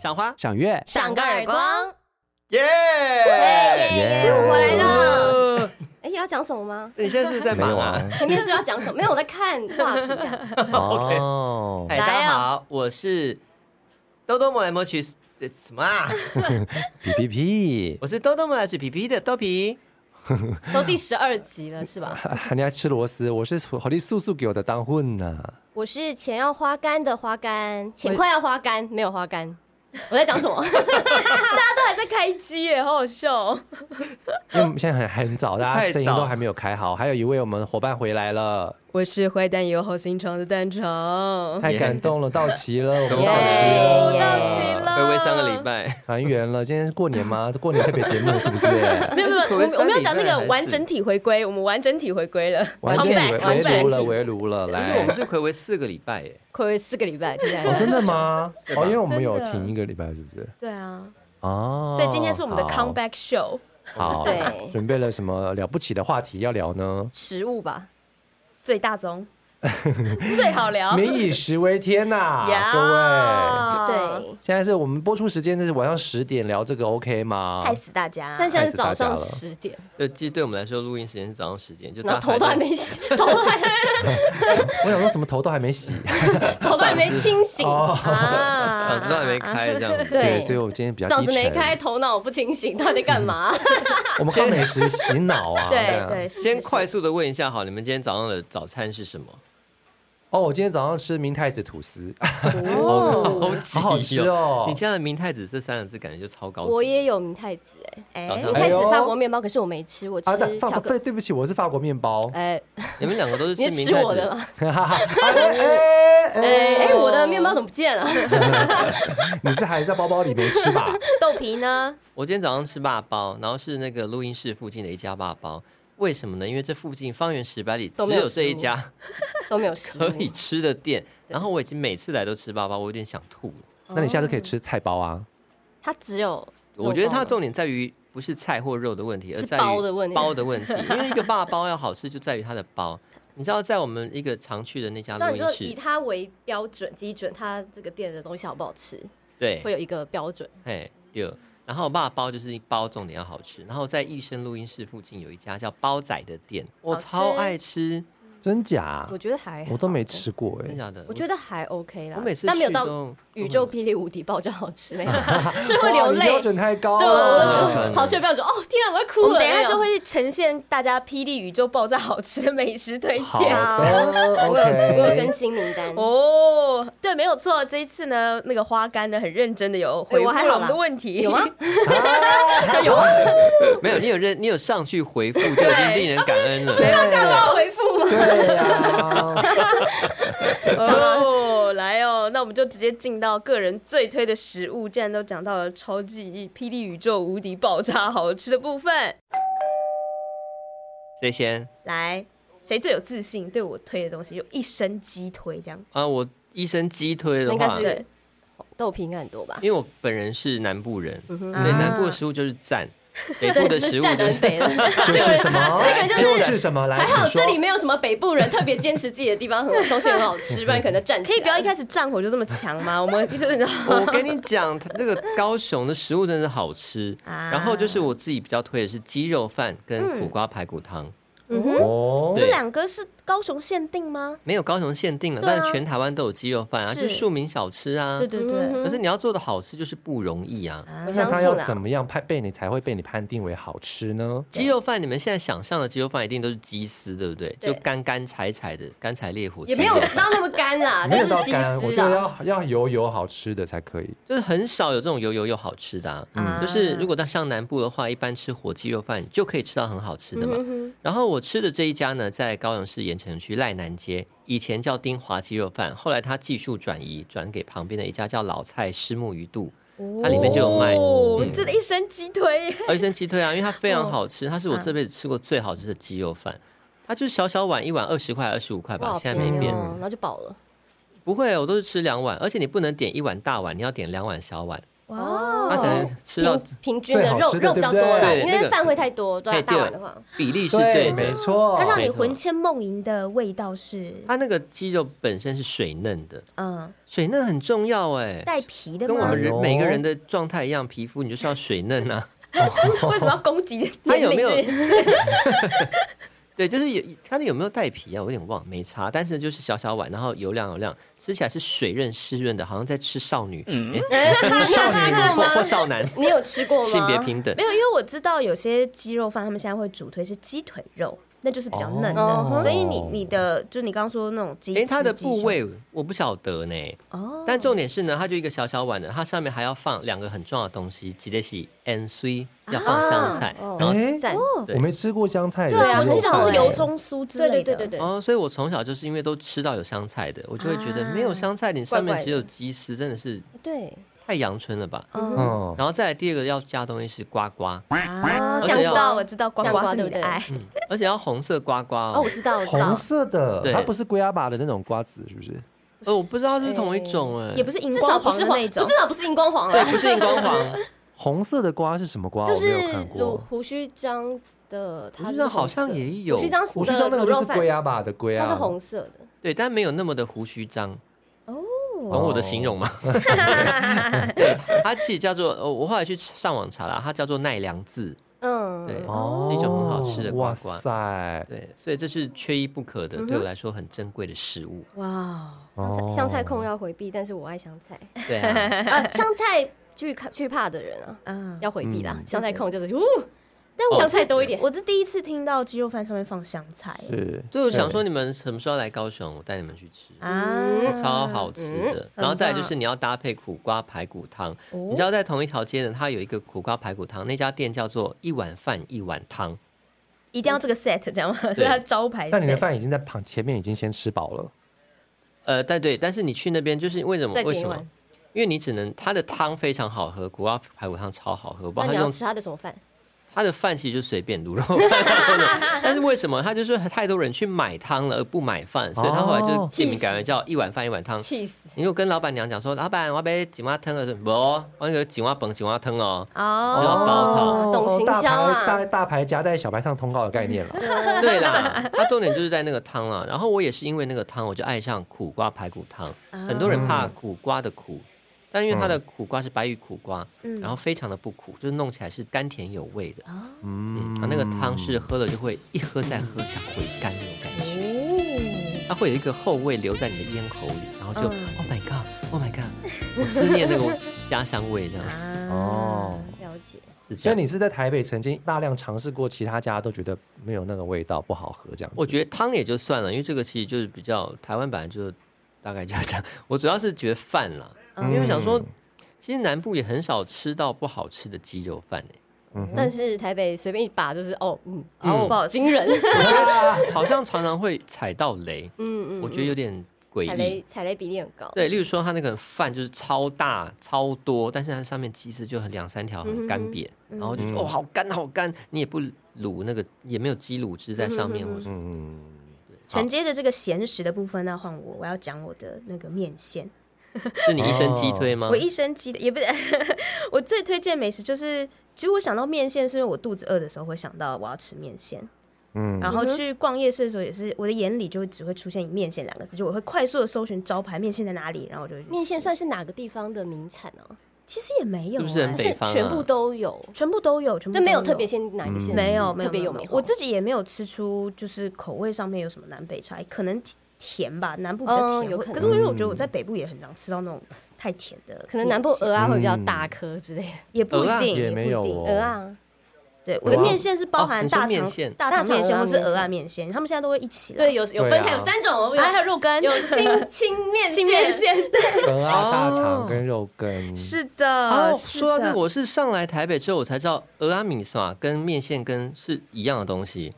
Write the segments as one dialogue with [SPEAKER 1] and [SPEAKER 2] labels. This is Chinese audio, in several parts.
[SPEAKER 1] 赏花，
[SPEAKER 2] 赏月，
[SPEAKER 3] 赏个耳光，
[SPEAKER 1] 耶！
[SPEAKER 3] 耶，我哎回来了。
[SPEAKER 1] 呃
[SPEAKER 3] 哎，要讲什么吗？
[SPEAKER 1] 你现在是不是在
[SPEAKER 2] 没
[SPEAKER 1] 忙
[SPEAKER 2] 有
[SPEAKER 1] 啊
[SPEAKER 2] 啊？
[SPEAKER 3] 前面是要讲什么？没有，我在看话题 啊。
[SPEAKER 1] OK
[SPEAKER 2] 哦，
[SPEAKER 1] 哎，大家好，我是兜兜摸来摸去，这什么啊？
[SPEAKER 2] 皮皮皮，
[SPEAKER 1] 我是兜兜摸来去皮皮的豆皮。
[SPEAKER 3] 都第十二集了是 吧？
[SPEAKER 2] 啊你要吃螺丝？我是好的素素给我的当混啊呐、
[SPEAKER 3] 我是钱要花干的花干，钱快要花干，没有花干。我在讲什么？
[SPEAKER 4] 还在开机耶，好好笑、哦。
[SPEAKER 2] 因为我们现在很很早，大
[SPEAKER 1] 太
[SPEAKER 2] 家
[SPEAKER 1] 早
[SPEAKER 2] 声音都还没有开好。还有一位我们伙伴回来了，
[SPEAKER 4] 我是坏蛋也有好心肠的蛋
[SPEAKER 1] 哦
[SPEAKER 4] 肠，
[SPEAKER 2] 太感动了，到齐了，我
[SPEAKER 1] 怎
[SPEAKER 2] 们
[SPEAKER 1] 么
[SPEAKER 2] 到齐
[SPEAKER 3] 耶
[SPEAKER 2] 了，
[SPEAKER 3] 耶
[SPEAKER 4] 到齐了
[SPEAKER 1] 回味三个礼拜，
[SPEAKER 2] 团圆了。今天是过年吗？过年特别节目是 不是？
[SPEAKER 4] 没有没有，
[SPEAKER 1] 可为
[SPEAKER 4] 我们
[SPEAKER 1] 三
[SPEAKER 4] 我们要讲那
[SPEAKER 1] 礼拜
[SPEAKER 4] 个
[SPEAKER 1] 还是
[SPEAKER 4] 完整体回归，我们完整体回归了，
[SPEAKER 2] 完全以
[SPEAKER 4] Come
[SPEAKER 2] 为
[SPEAKER 4] back，
[SPEAKER 2] 围
[SPEAKER 4] come
[SPEAKER 2] 炉
[SPEAKER 4] back
[SPEAKER 2] 了，围炉了，
[SPEAKER 1] 可是我
[SPEAKER 2] 来
[SPEAKER 1] 们。是回味四个礼拜耶。
[SPEAKER 3] 回味四个礼拜，就这
[SPEAKER 2] 哦，
[SPEAKER 3] 样。
[SPEAKER 2] 真的吗？
[SPEAKER 1] 对吧
[SPEAKER 2] 哦，因为我们有
[SPEAKER 4] 哎真的
[SPEAKER 2] 停一个礼拜，是不是？
[SPEAKER 4] 对啊，
[SPEAKER 2] 哦，
[SPEAKER 4] 所以今天是我们的
[SPEAKER 2] 好
[SPEAKER 4] comeback show，
[SPEAKER 2] 好，
[SPEAKER 3] 对
[SPEAKER 2] 准备了什么了不起的话题要聊呢？
[SPEAKER 3] 食物吧，
[SPEAKER 4] 最 大宗，最好聊。
[SPEAKER 2] 民以食为天呐、
[SPEAKER 4] 呀
[SPEAKER 2] 啊各位。
[SPEAKER 3] 啊
[SPEAKER 4] 对，
[SPEAKER 3] 对。
[SPEAKER 2] 现在是我们播出时间，这是晚上十点聊这个 OK 吗？
[SPEAKER 4] 害死大家。
[SPEAKER 3] 但现在是早上
[SPEAKER 2] 害死大
[SPEAKER 3] 十点，
[SPEAKER 1] 就其实对我们来说，录音时间是早上十点，就
[SPEAKER 3] 然
[SPEAKER 1] 大
[SPEAKER 3] 后
[SPEAKER 1] 家
[SPEAKER 3] 头都还没洗，头都还
[SPEAKER 2] 我想说什么头都还没 洗
[SPEAKER 3] 头都还没 清醒，
[SPEAKER 2] 哦，
[SPEAKER 1] 还
[SPEAKER 4] 啊
[SPEAKER 1] 在，嗓子都还没开这样子。
[SPEAKER 3] 对
[SPEAKER 2] 所以我今天比较
[SPEAKER 3] 嗓
[SPEAKER 2] 低
[SPEAKER 3] 子
[SPEAKER 2] 沉
[SPEAKER 3] 没开，，头脑不清醒，到底在干嘛？
[SPEAKER 2] 我们靠美食洗脑 啊。
[SPEAKER 4] 对对，。是
[SPEAKER 1] 先快速的问一下，好，你们今天早上的早餐是什么？
[SPEAKER 2] 哦，我今天早上吃明太子吐 司，啊
[SPEAKER 3] 哦，
[SPEAKER 1] 好
[SPEAKER 2] 好好吃哦
[SPEAKER 1] 你加了“明太子”这三个字，感觉就超高级。
[SPEAKER 3] 我也有明太子哎，
[SPEAKER 4] 哎
[SPEAKER 1] 早上
[SPEAKER 3] 明
[SPEAKER 1] 哎
[SPEAKER 3] 太
[SPEAKER 2] 呦
[SPEAKER 3] 子法国面包，可是我没吃，我吃
[SPEAKER 2] 啊，但
[SPEAKER 3] 巧
[SPEAKER 2] 法
[SPEAKER 3] 克
[SPEAKER 2] 对，
[SPEAKER 3] 力
[SPEAKER 2] 对不起，我是法国面 包。
[SPEAKER 3] 哎，
[SPEAKER 1] 你们两个都是吃
[SPEAKER 3] 你在
[SPEAKER 1] 明
[SPEAKER 3] 吃
[SPEAKER 1] 太
[SPEAKER 3] 我
[SPEAKER 1] 子
[SPEAKER 3] 的吗？
[SPEAKER 2] 哈哈哈 哎哎哎，
[SPEAKER 3] 哎哎，我的面包怎么不见了？
[SPEAKER 2] 你是还在包包里没吃 吧？
[SPEAKER 4] 豆皮呢？
[SPEAKER 1] 我今天早上吃霸包，然后是那个录音室附近的一家霸包。为什么呢？因为这附近方圆十百里
[SPEAKER 3] 都
[SPEAKER 1] 只
[SPEAKER 3] 没有
[SPEAKER 1] 有这一
[SPEAKER 3] 食物
[SPEAKER 1] 家
[SPEAKER 3] 都没有食
[SPEAKER 1] 可
[SPEAKER 3] 物。
[SPEAKER 1] 以吃的店，然后我已经每次来都吃霸包，我有点想吐了。
[SPEAKER 2] 那你下次可以吃菜包啊。
[SPEAKER 3] 它只有
[SPEAKER 1] 我觉得它的
[SPEAKER 3] 重
[SPEAKER 1] 重点在于不是菜或肉的问题，而
[SPEAKER 3] 是
[SPEAKER 1] 在于
[SPEAKER 3] 包的问题
[SPEAKER 1] 包的问 题，因为一个霸包要好吃，就在于它的包。你知道，在我们一个常去的那家
[SPEAKER 3] 那
[SPEAKER 1] 录
[SPEAKER 3] 你
[SPEAKER 1] 音
[SPEAKER 3] 说以
[SPEAKER 1] 室，
[SPEAKER 3] 它为标准基准，它这个店的东西好不好吃，
[SPEAKER 1] 对
[SPEAKER 3] 会，有一个标准。
[SPEAKER 1] 哎，对。然后霸包就是包重点要好吃，然后在益生录音室附近有一家叫包仔的店，我
[SPEAKER 4] 好吃
[SPEAKER 1] 超爱吃，
[SPEAKER 2] 真
[SPEAKER 1] 啊
[SPEAKER 2] 假
[SPEAKER 3] 我？觉得还好
[SPEAKER 2] 我都没，吃过
[SPEAKER 1] 真
[SPEAKER 2] 哎
[SPEAKER 1] 的。假的？
[SPEAKER 3] 我觉得还 OK 啦。
[SPEAKER 1] 我每次
[SPEAKER 3] 但没有
[SPEAKER 1] 去
[SPEAKER 3] 到
[SPEAKER 1] 都
[SPEAKER 3] 宇宙霹雳无敌爆炸好吃那 种，是
[SPEAKER 2] 哇
[SPEAKER 3] 会流
[SPEAKER 2] 你标
[SPEAKER 3] 泪。
[SPEAKER 2] 准太高了。啊
[SPEAKER 3] 对，好吃的标准哦，天 啊，我要
[SPEAKER 4] 我
[SPEAKER 3] 哭了那种。
[SPEAKER 4] 们等一下就会呈现大家霹雳宇宙爆炸好吃的美食推
[SPEAKER 2] 好
[SPEAKER 4] 荐。
[SPEAKER 2] 的
[SPEAKER 3] 我有我有
[SPEAKER 2] ，OK
[SPEAKER 3] 更。新名
[SPEAKER 4] 嗯
[SPEAKER 3] 单，
[SPEAKER 4] 哦，对，没有错。这一次呢，那个花干呢，很认真的有回
[SPEAKER 3] 哎
[SPEAKER 4] 复
[SPEAKER 3] 我还好啦
[SPEAKER 4] 了我们的问题，
[SPEAKER 3] 有 吗？？
[SPEAKER 4] 有啊，
[SPEAKER 1] 没有，你有认，你有上去回复，就已经令人感恩了。
[SPEAKER 3] 干
[SPEAKER 2] 啊
[SPEAKER 3] 嘛回复吗？
[SPEAKER 2] 对呀。
[SPEAKER 4] 哦，来哦，那我们就直接进到个人最推的食物，既然都讲到了超级霹雳宇宙无敌爆炸好吃的部分，
[SPEAKER 1] 谁先
[SPEAKER 4] 来，谁最有自信？对我推的东西就一身鸡推这样子。
[SPEAKER 1] 啊？我医生击推的
[SPEAKER 3] 应该
[SPEAKER 1] 话，
[SPEAKER 3] 是豆皮应该很多吧？
[SPEAKER 1] 因为我本人是南部人，对
[SPEAKER 4] 啊
[SPEAKER 1] 南部的食物就是赞，北部的
[SPEAKER 3] 对，
[SPEAKER 1] 食
[SPEAKER 3] 是
[SPEAKER 1] 物
[SPEAKER 3] 站
[SPEAKER 1] 就
[SPEAKER 3] 得
[SPEAKER 1] 是
[SPEAKER 3] 很 北的。
[SPEAKER 2] 就是什么
[SPEAKER 3] 这个？啊就是
[SPEAKER 2] 就是什么？来，
[SPEAKER 3] 还好
[SPEAKER 2] 请说
[SPEAKER 3] 这里没有什么北部人特别坚持自己的地方很东西很好 吃，不然可能站起
[SPEAKER 4] 可
[SPEAKER 3] 来
[SPEAKER 4] 以不要一开始战火就这么强 吗？我们就是你知道
[SPEAKER 1] 我跟你讲，它这个高雄的食物真的是好吃。
[SPEAKER 4] 啊
[SPEAKER 1] 然后就是我自己比较推的是鸡肉饭跟苦瓜排骨汤，
[SPEAKER 3] 嗯哼，
[SPEAKER 2] 哦，
[SPEAKER 4] 这两个是高雄限定吗？
[SPEAKER 1] 没有高雄限定了，
[SPEAKER 4] 对啊
[SPEAKER 1] 但是全台湾都有鸡肉饭啊，
[SPEAKER 4] 是
[SPEAKER 1] 就是庶民小吃啊
[SPEAKER 4] 对。对对，
[SPEAKER 3] 嗯
[SPEAKER 1] 可是你要做的好吃就是不容易啊。
[SPEAKER 3] 我
[SPEAKER 2] 那
[SPEAKER 3] 相
[SPEAKER 2] 它
[SPEAKER 3] 信
[SPEAKER 2] 要
[SPEAKER 3] 啦
[SPEAKER 2] 怎。么样判被你才会被你判定为好吃呢？
[SPEAKER 1] 鸡肉饭，你们现在想象的鸡肉饭一定都是鸡丝，对不对？
[SPEAKER 3] 对
[SPEAKER 1] 就干干柴柴的，干柴烈火鸡
[SPEAKER 3] 也
[SPEAKER 1] 肉饭，
[SPEAKER 3] 没有到那么 干啦，
[SPEAKER 2] 没
[SPEAKER 3] 啊就
[SPEAKER 2] 有
[SPEAKER 3] 是
[SPEAKER 2] 到
[SPEAKER 3] 鸡
[SPEAKER 2] 干，我
[SPEAKER 3] 丝
[SPEAKER 2] 觉得
[SPEAKER 3] 啊。
[SPEAKER 2] 要要油油好吃的才可以。
[SPEAKER 1] 就是很少有这种油油又好吃的、啊。
[SPEAKER 3] 嗯
[SPEAKER 4] 啊
[SPEAKER 1] 就是如果到像南部的话，一般吃火鸡肉饭你就可以吃到很好吃的嘛。
[SPEAKER 3] 嗯哼
[SPEAKER 1] 然后我吃的这一家呢，在高雄市盐城区赖南街，以前叫丁华鸡肉饭，后来它技术转移，转给旁边的一家叫老蔡虱目鱼 肚。它里面就有卖
[SPEAKER 4] 哦
[SPEAKER 1] 嗯
[SPEAKER 4] 真的一身鸡推耶，
[SPEAKER 1] 而且鸡腿啊，因为它非
[SPEAKER 3] 哦
[SPEAKER 1] 常好吃，它是
[SPEAKER 3] 嗯
[SPEAKER 1] 我这辈子吃过最好吃的鸡肉饭。它就是小小碗一碗二十块二十五块
[SPEAKER 3] 哇，
[SPEAKER 1] 吧
[SPEAKER 3] 好，
[SPEAKER 1] 现
[SPEAKER 3] 便
[SPEAKER 1] 在没
[SPEAKER 3] 宜
[SPEAKER 1] 变。
[SPEAKER 3] 哦，然后就饱了。
[SPEAKER 1] 不会，我都是吃两碗，而且你不能点一碗大碗，你要点两碗小碗。
[SPEAKER 4] 哇
[SPEAKER 3] 哦
[SPEAKER 1] 它可能吃到
[SPEAKER 3] 平平均的
[SPEAKER 2] 最好
[SPEAKER 3] 肉
[SPEAKER 2] 吃的
[SPEAKER 3] 肉比较多
[SPEAKER 2] 对不
[SPEAKER 3] 啦，
[SPEAKER 1] 对
[SPEAKER 3] 因
[SPEAKER 1] 那
[SPEAKER 3] 为
[SPEAKER 1] 个
[SPEAKER 3] 饭会太多，对
[SPEAKER 1] 对
[SPEAKER 3] 啊大碗的话，
[SPEAKER 1] 比例是对
[SPEAKER 2] 没
[SPEAKER 1] 的。
[SPEAKER 2] 错，
[SPEAKER 4] 它让你
[SPEAKER 1] 哦没错啊
[SPEAKER 4] 魂牵梦萦的味道是，
[SPEAKER 1] 它那个鸡肉本身是水嫩的，
[SPEAKER 4] 嗯，
[SPEAKER 1] 水嫩很重要哎，
[SPEAKER 4] 带皮的
[SPEAKER 1] 跟我
[SPEAKER 4] 吗
[SPEAKER 1] 们？ 人
[SPEAKER 2] 哎呦
[SPEAKER 1] 每个人的状态一样，皮肤你就是要水嫩啊。
[SPEAKER 4] 为什么要攻击
[SPEAKER 1] 它
[SPEAKER 4] 年
[SPEAKER 1] 有
[SPEAKER 4] 龄
[SPEAKER 1] 没有
[SPEAKER 4] 这件事？
[SPEAKER 1] 对，就是有它的有没有带皮啊？我有点忘，没擦。但是就是小小碗，然后油亮油亮，吃起来是水润湿润的，好像在吃少女、
[SPEAKER 5] 嗯，
[SPEAKER 3] 哎你有
[SPEAKER 1] 少
[SPEAKER 3] 吃
[SPEAKER 1] 女
[SPEAKER 3] 过
[SPEAKER 1] 或或
[SPEAKER 3] 吗？
[SPEAKER 1] 少男，
[SPEAKER 3] 你有吃过吗？
[SPEAKER 1] 性别平等
[SPEAKER 4] 没。有，因为我知道有些鸡肉饭他们现在会主推是鸡腿肉，那就是比较嫩的，
[SPEAKER 3] 哦
[SPEAKER 4] 所以你你的就你刚刚说的那种鸡丝，
[SPEAKER 1] 哎，它的
[SPEAKER 4] 鸡胸
[SPEAKER 1] 部位我不晓得呢，
[SPEAKER 4] 哦，
[SPEAKER 1] 但重点是呢，它就一个小小碗的，它上面还要放两个很重要的东西，即的是 N C 要放香菜，
[SPEAKER 3] 哦
[SPEAKER 1] 然后
[SPEAKER 2] 哎，
[SPEAKER 3] 赞，
[SPEAKER 1] 对
[SPEAKER 2] 我没吃过香菜的
[SPEAKER 4] 对啊，
[SPEAKER 3] 对
[SPEAKER 4] 我
[SPEAKER 2] 鸡
[SPEAKER 4] 记
[SPEAKER 2] 肉
[SPEAKER 4] 得
[SPEAKER 3] 很
[SPEAKER 4] 好
[SPEAKER 2] 饭
[SPEAKER 3] 少
[SPEAKER 4] 像是
[SPEAKER 3] 欸
[SPEAKER 4] 油葱酥之
[SPEAKER 3] 对
[SPEAKER 4] 类的，
[SPEAKER 3] 对对对对，
[SPEAKER 1] 哦，所以我从小就是因为都吃到有香菜的，我就会觉得没有香菜，你上
[SPEAKER 3] 怪
[SPEAKER 1] 面
[SPEAKER 3] 怪
[SPEAKER 1] 只有
[SPEAKER 3] 的
[SPEAKER 1] 鸡丝，真的是
[SPEAKER 3] 对
[SPEAKER 1] 太阳春了吧？
[SPEAKER 4] 嗯。
[SPEAKER 2] 嗯，
[SPEAKER 1] 然后再来第二个要加的东西是呱呱，
[SPEAKER 3] 啊，
[SPEAKER 4] 我
[SPEAKER 1] 而且
[SPEAKER 3] 酱
[SPEAKER 4] 知
[SPEAKER 1] 要
[SPEAKER 4] 道，
[SPEAKER 3] 瓜
[SPEAKER 4] 我知道，呱
[SPEAKER 3] 酱
[SPEAKER 4] 呱
[SPEAKER 3] 瓜
[SPEAKER 4] 是你
[SPEAKER 3] 对不
[SPEAKER 4] 的
[SPEAKER 3] 对
[SPEAKER 4] 爱，
[SPEAKER 1] 而且要红色呱呱
[SPEAKER 3] 哦，
[SPEAKER 1] 哦
[SPEAKER 3] 我。知道，我知
[SPEAKER 2] 红
[SPEAKER 3] 道，
[SPEAKER 2] 色的
[SPEAKER 1] 对，
[SPEAKER 2] 它不是龟阿爸的那种瓜子，是不是？
[SPEAKER 1] 呃，我不知道是不是同一种哎，
[SPEAKER 4] 也不是荧
[SPEAKER 3] 至少
[SPEAKER 4] 光
[SPEAKER 3] 不
[SPEAKER 4] 黄
[SPEAKER 3] 是
[SPEAKER 4] 的
[SPEAKER 3] 黄，
[SPEAKER 4] 那
[SPEAKER 3] 不
[SPEAKER 4] 种
[SPEAKER 3] 至，少不是荧光黄
[SPEAKER 1] 对，
[SPEAKER 3] 啊，
[SPEAKER 1] 不是荧光黄，
[SPEAKER 2] 红色的瓜是什么瓜？
[SPEAKER 3] 就
[SPEAKER 2] 哦我没
[SPEAKER 3] 是
[SPEAKER 2] 有看
[SPEAKER 3] 鲁
[SPEAKER 2] 过。
[SPEAKER 3] 胡须章的，它
[SPEAKER 1] 胡须
[SPEAKER 3] 是
[SPEAKER 1] 章
[SPEAKER 3] 红
[SPEAKER 1] 好像
[SPEAKER 3] 色
[SPEAKER 1] 也有
[SPEAKER 3] 胡须章
[SPEAKER 2] 我去上那
[SPEAKER 3] 的
[SPEAKER 2] 个
[SPEAKER 3] 卤
[SPEAKER 2] 就
[SPEAKER 3] 肉
[SPEAKER 2] 是
[SPEAKER 3] 饭
[SPEAKER 2] 龟，阿爸的龟
[SPEAKER 3] 它
[SPEAKER 2] 啊，
[SPEAKER 3] 是红色的，
[SPEAKER 1] 对，但没有那么的胡须章。懂我的形 容吗？对， 它其实叫做，呃我后来去上网查了，它叫做奈良子，对，
[SPEAKER 3] 嗯，
[SPEAKER 1] 是一种很好吃的瓜
[SPEAKER 2] 哦哇
[SPEAKER 1] 瓜。
[SPEAKER 2] 塞，
[SPEAKER 1] 对，所以这是缺一不可的，对我来说很珍贵的食物。
[SPEAKER 4] 哇，哦
[SPEAKER 2] 哦
[SPEAKER 3] 香菜香菜控
[SPEAKER 2] 要
[SPEAKER 3] 要回避，但是我爱香菜，
[SPEAKER 1] 对啊，
[SPEAKER 3] 啊，香菜惧怕惧怕的人啊，
[SPEAKER 4] 嗯，
[SPEAKER 3] 要回避啦，
[SPEAKER 2] 嗯
[SPEAKER 3] 香菜控就是，呜，
[SPEAKER 4] 但我
[SPEAKER 3] 香
[SPEAKER 4] 是
[SPEAKER 3] 菜多一点，
[SPEAKER 4] 我是第一次听到鸡肉饭上面放香菜
[SPEAKER 2] 是，
[SPEAKER 1] 所以我想说，你们什么时候要来高雄？我带你们去吃。
[SPEAKER 4] 啊，
[SPEAKER 1] 超好吃的，然后再来就是你要搭配苦瓜排骨汤。你知道在同一条街呢，它有一个苦瓜排骨汤，那家店叫做一碗饭一碗汤。
[SPEAKER 4] 一定要这个 set 这样吗？ 就是它招牌 set。
[SPEAKER 2] 但你的饭已经在旁前面已经先吃饱了，
[SPEAKER 1] 呃，但对，但是你去那边就是为什么？
[SPEAKER 3] 再
[SPEAKER 1] 为
[SPEAKER 3] 点
[SPEAKER 1] 什
[SPEAKER 3] 一
[SPEAKER 1] 么？
[SPEAKER 3] 碗。
[SPEAKER 1] 因为你只能它的汤非常好喝，苦瓜排骨汤超好喝，我不知道
[SPEAKER 3] 那
[SPEAKER 1] 它
[SPEAKER 3] 你要
[SPEAKER 1] 用
[SPEAKER 3] 吃它的什么饭？
[SPEAKER 1] 它的饭其实就随便卤肉饭， 但是为什么它就是太多人去买汤了而不买饭，所以他后来就
[SPEAKER 2] 哦
[SPEAKER 1] 店名改为叫一碗饭一碗汤。
[SPEAKER 3] 气死！
[SPEAKER 1] 你如果跟老板娘讲说，老板我要杯井蛙汤了，不，哦我那个井蛙本井蛙汤哦，就要
[SPEAKER 4] 哦，
[SPEAKER 1] 煲汤。
[SPEAKER 3] 懂行销啊
[SPEAKER 2] 大牌大大牌夹带小白上通告的概念 了。
[SPEAKER 1] 对啦，它重点就是在那个汤啦。然后我也是因为那个汤，我就爱上苦瓜排骨汤。
[SPEAKER 4] 啊
[SPEAKER 1] 很多人怕苦瓜的苦，但因为它的苦瓜是白玉苦瓜，
[SPEAKER 4] 嗯哦
[SPEAKER 1] 然后非常的不苦，就是弄起来是甘甜有味的。嗯，
[SPEAKER 2] 嗯
[SPEAKER 1] 它那个汤是喝了就会一喝再喝，想回甘那种感觉。它会有一个后味留在你的咽喉里，然后就、
[SPEAKER 4] 嗯
[SPEAKER 1] Oh my God，Oh my God，我思念那个家乡味，这样
[SPEAKER 4] 啊
[SPEAKER 2] 哦，
[SPEAKER 3] 啊了解，
[SPEAKER 1] 是这
[SPEAKER 2] 所以
[SPEAKER 1] 样。
[SPEAKER 2] 你是在台北曾经大量尝试过其他家，都觉得没有那个味道，不好喝这样子。
[SPEAKER 1] 我觉得汤也就算了，因为这个其实就是比较台湾本来就大概就是这样。我主要是觉得饭啦，
[SPEAKER 2] 嗯
[SPEAKER 1] 因为想说，其实南部也很少吃到不好吃的鸡肉饭欸诶、
[SPEAKER 3] 但是台北随便一把就是哦，嗯，
[SPEAKER 4] 不好
[SPEAKER 3] 哦，
[SPEAKER 4] 吃
[SPEAKER 3] 惊人，
[SPEAKER 1] 好像常常会踩到雷，
[SPEAKER 3] 嗯嗯，
[SPEAKER 1] 我觉得有点诡
[SPEAKER 3] 踩
[SPEAKER 1] 异
[SPEAKER 3] 雷。踩雷比例很高，
[SPEAKER 1] 对，例如说它那个饭就是超大超多，但是它上面鸡丝就很两三条很干瘪，然后就觉得哦好干好干，你也不卤那个也没有鸡卤汁在上面，或者
[SPEAKER 2] 嗯，
[SPEAKER 4] 承接着这个咸食的部分，那换我，我要讲我的那个面线。
[SPEAKER 1] 是你一身鸡推吗
[SPEAKER 4] 我？一生鸡的也不是， 我最推荐美食就是，其实我想到面线，是因为我肚子饿的时候会想到我要吃面线。
[SPEAKER 2] 嗯
[SPEAKER 3] 啊
[SPEAKER 4] 然后去逛夜市的时候，也是我的眼里就会只会出现“面线”两个字，就我会快速的搜寻招牌面线在哪里，然后我就会去吃
[SPEAKER 3] 面线算是哪个地方的名产啊呢？
[SPEAKER 4] 其实也没
[SPEAKER 1] 是
[SPEAKER 4] 有、啊，
[SPEAKER 1] 不是很北
[SPEAKER 3] 是
[SPEAKER 1] 方啊
[SPEAKER 3] 全部都有，
[SPEAKER 4] 全部都有，全部
[SPEAKER 3] 就
[SPEAKER 4] 都
[SPEAKER 3] 没有特别先哪一个县市
[SPEAKER 4] 没有没
[SPEAKER 3] 嗯
[SPEAKER 4] 有
[SPEAKER 3] 特别有
[SPEAKER 4] 没
[SPEAKER 3] 名。哦
[SPEAKER 4] 我自己也没有吃出就是口味上面有什么南北差异，可能甜吧，南部比较
[SPEAKER 3] 嗯
[SPEAKER 4] 甜，
[SPEAKER 3] 有
[SPEAKER 4] 会
[SPEAKER 3] 可能
[SPEAKER 4] 可是因为我觉得我在北部也很常吃到那种太甜的面线，
[SPEAKER 3] 可能南部鹅啊会比较大颗之类的，
[SPEAKER 4] 也不
[SPEAKER 1] 啊
[SPEAKER 4] 一定，
[SPEAKER 2] 也没有
[SPEAKER 4] 不一定
[SPEAKER 2] 哦
[SPEAKER 3] 鹅啊，
[SPEAKER 4] 对，我的
[SPEAKER 2] 鹅啊
[SPEAKER 4] 面线是包
[SPEAKER 1] 哦
[SPEAKER 4] 含
[SPEAKER 1] 你说
[SPEAKER 4] 大肠
[SPEAKER 1] 面线、
[SPEAKER 4] 大肠面线
[SPEAKER 3] 大肠
[SPEAKER 4] 或是
[SPEAKER 3] 鹅
[SPEAKER 4] 鹅
[SPEAKER 3] 啊
[SPEAKER 4] 啊面线，他们现在都会一起啦
[SPEAKER 3] 对，有有
[SPEAKER 2] 对啊
[SPEAKER 3] 分开有三种，
[SPEAKER 4] 啊还
[SPEAKER 3] 有
[SPEAKER 4] 有肉羹，
[SPEAKER 3] 有 清清面
[SPEAKER 4] 进面线，对，
[SPEAKER 2] 鹅啊、大
[SPEAKER 3] 哦
[SPEAKER 2] 肠跟肉羹，
[SPEAKER 4] 是的
[SPEAKER 1] 哦，，
[SPEAKER 4] 啊是
[SPEAKER 1] 说到这
[SPEAKER 4] 的
[SPEAKER 1] 个，我是上来台北之后，我才知道鹅阿米刷跟面线羹是一样的东西。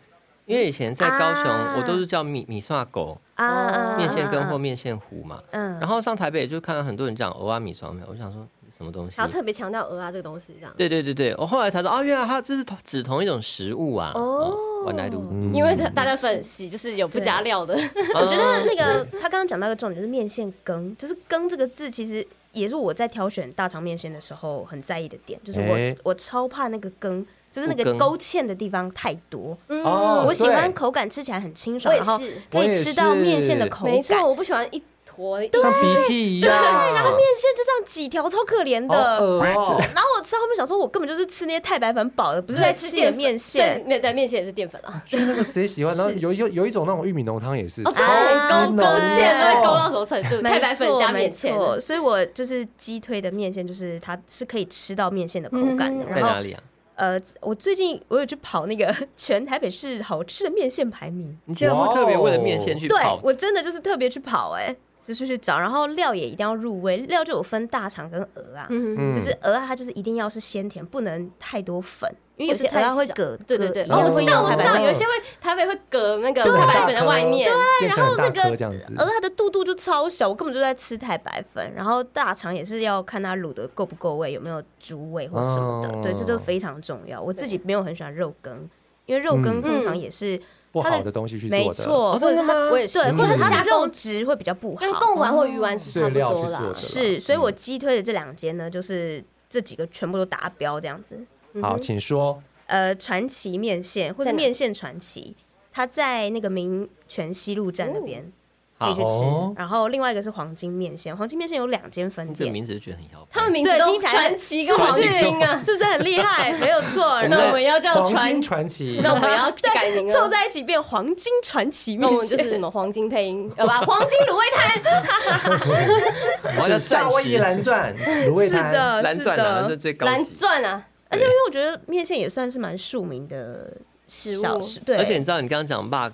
[SPEAKER 1] 因为以前在高雄，
[SPEAKER 4] 啊
[SPEAKER 1] 我都是叫米米刷狗、
[SPEAKER 4] 啊啊，
[SPEAKER 1] 面线羹
[SPEAKER 4] 啊
[SPEAKER 1] 或面线糊嘛。
[SPEAKER 4] 嗯
[SPEAKER 1] 然后上台北就看到很多人讲鹅阿米刷面，我想说什么东西
[SPEAKER 3] 然？后特别强调鹅啊这个东西这样，
[SPEAKER 1] 对对对对，我后来才知道啊，原来它这是同指同一种食物啊。
[SPEAKER 4] 哦
[SPEAKER 1] 嗯，one night do 啊
[SPEAKER 2] 嗯
[SPEAKER 3] 因为大家分析就是有不加料的，
[SPEAKER 1] 我
[SPEAKER 4] 我觉得那个他刚刚讲到一个重点，就是面线羹，就是“羹”这个字，其实也是我在挑选大肠面线的时候很在意的点，就是我、
[SPEAKER 2] 哎
[SPEAKER 4] 我超怕那个羹，就是那
[SPEAKER 1] 不
[SPEAKER 4] 个
[SPEAKER 1] 羹
[SPEAKER 4] 勾芡的地方太多。
[SPEAKER 3] 嗯
[SPEAKER 2] 哦
[SPEAKER 4] 我喜欢
[SPEAKER 2] 对
[SPEAKER 4] 口感吃起来很清
[SPEAKER 3] 我
[SPEAKER 4] 爽，
[SPEAKER 3] 也
[SPEAKER 4] 然后
[SPEAKER 3] 是，
[SPEAKER 4] 可
[SPEAKER 2] 我
[SPEAKER 4] 以
[SPEAKER 2] 也
[SPEAKER 4] 吃到面线的
[SPEAKER 2] 是
[SPEAKER 4] 口感。
[SPEAKER 3] 没
[SPEAKER 4] 面线
[SPEAKER 3] 错，我不喜欢一坨，对，啊
[SPEAKER 2] 像鼻涕一样，
[SPEAKER 4] 就这样挤条，超可怜
[SPEAKER 2] 好
[SPEAKER 4] 的。
[SPEAKER 2] 恶哦。
[SPEAKER 4] 然后我吃到后面想说，我根本就是吃那些太白粉饱的，不是在吃你的面线。
[SPEAKER 3] 面对面线也是淀粉啊。
[SPEAKER 2] 所以那个谁喜欢？然后有有有一种那种玉米浓汤也是，
[SPEAKER 3] 哦，
[SPEAKER 2] 超
[SPEAKER 3] 对，
[SPEAKER 4] 啊
[SPEAKER 2] 级
[SPEAKER 3] 勾勾
[SPEAKER 2] 浓
[SPEAKER 3] 芡都会
[SPEAKER 2] 的
[SPEAKER 3] 勾到什么程度？
[SPEAKER 4] 没
[SPEAKER 3] 太白粉
[SPEAKER 4] 错
[SPEAKER 3] 加
[SPEAKER 4] 没
[SPEAKER 3] 面线，
[SPEAKER 4] 错，所以我就是鸡推的面线，就是它是可以吃到面线的口感的。
[SPEAKER 3] 嗯
[SPEAKER 1] 在
[SPEAKER 4] 然
[SPEAKER 1] 哪
[SPEAKER 4] 后
[SPEAKER 1] 里啊？
[SPEAKER 4] 呃，我最近我有去跑那个 全台北市好吃的面线排名，
[SPEAKER 1] 你竟然会特别为了面线去
[SPEAKER 4] 哦对
[SPEAKER 1] 跑？
[SPEAKER 4] 我真的就是特别去跑哎、就是去找，然后料也一定要入味，料就有分大肠跟鹅啊，
[SPEAKER 3] 嗯，
[SPEAKER 2] 嗯
[SPEAKER 4] 就是鹅啊，它就是一定要是鲜甜，不能太多粉，因为有
[SPEAKER 3] 或是
[SPEAKER 4] 些鹅啊
[SPEAKER 3] 太
[SPEAKER 4] 会
[SPEAKER 3] 小
[SPEAKER 4] 隔，
[SPEAKER 3] 对对
[SPEAKER 4] 隔
[SPEAKER 3] 对，
[SPEAKER 4] 一
[SPEAKER 3] 哦
[SPEAKER 4] 样
[SPEAKER 3] 我
[SPEAKER 4] 会
[SPEAKER 3] 知
[SPEAKER 4] 有
[SPEAKER 3] 道，我
[SPEAKER 4] 太
[SPEAKER 3] 知
[SPEAKER 4] 白
[SPEAKER 3] 道，
[SPEAKER 4] 粉
[SPEAKER 3] 有些会台北会隔那个太
[SPEAKER 4] 啊
[SPEAKER 3] 白粉在外面，
[SPEAKER 2] 变成
[SPEAKER 4] 然后
[SPEAKER 2] 很大
[SPEAKER 4] 那个
[SPEAKER 2] 颗这样子。
[SPEAKER 3] 呃
[SPEAKER 4] 鹅它的肚肚就超小，我根本就在吃太白粉。然后大肠也是要看它卤的够不够味，有没有猪味或什么的，
[SPEAKER 2] 哦
[SPEAKER 4] 对，这都非常重要。我自己没有很喜欢肉羹，因为肉羹
[SPEAKER 2] 嗯
[SPEAKER 4] 通常也是、
[SPEAKER 2] 不好的东西去
[SPEAKER 4] 没
[SPEAKER 2] 做的，
[SPEAKER 4] 错，或者是它
[SPEAKER 1] 吗
[SPEAKER 3] 我也是，
[SPEAKER 4] 对，
[SPEAKER 2] 嗯
[SPEAKER 4] 或者是它
[SPEAKER 3] 加
[SPEAKER 4] 的肉
[SPEAKER 3] 工
[SPEAKER 4] 质会比较不好，
[SPEAKER 3] 跟贡丸或鱼丸是差不
[SPEAKER 2] 碎
[SPEAKER 3] 多啦
[SPEAKER 2] 料去做。的
[SPEAKER 4] 是，所以我击推的这两间呢，就是这几个全部都达标这样子。
[SPEAKER 3] 嗯
[SPEAKER 2] 好，
[SPEAKER 3] 哼
[SPEAKER 2] 请说。
[SPEAKER 4] 呃，传奇面线或
[SPEAKER 3] 在
[SPEAKER 4] 者
[SPEAKER 3] 哪
[SPEAKER 4] 面线传奇，它在那个民权西路站那边。可以去吃
[SPEAKER 2] 好。
[SPEAKER 4] 然后另外一个是黄金面线，黄金面线有两间分
[SPEAKER 1] 你这个
[SPEAKER 4] 店，
[SPEAKER 1] 名字就觉得很摇摆。
[SPEAKER 3] 他们名字
[SPEAKER 4] 对，
[SPEAKER 3] 都
[SPEAKER 4] 听起来很
[SPEAKER 3] 传奇跟黄金啊，
[SPEAKER 4] 是不是很厉 害？没有错，
[SPEAKER 3] 那
[SPEAKER 4] 然
[SPEAKER 3] 我
[SPEAKER 4] 后
[SPEAKER 3] 们要叫
[SPEAKER 2] 黄
[SPEAKER 3] 传
[SPEAKER 2] 金，传 奇，
[SPEAKER 3] 那我们要改名
[SPEAKER 4] 凑
[SPEAKER 3] 了。
[SPEAKER 4] 在一起变黄金传奇
[SPEAKER 3] 那
[SPEAKER 4] 面
[SPEAKER 3] 我们就
[SPEAKER 4] 线。
[SPEAKER 3] 是什么黄金配音，好吧？黄金卤味 摊，
[SPEAKER 1] 我要叫
[SPEAKER 2] 夏
[SPEAKER 1] 暂
[SPEAKER 2] 威夷
[SPEAKER 1] 时
[SPEAKER 2] 蓝钻 卤味
[SPEAKER 4] 是
[SPEAKER 2] 摊，
[SPEAKER 4] 的，
[SPEAKER 1] 蓝
[SPEAKER 4] 哦是
[SPEAKER 1] 钻啊，蓝
[SPEAKER 4] 的
[SPEAKER 1] 钻。最高
[SPEAKER 3] 蓝
[SPEAKER 1] 级。
[SPEAKER 3] 钻啊，
[SPEAKER 4] 而且因为我觉得面线也算是蛮庶民的
[SPEAKER 3] 食物
[SPEAKER 4] 小吃，对，
[SPEAKER 1] 而且你知道，你刚刚讲霸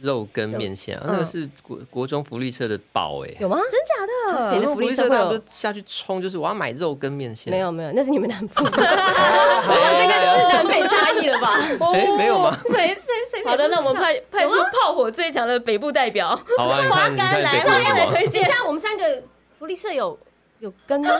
[SPEAKER 1] 肉跟面线啊，那个
[SPEAKER 4] 嗯
[SPEAKER 1] 是国国中福利社的宝哎、
[SPEAKER 3] 有吗？
[SPEAKER 4] 真假的
[SPEAKER 1] 国
[SPEAKER 3] 谁的
[SPEAKER 1] 中
[SPEAKER 3] 福利社
[SPEAKER 1] 社
[SPEAKER 3] 会
[SPEAKER 1] 他们
[SPEAKER 3] 有
[SPEAKER 1] 就？下去冲，就是我要买肉跟面线。
[SPEAKER 3] 没，有没有，那是你们南部，哇这个就是南北差异了 吧？
[SPEAKER 1] 哎、没有吗？
[SPEAKER 3] 谁谁谁？
[SPEAKER 4] 哦好的，那我们派派出炮火最强的北部代表，
[SPEAKER 1] 好啊，你看，你看
[SPEAKER 4] 来
[SPEAKER 1] 北
[SPEAKER 4] 花
[SPEAKER 1] 部
[SPEAKER 4] 干
[SPEAKER 1] 有
[SPEAKER 4] 来
[SPEAKER 1] 什么？
[SPEAKER 4] 推
[SPEAKER 3] 等一
[SPEAKER 4] 荐。
[SPEAKER 3] 下，我们三个福利社有有跟吗？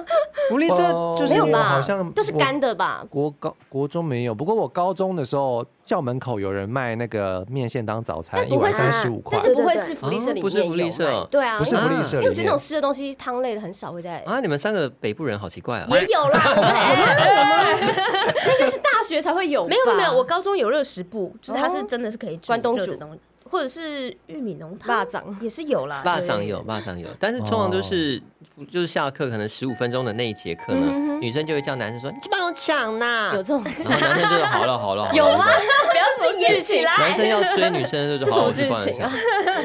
[SPEAKER 1] 福利社就是
[SPEAKER 3] 哦没有
[SPEAKER 2] 我
[SPEAKER 3] 吧
[SPEAKER 2] 好像？
[SPEAKER 3] 都是干的吧？
[SPEAKER 2] 国高国中没有，不过我高中的时候校门口有人卖那个面线当早餐，
[SPEAKER 3] 但
[SPEAKER 2] 一
[SPEAKER 3] 哎不会
[SPEAKER 2] 碗
[SPEAKER 3] 是啊
[SPEAKER 2] 三十五块
[SPEAKER 3] 但。是不会
[SPEAKER 4] 对对
[SPEAKER 3] 是福利社里面
[SPEAKER 1] 不是福利社
[SPEAKER 3] 有卖对啊，
[SPEAKER 2] 不是
[SPEAKER 3] 因为
[SPEAKER 2] 福利社
[SPEAKER 3] 因
[SPEAKER 2] 里
[SPEAKER 3] 为我觉得那
[SPEAKER 2] 面
[SPEAKER 3] 种，吃的东西汤类的很少会在，
[SPEAKER 1] 啊，你们三个北部人好奇怪啊！
[SPEAKER 4] 也有 啦，我们
[SPEAKER 3] 那个是大学才会有吧，
[SPEAKER 4] 没有没有，我高中有热食部，就是它
[SPEAKER 3] 哦
[SPEAKER 4] 是真的是可以煮
[SPEAKER 3] 关东
[SPEAKER 4] 热的
[SPEAKER 3] 煮
[SPEAKER 4] 东西，或者是玉米浓汤
[SPEAKER 3] 腊肠
[SPEAKER 4] 也是有啦，
[SPEAKER 1] 霸
[SPEAKER 4] 对
[SPEAKER 1] 掌有，霸掌有，但是通常都是
[SPEAKER 2] 哦
[SPEAKER 1] 就是下课可能十五分钟的那一节课呢，
[SPEAKER 3] 嗯哼
[SPEAKER 1] 女生就会叫男生说：“你去帮我 抢呐
[SPEAKER 3] 有！”这种
[SPEAKER 1] 然后男生就说：“好了好了。好了”
[SPEAKER 3] 有吗？
[SPEAKER 4] 不要自己演起来。
[SPEAKER 1] 男生要追女生的时候就
[SPEAKER 3] 这
[SPEAKER 1] 好，我去帮
[SPEAKER 3] 什么剧
[SPEAKER 1] 你
[SPEAKER 3] 情啊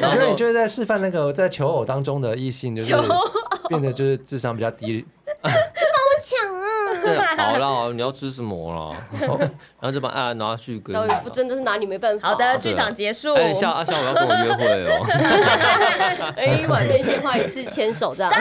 [SPEAKER 1] 抢。然
[SPEAKER 2] 我
[SPEAKER 1] 后
[SPEAKER 2] 觉得你
[SPEAKER 1] 就
[SPEAKER 2] 就是在示范那个在求偶当中的异性，就是
[SPEAKER 4] 求偶
[SPEAKER 2] 变得就是智商比较 低。
[SPEAKER 3] 抢啊，
[SPEAKER 1] 对好了好了，你要吃什么了？然后就把啊拿去给你
[SPEAKER 3] 老。夫真的是拿你没办法。
[SPEAKER 4] 好的，
[SPEAKER 1] 对
[SPEAKER 4] 剧
[SPEAKER 1] 啊
[SPEAKER 4] 场结束。
[SPEAKER 1] 哎，下啊下午要跟我约会 哦。
[SPEAKER 3] 哎，一碗面线画一次牵手这样，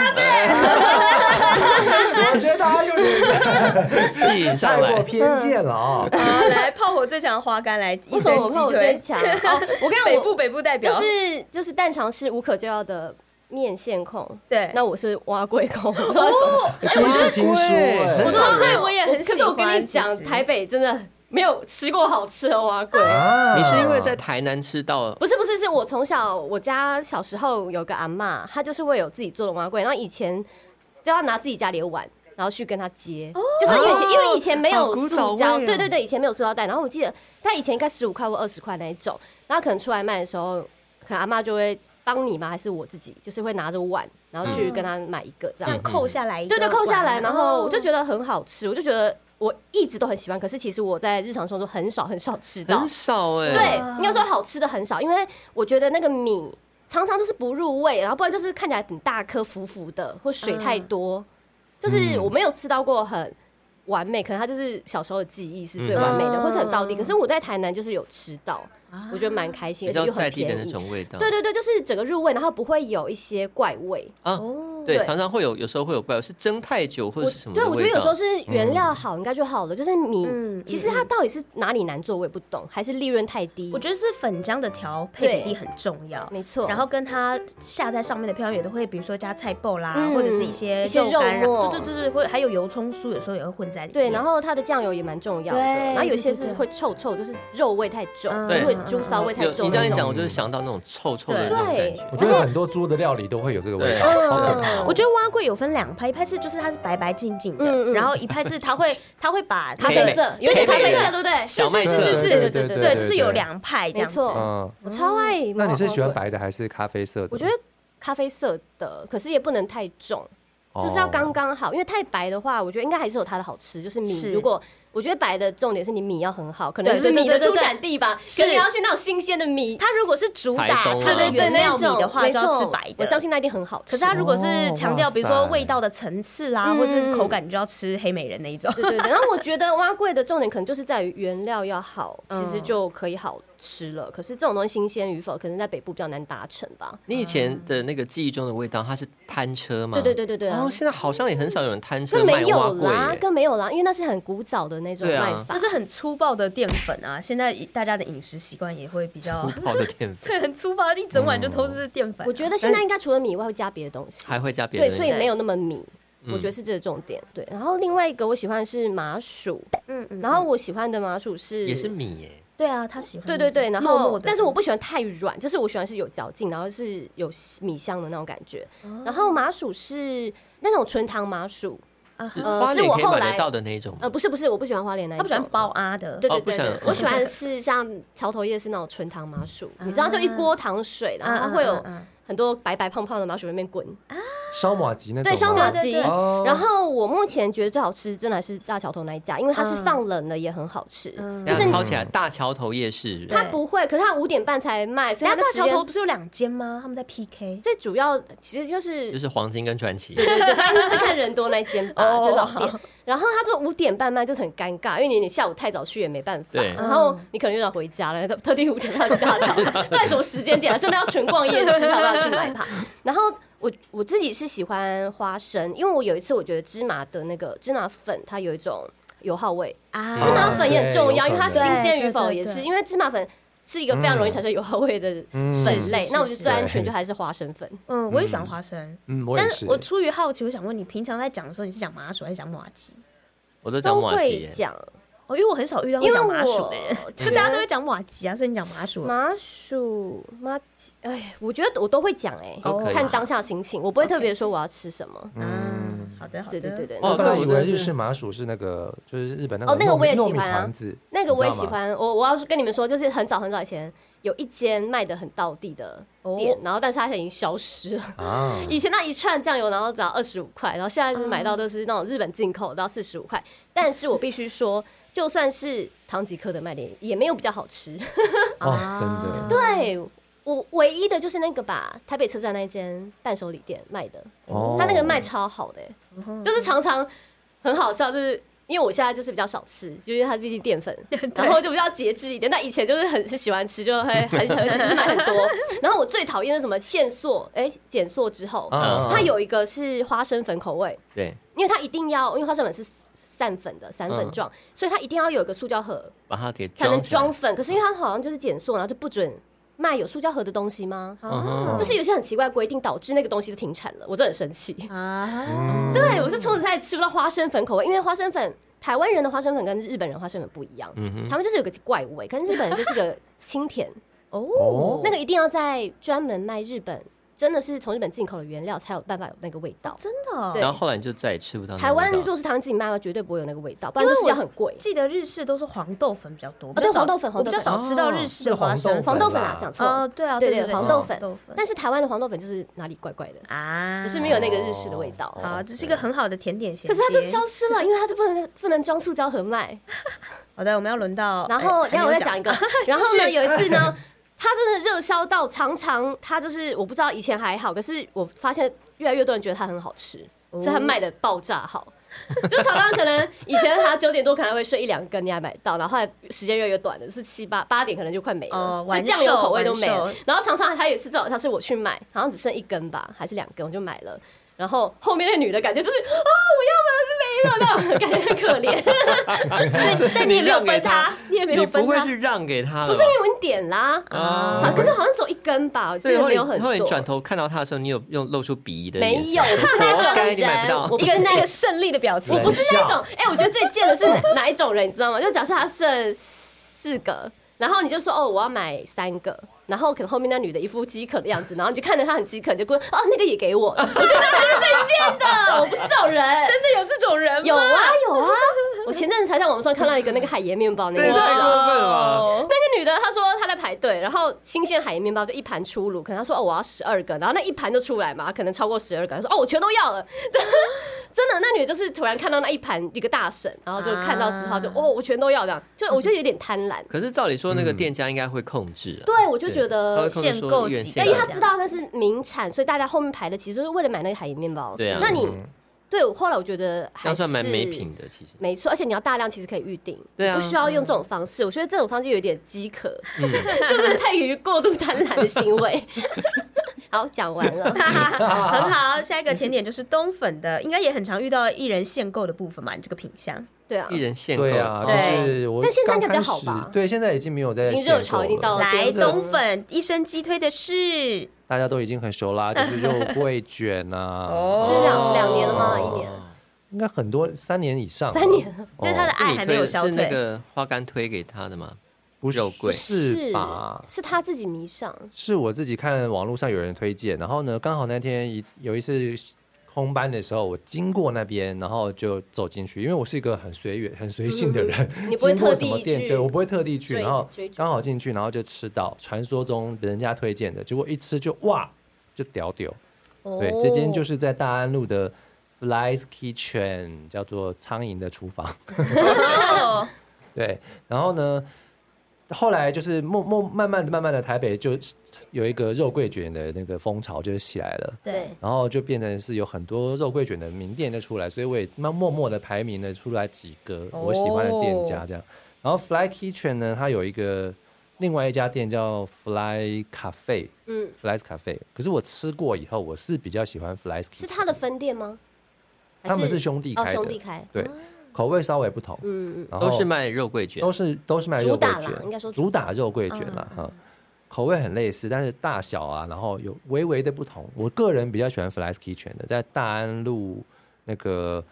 [SPEAKER 2] 我觉得大家有点
[SPEAKER 1] 吸引上
[SPEAKER 2] 太过
[SPEAKER 1] 来，
[SPEAKER 2] 偏见了啊！
[SPEAKER 4] 好呃来炮火最强的花干来一
[SPEAKER 3] 为什
[SPEAKER 4] 人
[SPEAKER 3] 么我
[SPEAKER 4] 击
[SPEAKER 3] 看我最
[SPEAKER 4] 推。
[SPEAKER 3] 强？哦，我跟你
[SPEAKER 4] 北
[SPEAKER 3] 讲，
[SPEAKER 4] 部
[SPEAKER 3] 我
[SPEAKER 4] 北部代表
[SPEAKER 3] 就是就是蛋肠是无可救药的面线控，
[SPEAKER 4] 对，
[SPEAKER 3] 那我是蛙贵控。
[SPEAKER 2] 第一次听说，
[SPEAKER 1] 对
[SPEAKER 2] 哎
[SPEAKER 1] 很
[SPEAKER 3] 我
[SPEAKER 1] 少
[SPEAKER 3] 超爱，
[SPEAKER 4] 我也很喜
[SPEAKER 3] 可
[SPEAKER 4] 欢
[SPEAKER 3] 是我跟你讲，
[SPEAKER 4] 其实
[SPEAKER 3] 台北真的没有吃过好吃的蛙贵。
[SPEAKER 2] 啊
[SPEAKER 1] 你是因为在台南吃到
[SPEAKER 3] 不是不是，是我从小我家小时候有个阿嬷，她就是会有自己做的蛙柜，然后以前都要拿自己家里的碗，然后去跟她接，就是因为以前、因为以前没
[SPEAKER 1] 哦好
[SPEAKER 3] 有
[SPEAKER 1] 古早
[SPEAKER 3] 塑胶，
[SPEAKER 1] 味哦
[SPEAKER 3] 对对对，以前没有塑胶袋，然后我记得她以前应该十五块或二十块那一种，然后可能出来卖的时候，可能阿嬷就会帮你吗？还是我自己，就是会拿着碗，然后去跟她买一个这
[SPEAKER 1] 嗯
[SPEAKER 3] 样，
[SPEAKER 4] 那扣下来一个
[SPEAKER 3] 对对，扣下来，
[SPEAKER 4] 碗
[SPEAKER 3] 然后我就觉得很好吃，我就觉得我一直都很喜欢，可是其实我在日常生活中很少很少吃到
[SPEAKER 1] 很，少哎，
[SPEAKER 3] 对，应该说好吃的很少，因为我觉得那个米常常就是不入味，然后不然就是看起来很大颗浮浮的，或水太多，
[SPEAKER 4] 嗯
[SPEAKER 3] 就是我没有吃到过很完美，可能它就是小时候的记忆是最完美的，
[SPEAKER 4] 嗯
[SPEAKER 3] 或是很到地。可是我在台南就是有吃到，
[SPEAKER 4] 啊
[SPEAKER 3] 我觉得蛮开心，
[SPEAKER 1] 比
[SPEAKER 3] 而且
[SPEAKER 1] 较
[SPEAKER 3] 又
[SPEAKER 1] 在
[SPEAKER 3] 很
[SPEAKER 1] 地的那
[SPEAKER 3] 便宜。
[SPEAKER 1] 种味道。
[SPEAKER 3] 对对对，就是整个入味，然后不会有一些怪味。
[SPEAKER 1] 啊，
[SPEAKER 4] 哦
[SPEAKER 1] 对，
[SPEAKER 3] 对
[SPEAKER 1] 常常会有，有时候会有怪，是蒸太久或
[SPEAKER 3] 我
[SPEAKER 1] 者是什么的
[SPEAKER 3] 对我觉得有时候
[SPEAKER 1] 味道
[SPEAKER 3] 是原料好应该就好了，就是米
[SPEAKER 4] 嗯，
[SPEAKER 3] 其实它到底是哪里难做我也不懂，还是利润太低？
[SPEAKER 4] 我觉得是粉浆的调配比例很重要。
[SPEAKER 3] 没错。
[SPEAKER 4] 然后跟它下在上面的漂亮也都会，比如说加菜爆啦，
[SPEAKER 3] 嗯
[SPEAKER 4] 或者是一些
[SPEAKER 3] 一些
[SPEAKER 4] 肉干，
[SPEAKER 3] 肉末
[SPEAKER 4] 对对对对，或者还有油葱酥，有时候也会混在里面。
[SPEAKER 3] 对，然后它的酱油也蛮重要的，
[SPEAKER 4] 对
[SPEAKER 3] 然后有些
[SPEAKER 4] 对
[SPEAKER 3] 是
[SPEAKER 4] 对对
[SPEAKER 3] 会臭臭，就是肉味太重，
[SPEAKER 4] 嗯
[SPEAKER 3] 就是会
[SPEAKER 4] 对
[SPEAKER 3] 猪骚味太
[SPEAKER 1] 有
[SPEAKER 3] 重。
[SPEAKER 1] 你这样一
[SPEAKER 3] 那种
[SPEAKER 1] 讲，我就是想到那种臭臭的
[SPEAKER 4] 对
[SPEAKER 1] 那种感觉。
[SPEAKER 2] 我觉得很多猪的料理都会有这个味道，
[SPEAKER 1] 对
[SPEAKER 2] 好可啊
[SPEAKER 3] 嗯
[SPEAKER 4] 我觉得蛙柜有分两派，一派是就是它是白白净净的，
[SPEAKER 3] 嗯嗯
[SPEAKER 4] 然后一派是 它会它会把
[SPEAKER 3] 咖
[SPEAKER 4] 它
[SPEAKER 1] 黑
[SPEAKER 3] 啡
[SPEAKER 1] 莓
[SPEAKER 4] 的
[SPEAKER 3] 色，有点咖啡色，对不对？
[SPEAKER 1] 小麦
[SPEAKER 4] 是
[SPEAKER 1] 色
[SPEAKER 4] 是是
[SPEAKER 2] 对
[SPEAKER 4] 是，
[SPEAKER 2] 对对
[SPEAKER 4] 对，就是有两派这样
[SPEAKER 3] 没
[SPEAKER 4] 子。
[SPEAKER 3] 错，
[SPEAKER 2] 嗯，
[SPEAKER 3] 我超爱。
[SPEAKER 2] 那你是喜欢？白的还是咖啡色的？
[SPEAKER 3] 我觉得咖啡色的，可是也不能太重。就是要刚
[SPEAKER 2] 哦
[SPEAKER 3] 刚好，因为太白的话，我觉得应该还是有它的好吃。就是米，
[SPEAKER 4] 是
[SPEAKER 3] 如果我觉得白的重点是你米要很好，可能
[SPEAKER 4] 对
[SPEAKER 3] 是
[SPEAKER 4] 对对
[SPEAKER 3] 米的
[SPEAKER 4] 对
[SPEAKER 3] 出
[SPEAKER 4] 对
[SPEAKER 3] 产地吧，
[SPEAKER 4] 是
[SPEAKER 3] 可能要去那种新鲜的米，
[SPEAKER 4] 它如果是主打
[SPEAKER 1] 台东啊
[SPEAKER 4] 它的
[SPEAKER 1] 对
[SPEAKER 4] 原
[SPEAKER 3] 那
[SPEAKER 4] 料
[SPEAKER 3] 种
[SPEAKER 4] 米的话，
[SPEAKER 3] 没
[SPEAKER 4] 就
[SPEAKER 3] 错
[SPEAKER 4] 要是白的。
[SPEAKER 3] 我相。信那一定很好吃。
[SPEAKER 4] 可是它如果是
[SPEAKER 2] 哦
[SPEAKER 4] 强调，比如说
[SPEAKER 2] 哇塞
[SPEAKER 4] 味道的层次啦，
[SPEAKER 3] 嗯
[SPEAKER 4] 或是口感，你就要吃黑美人那一种。
[SPEAKER 3] 对对对，然后我觉得蛙贵的重点可能就是在于原料要好，其
[SPEAKER 4] 嗯
[SPEAKER 3] 实就可以好吃了。可是这种东西新鲜与否，可能在北部比较难达成吧。
[SPEAKER 1] 你以前的那个记忆中的味道，它是摊车吗？
[SPEAKER 3] 对对对对对啊
[SPEAKER 1] 哦，现在好像也很少有人摊车
[SPEAKER 3] 更
[SPEAKER 1] 卖
[SPEAKER 3] 没
[SPEAKER 1] 蛙
[SPEAKER 3] 有
[SPEAKER 1] 柜
[SPEAKER 3] 啦，
[SPEAKER 1] 耶。
[SPEAKER 3] 更没有啦，因为那是很古早的那种
[SPEAKER 1] 对啊
[SPEAKER 3] 卖法
[SPEAKER 4] 那。是很粗暴的淀粉啊！现在大家的饮食习惯也会比较
[SPEAKER 1] 粗暴的淀粉，
[SPEAKER 4] 对，很粗暴，一整碗就都是淀粉啊。
[SPEAKER 3] 我觉得现在应该除了米以外，会加别的东西。
[SPEAKER 1] 哎还会加别的
[SPEAKER 3] 对，
[SPEAKER 1] 东西。
[SPEAKER 3] 所以没有那么米，
[SPEAKER 1] 嗯
[SPEAKER 3] 我觉得是这个重点。对，然后另外一个我喜欢的是麻薯，
[SPEAKER 4] 嗯嗯，
[SPEAKER 3] 然后我喜欢的麻薯是
[SPEAKER 1] 也是米耶。
[SPEAKER 4] 对啊，他喜欢
[SPEAKER 3] 对对对，然后
[SPEAKER 4] 默默的嗯
[SPEAKER 3] 但是我不喜欢太软，就是我喜欢是有嚼劲，然后是有米香的那种感觉。然
[SPEAKER 4] 哦
[SPEAKER 3] 后麻薯是那种纯糖麻薯，
[SPEAKER 4] 啊哈，
[SPEAKER 3] 呃
[SPEAKER 1] 花
[SPEAKER 3] 是
[SPEAKER 1] 莲
[SPEAKER 3] 我
[SPEAKER 1] 可以
[SPEAKER 3] 后
[SPEAKER 1] 买
[SPEAKER 3] 来
[SPEAKER 1] 得到的那一种吗
[SPEAKER 3] 呃，不是不是，我不喜欢花莲那一
[SPEAKER 4] 他
[SPEAKER 3] 种。
[SPEAKER 4] 不喜欢包啊的，
[SPEAKER 3] 对
[SPEAKER 1] 哦
[SPEAKER 3] 对
[SPEAKER 1] 不
[SPEAKER 3] 对
[SPEAKER 1] 喜欢
[SPEAKER 3] 对，我喜欢的是像桥头夜市那种纯糖麻薯，你知道就一锅糖水，然
[SPEAKER 4] 啊，
[SPEAKER 3] 后
[SPEAKER 4] 啊
[SPEAKER 3] 它会有
[SPEAKER 4] 啊啊
[SPEAKER 3] 很多白白胖胖的麻薯在那边滚，
[SPEAKER 2] 烧马吉那种
[SPEAKER 3] 对，
[SPEAKER 2] 吗，
[SPEAKER 3] 烧马
[SPEAKER 4] 对
[SPEAKER 3] 鸡
[SPEAKER 4] 对对。
[SPEAKER 2] 哦
[SPEAKER 3] 然后我目前觉得最好吃，真的还是大桥头那一家，因为它是
[SPEAKER 4] 嗯
[SPEAKER 3] 放冷了也很好吃。
[SPEAKER 4] 嗯
[SPEAKER 1] 然
[SPEAKER 3] 就
[SPEAKER 1] 后
[SPEAKER 3] 是你
[SPEAKER 1] 抄起来，大桥头夜市
[SPEAKER 3] 它不会，可是它五点半才卖，所以
[SPEAKER 4] 然
[SPEAKER 3] 它的
[SPEAKER 4] 后大
[SPEAKER 3] 时
[SPEAKER 4] 桥头
[SPEAKER 3] 间
[SPEAKER 4] 不是有两间吗？他们在 PK，
[SPEAKER 3] 最主要其实就是
[SPEAKER 1] 就。是黄金跟传奇
[SPEAKER 3] 对，对对，反正就是看人多那一间吧，
[SPEAKER 4] 哦
[SPEAKER 3] 就老店。然后它就五点半卖，就是很尴尬，因为你你下午太早去也没办法，
[SPEAKER 1] 对
[SPEAKER 3] 然后你可能又要回家了，特地五点半去大桥，在什么时间点啊？真的要全逛夜市，好不好去买它？然后我我自己是喜欢花生，因为我有一次我觉得芝麻的那个芝麻粉，它有一种油耗味，
[SPEAKER 4] 啊
[SPEAKER 3] 芝麻粉也很重要，
[SPEAKER 2] 对
[SPEAKER 3] 因为它
[SPEAKER 2] 有可
[SPEAKER 3] 新
[SPEAKER 4] 能
[SPEAKER 3] 鲜与否
[SPEAKER 4] 对对
[SPEAKER 3] 也
[SPEAKER 4] 对
[SPEAKER 3] 是，因为芝麻粉是一个非常容易产生油耗味的
[SPEAKER 2] 嗯
[SPEAKER 3] 粉类
[SPEAKER 4] 是。是
[SPEAKER 3] 那我觉得最安全
[SPEAKER 2] 对
[SPEAKER 3] 就还是花生粉。
[SPEAKER 4] 嗯，我也喜欢花生，
[SPEAKER 2] 嗯，我也
[SPEAKER 4] 但
[SPEAKER 2] 是，
[SPEAKER 4] 我出于好奇，我想问你，平常在讲的时候，你是讲麻薯还是讲马吉？
[SPEAKER 1] 我都讲
[SPEAKER 3] 都
[SPEAKER 1] 马吉
[SPEAKER 3] 会
[SPEAKER 1] 耶。
[SPEAKER 3] 讲，
[SPEAKER 4] 哦，因为我很少遇到会
[SPEAKER 3] 因为
[SPEAKER 4] 讲
[SPEAKER 3] 我嗯
[SPEAKER 4] 麻薯的人，
[SPEAKER 3] 觉
[SPEAKER 4] 大家都
[SPEAKER 3] 得
[SPEAKER 4] 会讲马吉啊，所以你讲麻薯。
[SPEAKER 3] 麻薯、麻吉，哎，我觉得我都会讲哎
[SPEAKER 1] 都可以，
[SPEAKER 3] 看当下心情，我不会特别说我要吃什么。
[SPEAKER 4] 嗯，好的好的，
[SPEAKER 3] 对对对对，
[SPEAKER 1] 哦
[SPEAKER 2] 我本来
[SPEAKER 1] 这我
[SPEAKER 2] 以为
[SPEAKER 1] 真的
[SPEAKER 2] 日
[SPEAKER 1] 是
[SPEAKER 2] 式麻薯是那个，就是日本那
[SPEAKER 3] 哦那个
[SPEAKER 2] 糯米
[SPEAKER 3] 我也喜
[SPEAKER 2] 糯米
[SPEAKER 3] 欢啊
[SPEAKER 2] 团子，
[SPEAKER 3] 那个我也喜
[SPEAKER 2] 你知道吗。
[SPEAKER 3] 欢。啊我我要是跟你们说，就是很早很早以前有一间卖的很道地的店
[SPEAKER 4] 哦，
[SPEAKER 3] 然后但是它现在已经消失了。
[SPEAKER 2] 啊，
[SPEAKER 3] 以前那一串酱油，然后只要二十五块，然后现在是买到都是那种日本进口，到四十五块。但是我必须说，就算是唐吉诃德卖的，也没有比较好吃。
[SPEAKER 2] 哦
[SPEAKER 4] 啊
[SPEAKER 2] 真的
[SPEAKER 3] 对我唯一的就是那个吧，台北车站那间伴手礼店卖的，
[SPEAKER 2] 哦
[SPEAKER 3] 他那个卖超好的欸、就是常常很好笑，就是。因为我现在就是比较少吃，就是它毕竟淀粉，然后就比较节制一点。但以前就是很是喜欢吃，就会 很喜欢吃，买很多。然后我最讨厌是什么限塑，哎、减塑之后，
[SPEAKER 1] 嗯
[SPEAKER 2] 啊
[SPEAKER 3] 它有一个是花生粉口味，
[SPEAKER 1] 对，
[SPEAKER 3] 因为它一定要，因为花生粉是散粉的，散粉状，所以它一定要有一个塑胶盒
[SPEAKER 1] 把它给
[SPEAKER 3] 才能
[SPEAKER 1] 起来
[SPEAKER 3] 装粉。可是因为它好像就是减塑，然后就不准卖有塑胶盒的东西吗？
[SPEAKER 4] 哦
[SPEAKER 1] 嗯
[SPEAKER 3] 就是有些很奇怪的规定，导致那个东西就停产了，我真的很生气。
[SPEAKER 2] 嗯
[SPEAKER 4] 啊，
[SPEAKER 3] 对我是从此再也吃不到花生粉口味，因为花生粉台湾人的花生粉跟日本人花生粉不一样，
[SPEAKER 1] 嗯哼
[SPEAKER 3] 他们就是有个怪味，可是日本人就是个清甜，
[SPEAKER 4] 哦，
[SPEAKER 3] 那个一定要在专门卖日本，真的是从日本进口的原料才有办法有那个味道。
[SPEAKER 4] 真的哦，
[SPEAKER 3] 对
[SPEAKER 1] 然后后来你就再也吃不到那个
[SPEAKER 3] 台湾
[SPEAKER 1] 味
[SPEAKER 3] 如
[SPEAKER 1] 道
[SPEAKER 3] 果是台湾自己卖的话，绝对不会有那个味道，不然就是要很贵。
[SPEAKER 4] 记得日式都是黄豆粉比较多，比
[SPEAKER 3] 哦对
[SPEAKER 4] 较少
[SPEAKER 3] 黄豆粉黄
[SPEAKER 4] 我比
[SPEAKER 3] 豆
[SPEAKER 4] 较
[SPEAKER 3] 粉
[SPEAKER 4] 少吃到日式的花生
[SPEAKER 2] 哦哦是黄
[SPEAKER 3] 黄豆
[SPEAKER 2] 豆
[SPEAKER 3] 粉
[SPEAKER 2] 粉
[SPEAKER 3] 啊
[SPEAKER 2] 啦，
[SPEAKER 3] 讲错了
[SPEAKER 4] 哦，，对啊，
[SPEAKER 3] 对
[SPEAKER 4] 对
[SPEAKER 3] 对，黄
[SPEAKER 4] 是
[SPEAKER 3] 豆
[SPEAKER 4] 黄
[SPEAKER 3] 粉
[SPEAKER 4] 豆粉，
[SPEAKER 3] 但是台湾的黄豆粉就是哪里怪怪的，
[SPEAKER 4] 啊，
[SPEAKER 3] 可是没有那个日式的味道。
[SPEAKER 4] 好，这是一个很好的甜点衔
[SPEAKER 3] 可
[SPEAKER 4] 接。
[SPEAKER 3] 是它就消失了，因为它就不能不能装塑胶盒卖。
[SPEAKER 4] 好的，我们要轮到，
[SPEAKER 3] 然后，
[SPEAKER 4] 哎
[SPEAKER 3] 然后我再讲一个， 然后呢，
[SPEAKER 4] 继续
[SPEAKER 3] 有一次呢， 他真的热销到常常他就是我不知道以前还好，可是我发现越来越多人觉得它很好吃，
[SPEAKER 4] 哦
[SPEAKER 3] 所以它卖的爆炸好。 就常常可能以前他九点多可能还会睡一两根，你还买到，然后后来时间越来越短了，就是七八八点可能就快没了
[SPEAKER 4] 哦，
[SPEAKER 3] 就
[SPEAKER 4] 完
[SPEAKER 3] 酱油
[SPEAKER 4] 售
[SPEAKER 3] 口味都没了
[SPEAKER 4] 完售。
[SPEAKER 3] 然后常常还有一次，最好像是我去买，好像只剩一根吧，还是两根，我就买了。然后后面那女的感觉就是啊，我要买没了，那种感觉很可怜。
[SPEAKER 4] 所以但 你也没有
[SPEAKER 1] 让
[SPEAKER 4] 分
[SPEAKER 1] 给他
[SPEAKER 4] 他，你也没有
[SPEAKER 1] 你
[SPEAKER 4] 分
[SPEAKER 1] 不会
[SPEAKER 4] 他，
[SPEAKER 1] 是让给他
[SPEAKER 3] 不
[SPEAKER 1] 了
[SPEAKER 3] 是
[SPEAKER 1] 吧？
[SPEAKER 3] 因为我点啦，
[SPEAKER 1] 啊
[SPEAKER 3] 啊，可是好像只有一根吧，
[SPEAKER 1] 所以
[SPEAKER 3] 真的
[SPEAKER 1] 后来
[SPEAKER 3] 没有很
[SPEAKER 1] 后来你
[SPEAKER 3] 多。
[SPEAKER 1] 转头看到他的时候，你有用露出鄙夷的
[SPEAKER 3] 没
[SPEAKER 1] 眼神
[SPEAKER 3] 有，我不是那
[SPEAKER 1] 活该
[SPEAKER 3] 种
[SPEAKER 1] 你买不
[SPEAKER 3] 人
[SPEAKER 1] 到，
[SPEAKER 3] 我不
[SPEAKER 4] 一个
[SPEAKER 3] 是
[SPEAKER 4] 是
[SPEAKER 3] 那
[SPEAKER 4] 那
[SPEAKER 3] 个
[SPEAKER 4] 个，胜利的表情
[SPEAKER 3] 我，不是那
[SPEAKER 2] 冷笑
[SPEAKER 3] 种。哎，我觉得最贱的是哪哪一种人，你知道吗？就假设他剩四个，然后你就说哦，我要买三个，然后可能后面那女的一副饥渴的样子，然后你就看着她很饥渴，你就过去哦那个也给我， 我觉得她是最贱的，我不是这种人。
[SPEAKER 4] 真的有这种人吗？
[SPEAKER 3] 有啊有啊，我前阵子才在网络上看到一个那个海盐面包那
[SPEAKER 2] 这也
[SPEAKER 3] 个。
[SPEAKER 2] 太过分了吧
[SPEAKER 4] 哦
[SPEAKER 3] 那个女的她说她在排队，然后新鲜海盐面包就一盘出炉，可能她说哦我要十二个，然后那一盘就出来嘛，可能超过十二个，她说哦我全都要了， 真的，那女的就是突然看到那一盘一个大神，然后就看到之后就、
[SPEAKER 4] 啊
[SPEAKER 3] 哦我全都要这样，就我觉得有点贪婪，
[SPEAKER 1] 可是照理说，那个店家应该会控制啊。
[SPEAKER 3] 对我就觉
[SPEAKER 1] 他
[SPEAKER 3] 得
[SPEAKER 1] 会控制
[SPEAKER 4] 限
[SPEAKER 1] 说
[SPEAKER 4] 购
[SPEAKER 1] 一元
[SPEAKER 4] 级
[SPEAKER 1] 限
[SPEAKER 3] 对，
[SPEAKER 4] 的
[SPEAKER 1] 购
[SPEAKER 3] 因为他
[SPEAKER 1] 级
[SPEAKER 3] 知道那是名产，所以大家后面排的其实就是为了买那个海盐面包。
[SPEAKER 1] 对啊
[SPEAKER 3] 那你
[SPEAKER 2] 嗯
[SPEAKER 3] 对我后来我觉得
[SPEAKER 1] 这
[SPEAKER 3] 还
[SPEAKER 1] 样
[SPEAKER 3] 是
[SPEAKER 1] 算蛮没品的，其实。
[SPEAKER 3] 没错，而且你要大量，其实可以预定，
[SPEAKER 1] 对啊
[SPEAKER 3] 不需要用这种方
[SPEAKER 2] 嗯
[SPEAKER 3] 式。我觉得这种方式有点饥渴，就是太于过度贪婪的行 为。好，讲完了。
[SPEAKER 4] 很好，下一个甜点就是冬粉的，应该也很常遇到一人限购的部分嘛。你这个品相，
[SPEAKER 3] 对啊
[SPEAKER 1] 一，人限购，
[SPEAKER 2] 对啊，
[SPEAKER 4] 对
[SPEAKER 2] 就是我。
[SPEAKER 3] 但现在应该比较好吧
[SPEAKER 2] 对，现在已经没有在
[SPEAKER 3] 已经
[SPEAKER 2] 限
[SPEAKER 3] 热潮
[SPEAKER 2] 购
[SPEAKER 3] 已经
[SPEAKER 2] 了
[SPEAKER 3] 到了
[SPEAKER 4] 来
[SPEAKER 3] 巅峰
[SPEAKER 4] 冬粉一生击推的是
[SPEAKER 2] 大家都已经很熟啦，就是 肉桂卷啊，
[SPEAKER 4] 哦
[SPEAKER 3] 是两两年了吗？一年？
[SPEAKER 2] 应该很多三年以上了，
[SPEAKER 3] 三年
[SPEAKER 2] 哦，
[SPEAKER 4] 对他的
[SPEAKER 1] 是
[SPEAKER 4] 爱
[SPEAKER 1] 你
[SPEAKER 4] 还没
[SPEAKER 1] 推
[SPEAKER 4] 有
[SPEAKER 1] 的
[SPEAKER 4] 消
[SPEAKER 1] 是
[SPEAKER 4] 退
[SPEAKER 1] 那。个花干推给他的吗？
[SPEAKER 2] 不是
[SPEAKER 1] 肉桂
[SPEAKER 2] 是吧？
[SPEAKER 3] 是他自己迷 上，
[SPEAKER 2] 是我自己看网络上有人推荐，然后呢，刚好那天一次有一次空班的时候，我经过那边，然后就走进去，因为我是一个很随缘、很随性的人，
[SPEAKER 3] 嗯你不会
[SPEAKER 2] 经过
[SPEAKER 3] 特
[SPEAKER 2] 什么
[SPEAKER 3] 地
[SPEAKER 2] 店，
[SPEAKER 3] 去
[SPEAKER 2] 对我不会特地去，
[SPEAKER 3] 追
[SPEAKER 2] 然后
[SPEAKER 3] 追逐
[SPEAKER 2] 刚好进去，然后就吃到传说中人家推荐的，结果一吃就哇，就屌屌。对，这间
[SPEAKER 3] 哦
[SPEAKER 2] 就是是在大安路的 Flies Kitchen，叫做苍蝇的厨房。
[SPEAKER 4] 哦
[SPEAKER 2] 对，然后呢，后来就是慢慢慢慢的、慢慢的，台北就有一个肉桂卷的那个风潮就起来了，
[SPEAKER 4] 对，
[SPEAKER 2] 然后就变成是有很多肉桂卷的名店就出来，所以我也慢默默的排名了出来几个我喜欢的店
[SPEAKER 3] 哦
[SPEAKER 2] 家这样。然后 Fly Kitchen 呢，它有一个另外一家店叫 Fly Cafe。
[SPEAKER 3] 嗯，
[SPEAKER 2] Flies Cafe，可是我吃过以后，我是比较喜欢 Flies Kitchen。
[SPEAKER 3] 是他的分店吗？还
[SPEAKER 2] 他们是兄弟
[SPEAKER 3] 哦，
[SPEAKER 2] 开的，
[SPEAKER 3] 兄弟开，
[SPEAKER 2] 对，口味稍微不同，
[SPEAKER 3] 嗯嗯
[SPEAKER 2] 然后
[SPEAKER 1] 哦都是卖肉桂卷
[SPEAKER 2] 都，是都是卖肉
[SPEAKER 3] 主
[SPEAKER 2] 桂
[SPEAKER 3] 打啦
[SPEAKER 2] 卷，
[SPEAKER 3] 应该说
[SPEAKER 2] 主
[SPEAKER 3] 主嗯打
[SPEAKER 2] 打肉桂卷啦，哈、口味很类似，但是大小啊，然后有微微的不同。我个人比较喜欢 Flies Kitchen 的，在大安路那个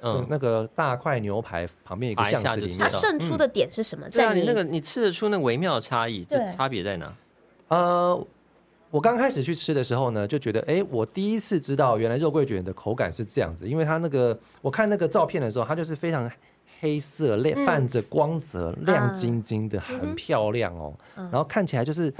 [SPEAKER 2] 嗯
[SPEAKER 1] 嗯，
[SPEAKER 2] 那个大块牛排旁边一个
[SPEAKER 1] 划一下
[SPEAKER 2] 巷子
[SPEAKER 1] 就
[SPEAKER 2] 里
[SPEAKER 1] 知
[SPEAKER 2] 面
[SPEAKER 4] 它
[SPEAKER 1] 道
[SPEAKER 4] 胜出的点是什么？
[SPEAKER 1] 对啊，
[SPEAKER 4] 在
[SPEAKER 1] 你那个你吃得出那微妙的差异，这
[SPEAKER 4] 对
[SPEAKER 1] 差别在哪？
[SPEAKER 2] 呃，我刚开始去吃的时候呢，就觉得，哎，我第一次知道原来肉桂卷的口感是这样子，因为它那个我看那个照片的时候，它就是非常黑色，亮泛着光泽，亮晶晶的，很漂亮哦。然后看起来就是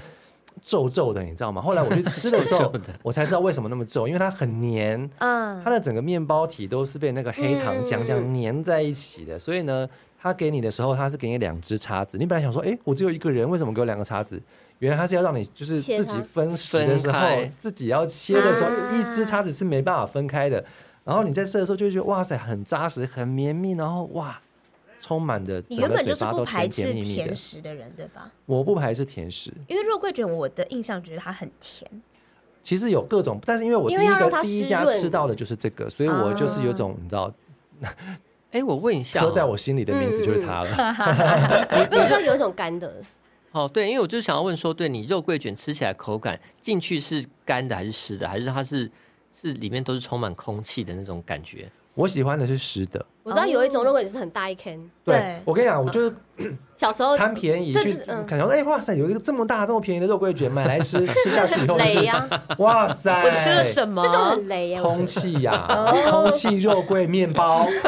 [SPEAKER 2] 皱皱的，你知道吗？后来我去吃的时
[SPEAKER 1] 皱
[SPEAKER 2] 候
[SPEAKER 1] 皱的，
[SPEAKER 2] 我才知道为什么那么皱，因为它很黏。
[SPEAKER 4] 嗯
[SPEAKER 2] 它的整个面包体都是被那个黑糖
[SPEAKER 3] 嗯
[SPEAKER 2] 浆
[SPEAKER 3] 嗯
[SPEAKER 2] 这样粘在一起的，所以呢，它给你的时候，它是给你两只叉子。你本来想说，诶，我只有一个人，为什么给我两个叉子？原来它是要让你就是
[SPEAKER 3] 切
[SPEAKER 2] 自己
[SPEAKER 3] 它
[SPEAKER 2] 分食的时候
[SPEAKER 1] 分开，
[SPEAKER 2] 自己要切的时候，
[SPEAKER 4] 啊
[SPEAKER 2] 一只叉子是没办法分开的。然后你在吃的时候就会觉得，哇塞，很扎实，很绵密，然后哇，充满的
[SPEAKER 4] 你
[SPEAKER 2] 整
[SPEAKER 4] 原
[SPEAKER 2] 个
[SPEAKER 4] 本
[SPEAKER 2] 嘴
[SPEAKER 4] 就是
[SPEAKER 2] 巴
[SPEAKER 4] 不
[SPEAKER 2] 都
[SPEAKER 4] 排
[SPEAKER 2] 甜甜
[SPEAKER 4] 斥
[SPEAKER 2] 蜜蜜的
[SPEAKER 4] 甜。食的人，对吧？
[SPEAKER 2] 我不排斥甜食，
[SPEAKER 4] 因为肉桂卷，我的印象觉得它很甜，
[SPEAKER 2] 其实有各种，但是因为我第
[SPEAKER 3] 因
[SPEAKER 2] 一
[SPEAKER 3] 为要让
[SPEAKER 2] 个
[SPEAKER 3] 它
[SPEAKER 2] 第一
[SPEAKER 3] 湿
[SPEAKER 2] 家
[SPEAKER 3] 润
[SPEAKER 2] 吃到的就是这个，所以我就是有种你知道
[SPEAKER 1] 哎，我问一下
[SPEAKER 2] 刻在
[SPEAKER 1] 哦，
[SPEAKER 2] 我心里的
[SPEAKER 4] 嗯
[SPEAKER 2] 名字就是它了。
[SPEAKER 3] 因为我知嗯道有一种干的，
[SPEAKER 1] 哦，对，因为我就想要问说，对你肉桂卷吃起来口感进去是干的还是湿的，还是它是是里面都是充满空气的那种感觉？
[SPEAKER 2] 我喜欢的是湿的。
[SPEAKER 3] 我知道有一种肉桂就是很大一坑，
[SPEAKER 2] 对
[SPEAKER 4] 对，
[SPEAKER 2] 我跟
[SPEAKER 3] 嗯
[SPEAKER 2] 你讲，我就是
[SPEAKER 3] 小时候
[SPEAKER 2] 贪便宜
[SPEAKER 3] 这
[SPEAKER 2] 去
[SPEAKER 3] 这哦嗯
[SPEAKER 2] 看，然后哎，哇塞，有一个这么大、这么便宜的肉桂卷，买来吃，吃下去以后就 是，
[SPEAKER 3] 雷啊呀，
[SPEAKER 2] 哇塞，
[SPEAKER 4] 我吃了什么？
[SPEAKER 3] 这种很雷啊呀，我觉
[SPEAKER 2] 空
[SPEAKER 3] 得
[SPEAKER 2] 气呀、
[SPEAKER 3] 哦
[SPEAKER 2] 空气肉桂面 包，
[SPEAKER 3] 对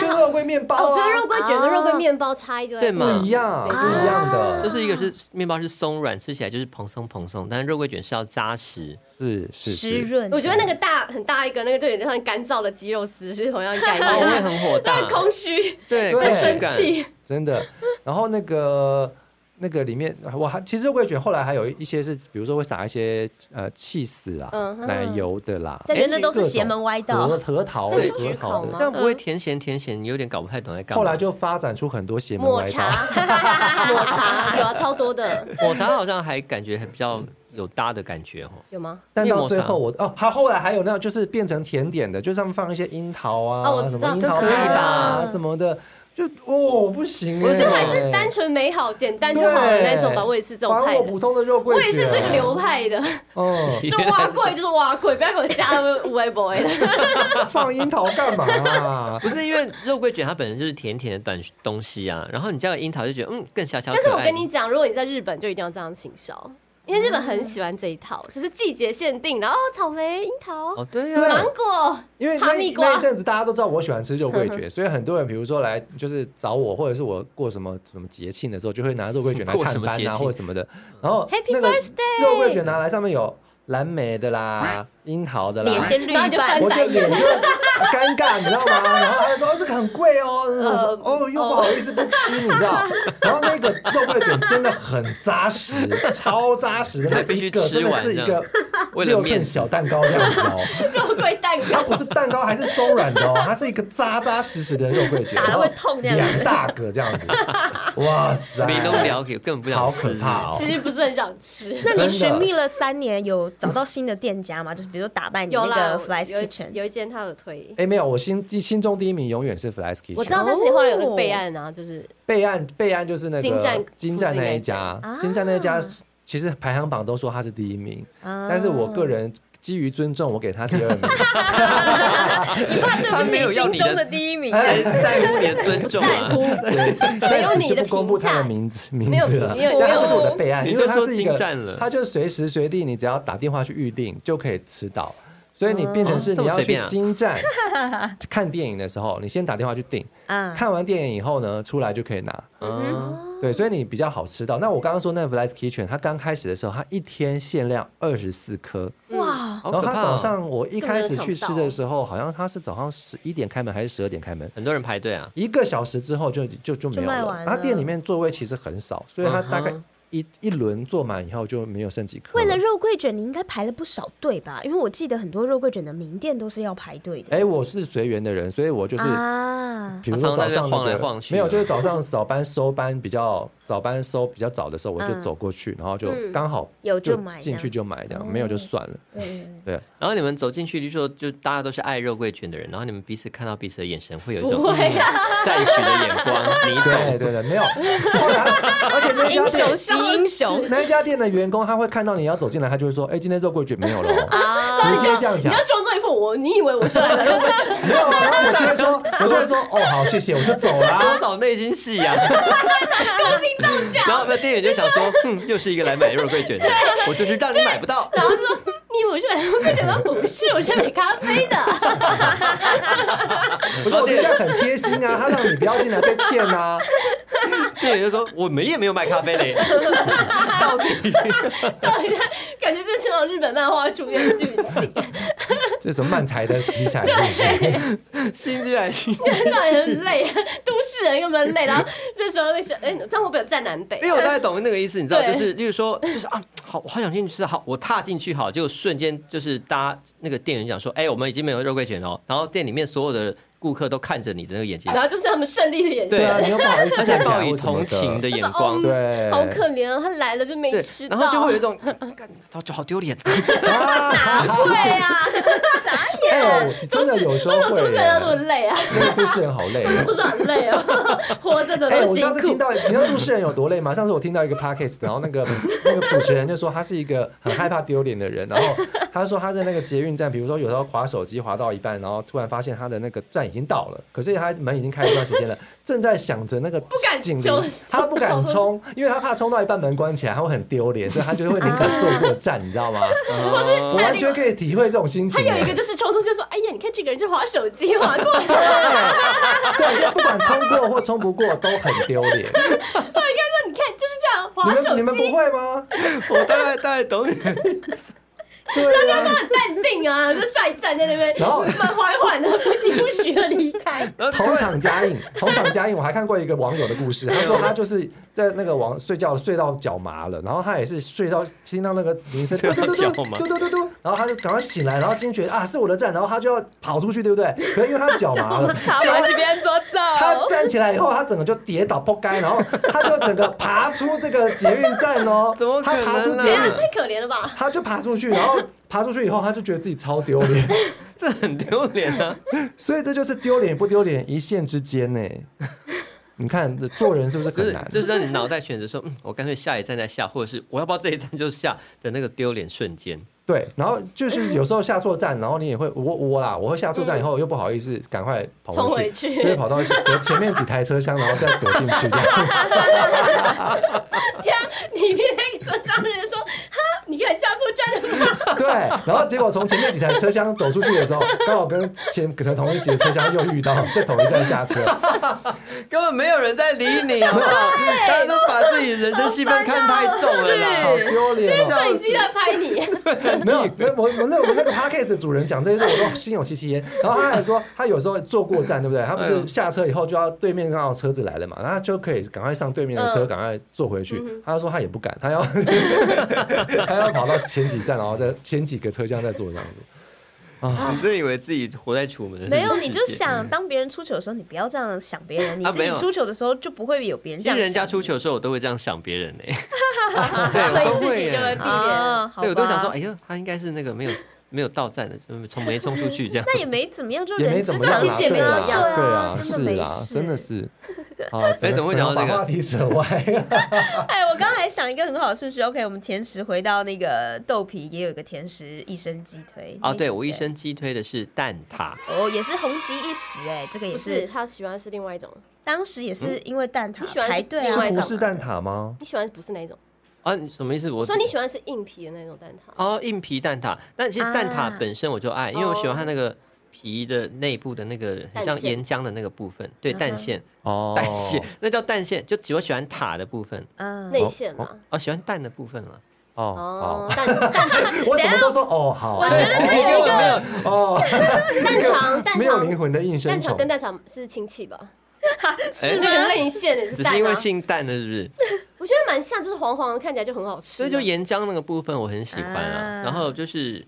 [SPEAKER 2] 就
[SPEAKER 3] 对，
[SPEAKER 2] 肉桂面包、啊，
[SPEAKER 3] 哦我觉得肉啊桂卷跟肉桂面包差异就在
[SPEAKER 1] 对嘛
[SPEAKER 2] 不一样，
[SPEAKER 3] 对
[SPEAKER 2] 不一样
[SPEAKER 1] 就
[SPEAKER 2] 的，
[SPEAKER 1] 是一个是面包是松软，吃起来就是蓬松蓬松，但是肉桂卷是要扎实。
[SPEAKER 2] 是是
[SPEAKER 4] 湿
[SPEAKER 2] 是，
[SPEAKER 4] 润，
[SPEAKER 3] 我觉得那个大很大一个，那个就有点像干燥的鸡肉丝，是同样的概
[SPEAKER 1] 哦，我会
[SPEAKER 3] 念。
[SPEAKER 1] 很火大，
[SPEAKER 3] 啊 空虚，
[SPEAKER 1] 对，
[SPEAKER 2] 会
[SPEAKER 1] 空
[SPEAKER 2] 生
[SPEAKER 1] 虚
[SPEAKER 3] 生
[SPEAKER 1] 感。
[SPEAKER 3] 气，
[SPEAKER 2] 真的。然后那个那个里面，我还其实肉桂卷后来还有一些是，比如说会撒一些呃气死啊、
[SPEAKER 3] 嗯哼
[SPEAKER 2] 奶油的啦，
[SPEAKER 4] 我
[SPEAKER 3] 在
[SPEAKER 4] 觉得那
[SPEAKER 1] 哎
[SPEAKER 4] 都
[SPEAKER 2] 各
[SPEAKER 4] 是
[SPEAKER 2] 种
[SPEAKER 4] 邪门歪道
[SPEAKER 2] 核。核桃，
[SPEAKER 3] 这是
[SPEAKER 2] 核
[SPEAKER 3] 焗
[SPEAKER 2] 桃
[SPEAKER 3] 烤
[SPEAKER 2] 的
[SPEAKER 3] 吗
[SPEAKER 1] 这样不会甜咸甜咸，有点搞不太懂在干嘛。
[SPEAKER 2] 后来就发展出很多邪门
[SPEAKER 3] 抹
[SPEAKER 2] 歪
[SPEAKER 3] 茶
[SPEAKER 2] 道。，
[SPEAKER 3] 抹茶有啊，超多的，
[SPEAKER 1] 抹茶好像还感觉还比较有搭的感觉哦。
[SPEAKER 3] 有吗？
[SPEAKER 2] 但
[SPEAKER 1] 面
[SPEAKER 2] 到
[SPEAKER 1] 膜
[SPEAKER 2] 最
[SPEAKER 1] 茶
[SPEAKER 2] 后我哦，它后来还有那种就是变成甜点的，就上面放一些樱桃啊，
[SPEAKER 3] 哦我知
[SPEAKER 2] 什么
[SPEAKER 3] 道
[SPEAKER 2] 樱
[SPEAKER 3] 这
[SPEAKER 2] 桃
[SPEAKER 3] 可以
[SPEAKER 2] 派啊
[SPEAKER 4] 吧
[SPEAKER 2] 什么的，就哦不行
[SPEAKER 1] 我
[SPEAKER 2] 欸，
[SPEAKER 1] 觉得
[SPEAKER 3] 就还是单纯美好、简单就好的
[SPEAKER 2] 对
[SPEAKER 3] 那种吧。我也是这种
[SPEAKER 2] 还
[SPEAKER 3] 派
[SPEAKER 2] 我
[SPEAKER 3] 的，
[SPEAKER 2] 普通的肉桂
[SPEAKER 3] 我
[SPEAKER 2] 卷，
[SPEAKER 3] 也是这个流派的，
[SPEAKER 2] 哦，
[SPEAKER 3] 就挖贵就是挖贵，不要给我加了无为 boy 的。
[SPEAKER 2] 放樱桃干嘛啊？
[SPEAKER 1] 不是因为肉桂卷它本身就是甜甜的短东西啊，然后你加个樱桃就觉得嗯更小巧可
[SPEAKER 3] 但
[SPEAKER 1] 爱。
[SPEAKER 3] 是我跟你讲，如果你在日本，就一定要这样请销，因为日本很喜欢这一套，就是季节限定，然后草莓、樱桃、
[SPEAKER 1] 哦，对
[SPEAKER 2] 对
[SPEAKER 1] 啊，
[SPEAKER 3] 芒果，
[SPEAKER 2] 因为
[SPEAKER 3] 哈
[SPEAKER 2] 那
[SPEAKER 3] 密
[SPEAKER 2] 一
[SPEAKER 3] 瓜
[SPEAKER 2] 那一阵子大家都知道我喜欢吃肉桂卷，所以很多人比如说来就是找我，或者是我过什么什么节庆的时候，就会拿肉桂卷 来
[SPEAKER 1] 过
[SPEAKER 2] 探
[SPEAKER 1] 什么
[SPEAKER 2] 班
[SPEAKER 1] 节
[SPEAKER 2] 啊
[SPEAKER 1] 庆嗯
[SPEAKER 2] 或者什么的。然后
[SPEAKER 3] Happy
[SPEAKER 2] 那个肉桂卷拿来上面有蓝莓的啦、
[SPEAKER 1] 啊
[SPEAKER 2] 樱桃的啦，
[SPEAKER 4] 脸先绿
[SPEAKER 3] 然后
[SPEAKER 4] 一
[SPEAKER 3] 就翻
[SPEAKER 4] 半
[SPEAKER 2] 我就
[SPEAKER 3] 白
[SPEAKER 2] 脸就尴尬，你知道 吗？然后他就说、哦、这个很贵哦，然后我
[SPEAKER 1] 呃
[SPEAKER 2] 说哦又不好意思不吃，你知道？
[SPEAKER 1] 嗯
[SPEAKER 2] 然后那个肉桂卷真的很扎实， 超扎实的，那
[SPEAKER 1] 必须
[SPEAKER 2] 一个
[SPEAKER 1] 吃
[SPEAKER 2] 真的
[SPEAKER 1] 完
[SPEAKER 2] 是一
[SPEAKER 1] 这样
[SPEAKER 2] 个
[SPEAKER 1] 为了
[SPEAKER 2] 六
[SPEAKER 1] 面
[SPEAKER 2] 寸
[SPEAKER 1] 子
[SPEAKER 2] 小蛋糕这样子哦。
[SPEAKER 3] 肉桂蛋
[SPEAKER 2] 它
[SPEAKER 3] 糕，
[SPEAKER 2] 不是蛋糕，还是松软的哦，它是一个扎扎实实的肉桂卷，
[SPEAKER 4] 打了会痛那样子
[SPEAKER 2] 两大个这 样子，哇塞，
[SPEAKER 1] 没弄了解，根本不
[SPEAKER 2] 好
[SPEAKER 1] 想
[SPEAKER 2] 可
[SPEAKER 1] 吃。
[SPEAKER 2] 怕哦
[SPEAKER 3] 其。实不是很想吃。
[SPEAKER 4] 那你
[SPEAKER 2] 真的
[SPEAKER 4] 寻觅了三年，有找到新的店家吗？就是比如说打败你
[SPEAKER 3] 有
[SPEAKER 4] 那
[SPEAKER 3] 啦
[SPEAKER 4] 个 Fly's，
[SPEAKER 3] 有一
[SPEAKER 4] Kitchen，
[SPEAKER 3] 有一间他有推，
[SPEAKER 2] 哎，没有，我心心中第一名永远是 Fly's Kitchen。
[SPEAKER 3] 我知道，但是你后来有那个备案啊，就是
[SPEAKER 2] 备案备案就是那个
[SPEAKER 3] 金站
[SPEAKER 2] 金站那一家
[SPEAKER 4] 附近那一家，
[SPEAKER 2] 金站那一家
[SPEAKER 4] 啊
[SPEAKER 2] 其实排行榜都说它是第一名，
[SPEAKER 4] 啊
[SPEAKER 2] 但是我个人基于尊重，我给它第二名。
[SPEAKER 4] 你怕对
[SPEAKER 1] 他
[SPEAKER 4] 不
[SPEAKER 1] 没有
[SPEAKER 4] 起
[SPEAKER 1] 要
[SPEAKER 4] 心
[SPEAKER 1] 你的
[SPEAKER 4] 中的第 一名，
[SPEAKER 2] 哎
[SPEAKER 1] 谁在乎你的尊重
[SPEAKER 3] 在
[SPEAKER 1] 啊？
[SPEAKER 3] 乎，没
[SPEAKER 2] 在
[SPEAKER 3] 有
[SPEAKER 2] 此
[SPEAKER 3] 你
[SPEAKER 2] 就
[SPEAKER 3] 的
[SPEAKER 2] 不公布
[SPEAKER 3] 评价
[SPEAKER 2] 它的名字名
[SPEAKER 3] 没有
[SPEAKER 2] 字
[SPEAKER 3] 评
[SPEAKER 2] 了，
[SPEAKER 3] 没有
[SPEAKER 2] 但它
[SPEAKER 3] 没
[SPEAKER 2] 就是我的
[SPEAKER 3] 有
[SPEAKER 2] 备案，
[SPEAKER 1] 你
[SPEAKER 2] 因
[SPEAKER 1] 就
[SPEAKER 2] 为它
[SPEAKER 1] 说
[SPEAKER 2] 是一
[SPEAKER 1] 进
[SPEAKER 2] 个
[SPEAKER 1] 站了
[SPEAKER 2] 它就随时随地你只要打电话去预定就可以吃到，所以你变成是
[SPEAKER 1] 哦这
[SPEAKER 2] 你
[SPEAKER 1] 么
[SPEAKER 2] 要
[SPEAKER 1] 随
[SPEAKER 2] 去
[SPEAKER 1] 便啊
[SPEAKER 2] 金站看电影的时候，你先打电话去订，
[SPEAKER 3] 嗯
[SPEAKER 4] 啊，
[SPEAKER 2] 看完电影以后呢，出来就可以拿。
[SPEAKER 3] 哦
[SPEAKER 1] 嗯，
[SPEAKER 2] 对，所以你比较好吃到。那我刚刚说那 Fly's Kitchen，它刚开始的时候，它一天限量二十四颗，
[SPEAKER 4] 哇，
[SPEAKER 1] 好
[SPEAKER 2] 然
[SPEAKER 1] 可
[SPEAKER 2] 后它
[SPEAKER 1] 怕
[SPEAKER 2] 早
[SPEAKER 1] 哦！
[SPEAKER 2] 上我一开始去吃
[SPEAKER 3] 哦
[SPEAKER 2] 的时候，好像它是早上十一点开门还是十二点开门，
[SPEAKER 1] 很多人排队啊，
[SPEAKER 2] 一个小时之后就就就没有
[SPEAKER 4] 就卖完
[SPEAKER 2] 了。
[SPEAKER 4] 了
[SPEAKER 2] 它店里面座位其实很少，所以它大概
[SPEAKER 1] 嗯哼
[SPEAKER 2] 一一轮坐满以后就没有剩几颗。
[SPEAKER 4] 为了肉桂卷，你应该排了不少队吧？因为我记得很多肉桂卷的名店都是要排队的。
[SPEAKER 2] 哎，我是随缘的人，所以我就是。
[SPEAKER 4] 啊，
[SPEAKER 2] 比如说早上、那
[SPEAKER 1] 他
[SPEAKER 2] 个、
[SPEAKER 1] 常常在那边晃来晃去的
[SPEAKER 2] 没有，就是早上 早班收班比较早班收比较早的时候，我就
[SPEAKER 4] 嗯
[SPEAKER 2] 走过去，然后就
[SPEAKER 3] 嗯
[SPEAKER 2] 刚好
[SPEAKER 4] 有就买
[SPEAKER 2] 进
[SPEAKER 4] 这
[SPEAKER 2] 去
[SPEAKER 4] 样哦
[SPEAKER 2] 就买这样，没有就算了。
[SPEAKER 4] 嗯，
[SPEAKER 2] 对，
[SPEAKER 1] 然后你们走进去就说，就大家都是爱肉桂卷的人，然后你们彼此看到彼此的眼神，会有一种嗯
[SPEAKER 3] 不会
[SPEAKER 1] 赞许的眼光，你懂。
[SPEAKER 2] 对对对，没 有。后来，而且那一家
[SPEAKER 4] 英雄
[SPEAKER 2] 店，
[SPEAKER 4] 惜英雄
[SPEAKER 2] 那一家店的员工他会看到你要走进来，他就会说：“哎，今天肉桂卷没有了哦。
[SPEAKER 4] 啊，
[SPEAKER 2] 直接这样
[SPEAKER 3] 你
[SPEAKER 2] 讲
[SPEAKER 3] 要。装作一副我，你以为我是来买肉桂卷？
[SPEAKER 2] 没有，然后我就会说，我就会说，哦，好，谢谢，我就走啦。
[SPEAKER 1] 多少内心戏啊呀、然后那店员就想 说，哼，又是一个来买肉桂卷的，我就是让你买不到。
[SPEAKER 3] 然后说你以为我是来买肉桂卷吗？不是，我是来买咖啡的。
[SPEAKER 2] 我说我觉得这样很贴心啊，他让你不要进来被骗啊。
[SPEAKER 1] 店员就说，我们也没有卖咖啡 嘞，到底
[SPEAKER 3] 到底在感觉这是那种日本漫画出现的剧情，
[SPEAKER 2] 这是什么漫才的题材是不是？
[SPEAKER 1] 心机来心机。
[SPEAKER 3] 到底很累，都市人根本累。然后这时候那想，哎、这样会不会有站南北
[SPEAKER 1] 因为？我大概懂那个意思，你知道，
[SPEAKER 3] 对
[SPEAKER 1] 就是例如说，就是啊，好，我好想进去吃，好，我踏进去好，就瞬间就是大家那个店员讲说，哎、我们已经没有肉桂卷了哦，然后店里面所有的顾客都看着你的那个眼睛，
[SPEAKER 3] 然后就是他们胜利的眼
[SPEAKER 2] 对
[SPEAKER 1] 对
[SPEAKER 3] 神，
[SPEAKER 2] 啊，你又不好意
[SPEAKER 1] 而
[SPEAKER 2] 思
[SPEAKER 1] 且
[SPEAKER 2] 站起
[SPEAKER 1] 抱
[SPEAKER 2] 来
[SPEAKER 1] 以
[SPEAKER 2] 或什么
[SPEAKER 1] 同情的
[SPEAKER 2] 的。
[SPEAKER 1] 眼
[SPEAKER 3] 说
[SPEAKER 1] 光。
[SPEAKER 2] 对，
[SPEAKER 3] 好可怜哦，他来了就没
[SPEAKER 1] 对
[SPEAKER 3] 吃，到，
[SPEAKER 1] 然后就会有一 种，干好好丢脸，
[SPEAKER 4] 对啊，
[SPEAKER 2] 哎，真的有时候
[SPEAKER 3] 为什么都
[SPEAKER 2] 会
[SPEAKER 3] 市人要那么
[SPEAKER 2] 耶，
[SPEAKER 3] 累啊？
[SPEAKER 2] 真的都市人好累哦。
[SPEAKER 3] 都市人很累哦， 活着怎
[SPEAKER 2] 哎、
[SPEAKER 3] 么
[SPEAKER 2] 我
[SPEAKER 3] 辛
[SPEAKER 2] 上次听
[SPEAKER 3] 苦？
[SPEAKER 2] 到，你知道都市人有多累吗？上次我听到一个 podcast，然后那 个那个主持人就说他是一个很害怕丢脸的人，然后他说他在那个捷运站，比如说有时候划手机划到一半，然后突然发现他的那个站已经到了，可是他门已经开一段时间了，正在想着那个不
[SPEAKER 3] 敢
[SPEAKER 2] 警
[SPEAKER 3] 冲
[SPEAKER 2] 铃，他不敢冲，因为他怕冲到一半门关起来，他会很丢脸，所以他就会宁可坐过站，你知道吗？
[SPEAKER 1] 我是
[SPEAKER 2] 我完全可以体会这种心情
[SPEAKER 3] 啊他
[SPEAKER 2] 欸。
[SPEAKER 3] 有一个就是冲突，就说：“哎呀，你看这个人就划手机划过来，
[SPEAKER 2] 对，就不管冲过或冲不过都很丢 脸。
[SPEAKER 3] 你看就是这样
[SPEAKER 2] 你
[SPEAKER 3] 划手
[SPEAKER 2] 们你们
[SPEAKER 3] 机。”
[SPEAKER 2] 不会吗？
[SPEAKER 1] 我大概大概懂你。
[SPEAKER 2] 对呀、啊。
[SPEAKER 3] 很淡定啊，就下一站在那边，
[SPEAKER 2] 然后
[SPEAKER 3] 慢缓缓的不疾不徐的离 开。
[SPEAKER 1] 然后
[SPEAKER 2] 同场加映，同场加映。我还看过一个网友的故事，他说他就是在那个网睡觉睡到脚麻了，然后他也是睡到听到那个铃声
[SPEAKER 1] 睡
[SPEAKER 2] 嘟
[SPEAKER 1] 到
[SPEAKER 2] 嘟嘟
[SPEAKER 1] 脚
[SPEAKER 2] 嘟
[SPEAKER 1] 麻
[SPEAKER 2] 嘟嘟嘟嘟，然后他就赶快醒来，然后惊觉啊是我的站，然后他就要跑出去，对不对？可是因为他脚麻了。
[SPEAKER 4] 好，我是别人左
[SPEAKER 2] 他
[SPEAKER 4] 走，
[SPEAKER 2] 站起来以后，他整个就跌倒扑街，然后他就整个爬出这个捷运站哦，
[SPEAKER 1] 怎么可
[SPEAKER 2] 他
[SPEAKER 1] 能
[SPEAKER 2] 爬出
[SPEAKER 1] 啊
[SPEAKER 2] 捷
[SPEAKER 1] 对
[SPEAKER 2] 运，
[SPEAKER 3] 太可怜了吧？
[SPEAKER 2] 他就爬出去，然后爬出去以后，他就觉得自己超丢脸，
[SPEAKER 1] 这很丢脸啊！
[SPEAKER 2] 所以这就是丢脸不丢脸一线之间 呢。你看这做人是不是
[SPEAKER 1] 就
[SPEAKER 2] 很
[SPEAKER 1] 是
[SPEAKER 2] 难？
[SPEAKER 1] 就是让你脑袋选择说，嗯，我干脆下一站再下，或者是我要不要这一站就下的那个丢脸瞬间。
[SPEAKER 2] 对，然后就是有时候下错站，然后你也会我我啦，我会下错站以后又不好意思，赶快跑
[SPEAKER 3] 冲
[SPEAKER 2] 回
[SPEAKER 3] 回
[SPEAKER 2] 去，
[SPEAKER 3] 去
[SPEAKER 2] 就会跑到前面几台车厢，然后再躲进去这 样。
[SPEAKER 4] 天啊，你一定在车上的人说，哈，你敢下错站了吗？
[SPEAKER 2] 对，然后结果从前面几台车厢走出去的时候，刚好跟前可能同一节车厢又遇到，在同一站下车。
[SPEAKER 1] 根本没有人在理你，好不 好？大家都把自己人生戏份看太重 了啦。
[SPEAKER 2] 好丢脸哦！
[SPEAKER 4] 摄影机在拍 你，
[SPEAKER 2] 没有，没有，我我那我那个 podcast 的主人讲这些事，我都心有戚戚焉。然后他还说，他有时候坐过站，对不对？他不是下车以后就要对面刚好车子来了嘛，然后他就可以赶快上对面的车，
[SPEAKER 4] 嗯
[SPEAKER 2] 赶快坐回去。他说他也不敢，他要 他要跑到前几站，然后再前几个车厢再坐这样子。
[SPEAKER 1] 你真以为自己活在楚门的世界？
[SPEAKER 4] 没有，你就想当别人出糗的时候，你不要这样想别人，你
[SPEAKER 1] 啊
[SPEAKER 4] 自
[SPEAKER 1] 没
[SPEAKER 4] 己
[SPEAKER 1] 有
[SPEAKER 4] 出糗的时候就不会有别人
[SPEAKER 1] 其实
[SPEAKER 4] 这样想你。
[SPEAKER 1] 人家出糗的时候，我都会这样想别 人呢、对，
[SPEAKER 3] 所
[SPEAKER 1] 我
[SPEAKER 3] 以
[SPEAKER 1] 都
[SPEAKER 3] 自
[SPEAKER 1] 会
[SPEAKER 3] 己
[SPEAKER 1] 耶、
[SPEAKER 3] 就会避免。
[SPEAKER 4] 啊，好
[SPEAKER 1] 对，我都想说，
[SPEAKER 4] 吧
[SPEAKER 1] 哎呦，他应该是那个没有没有到站的，冲没冲出去这样。
[SPEAKER 4] 那也没怎么样，就
[SPEAKER 2] 也没
[SPEAKER 4] 人
[SPEAKER 2] 怎
[SPEAKER 4] 之
[SPEAKER 2] 么样
[SPEAKER 4] 常
[SPEAKER 2] 啦，
[SPEAKER 3] 其实也没怎么样
[SPEAKER 2] 对
[SPEAKER 4] 啊
[SPEAKER 2] 啊，，
[SPEAKER 4] 真的
[SPEAKER 2] 是
[SPEAKER 4] 没
[SPEAKER 2] 啦，
[SPEAKER 4] 事
[SPEAKER 2] 真的。是啊，
[SPEAKER 1] 哎怎么会
[SPEAKER 2] 整
[SPEAKER 1] 讲到
[SPEAKER 2] 个
[SPEAKER 1] 这个
[SPEAKER 2] 把话题扯歪了？
[SPEAKER 4] 哎，我刚才想一个很好的顺序，OK，我们甜食回到那个豆皮，也有一个甜食一生鸡腿。
[SPEAKER 1] 哦，对我一生击推的是蛋挞，
[SPEAKER 4] 哦，也是红极一时哎，这个 也
[SPEAKER 3] 不
[SPEAKER 4] 是
[SPEAKER 3] 是，他喜欢的是另外一种，
[SPEAKER 4] 当时也是因为蛋挞
[SPEAKER 3] 你喜欢
[SPEAKER 4] 排队
[SPEAKER 3] 另外一，
[SPEAKER 4] 啊
[SPEAKER 2] 不
[SPEAKER 3] 种
[SPEAKER 2] 是蛋挞吗？
[SPEAKER 3] 你喜欢的不是那一种。
[SPEAKER 1] 啊，你什么意思？我
[SPEAKER 3] 我说你喜欢是硬皮的那种蛋挞，
[SPEAKER 1] 哦，硬皮蛋挞，但其实蛋
[SPEAKER 4] 啊
[SPEAKER 1] 挞本身我就爱，因为我喜欢它那个皮的内部的那个很像
[SPEAKER 3] 蛋馅
[SPEAKER 1] 岩浆的那个部分，对，蛋馅，
[SPEAKER 2] 哦，
[SPEAKER 1] 蛋馅， 那叫蛋馅，就只我喜欢塔的部分，
[SPEAKER 4] 嗯，
[SPEAKER 3] 内馅啦。
[SPEAKER 1] 哦，喜欢蛋的部分了。
[SPEAKER 2] 哦，好，，
[SPEAKER 3] 哦蛋蛋
[SPEAKER 2] 我什么都说哦，好，
[SPEAKER 4] 我觉得
[SPEAKER 2] 对
[SPEAKER 3] 哎
[SPEAKER 4] 你有一个
[SPEAKER 2] 哦，
[SPEAKER 3] 蛋肠蛋
[SPEAKER 2] 没有灵
[SPEAKER 3] 肠
[SPEAKER 2] 魂的应声
[SPEAKER 3] 蛋肠
[SPEAKER 2] 虫。
[SPEAKER 3] 跟蛋肠是亲戚吧？
[SPEAKER 1] 哎
[SPEAKER 3] 那个内馅也是
[SPEAKER 1] 只
[SPEAKER 3] 蛋
[SPEAKER 1] 是因为
[SPEAKER 3] 啊。
[SPEAKER 1] 姓蛋的，是不是？
[SPEAKER 3] 我觉得蛮像，就是黄黄的，看起来就很好吃。啊
[SPEAKER 1] 所以就岩浆那个部分我很喜欢啊。
[SPEAKER 4] 啊
[SPEAKER 1] 然后就是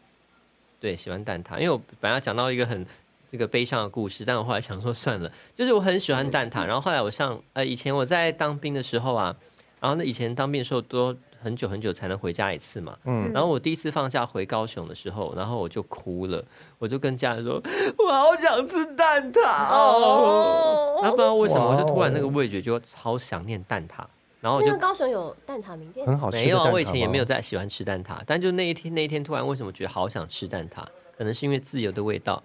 [SPEAKER 1] 对喜欢蛋挞，因为我本来要讲到一个很这个悲伤的故事，但我后来想说算了，就是我很喜欢蛋挞。然后后来我上呃以前我在当兵的时候啊，然后那以前当兵的时候都很久很久才能回家一次嘛。
[SPEAKER 2] 嗯
[SPEAKER 1] 然后我第一次放假回高雄的时候，然后我就哭了，我就跟家人说，我好想吃蛋挞哦。然后不知道为什么，我就突然那个味觉就超想念蛋挞，然后我
[SPEAKER 3] 是因
[SPEAKER 1] 就
[SPEAKER 3] 为高雄有蛋挞名店，
[SPEAKER 2] 很哦好吃的
[SPEAKER 1] 没有啊，
[SPEAKER 2] 蛋挞
[SPEAKER 1] 我以前也没有
[SPEAKER 2] 吗
[SPEAKER 1] 在喜欢吃蛋挞，但就那一天那一天突然为什么觉得好想吃蛋挞？可能是因为自由的味道，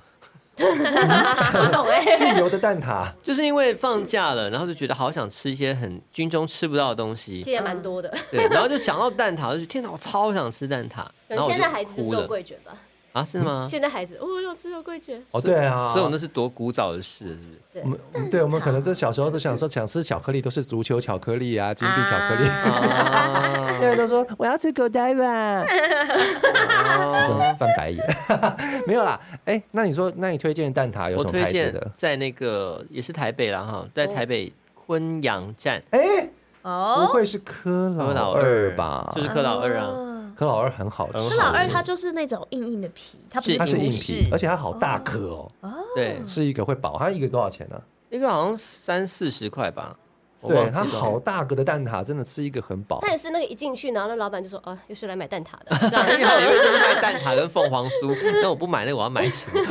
[SPEAKER 3] 我懂哎。
[SPEAKER 2] 自由的 蛋挞，
[SPEAKER 1] 就是因为放假了，然后就觉得好想吃一些很军中吃不到的东
[SPEAKER 3] 其
[SPEAKER 1] 西
[SPEAKER 3] 实，也蛮多的，
[SPEAKER 1] 对，然后就想到蛋挞，就觉得天哪，我超想吃蛋挞，
[SPEAKER 3] 可
[SPEAKER 1] 然
[SPEAKER 3] 能
[SPEAKER 1] 后我
[SPEAKER 3] 现在孩子就是
[SPEAKER 1] 哭
[SPEAKER 3] 肉
[SPEAKER 1] 了
[SPEAKER 3] 桂卷吧。
[SPEAKER 1] 啊，是吗？
[SPEAKER 3] 现在孩子，哦，我想吃肉桂卷，
[SPEAKER 2] 哦，对啊，
[SPEAKER 1] 所以我那是多古早的事，是不是？
[SPEAKER 3] 对
[SPEAKER 2] 我，们嗯对我们可能这小时候都想说想吃巧克力，都是足球巧克力啊，金币巧克力，
[SPEAKER 1] 啊
[SPEAKER 3] 哦
[SPEAKER 2] 现在都说我要吃狗仔吧，
[SPEAKER 1] 哦
[SPEAKER 2] 翻白眼， 没有啦。哎，那你说，那你推荐蛋 挞有
[SPEAKER 1] 我
[SPEAKER 2] 什么
[SPEAKER 1] 推
[SPEAKER 2] 牌子
[SPEAKER 1] 荐
[SPEAKER 2] 的？
[SPEAKER 1] 在那个也是台北啦哈，
[SPEAKER 3] 哦
[SPEAKER 1] 在台北昆阳站
[SPEAKER 2] 哎，不
[SPEAKER 4] 哦，
[SPEAKER 2] 会是科
[SPEAKER 1] 科
[SPEAKER 2] 老
[SPEAKER 1] 老
[SPEAKER 2] 二
[SPEAKER 1] 二
[SPEAKER 2] 吧？
[SPEAKER 1] 就是科老二
[SPEAKER 3] 哦
[SPEAKER 1] 啊，
[SPEAKER 4] 啊。
[SPEAKER 2] 科老二很好吃，
[SPEAKER 4] 科老二它就是那种硬硬的皮，它不
[SPEAKER 1] 是
[SPEAKER 4] 是
[SPEAKER 2] 它是硬
[SPEAKER 4] 主
[SPEAKER 2] 皮
[SPEAKER 4] 食，
[SPEAKER 2] 而且它好大颗哦，
[SPEAKER 1] 对，
[SPEAKER 2] 吃一个会饱。它一个多少钱呢？
[SPEAKER 1] 一个好像三四十块吧，我忘
[SPEAKER 2] 对，
[SPEAKER 1] 记
[SPEAKER 2] 它
[SPEAKER 1] 了
[SPEAKER 2] 好大个的蛋挞，真的吃一个很饱。
[SPEAKER 3] 他也是那个一进去，然后那老板就说，啊，又是来买蛋挞的，这 样
[SPEAKER 1] 因为它里面就是卖蛋挞跟凤凰酥，那我不买那个我要买什 么？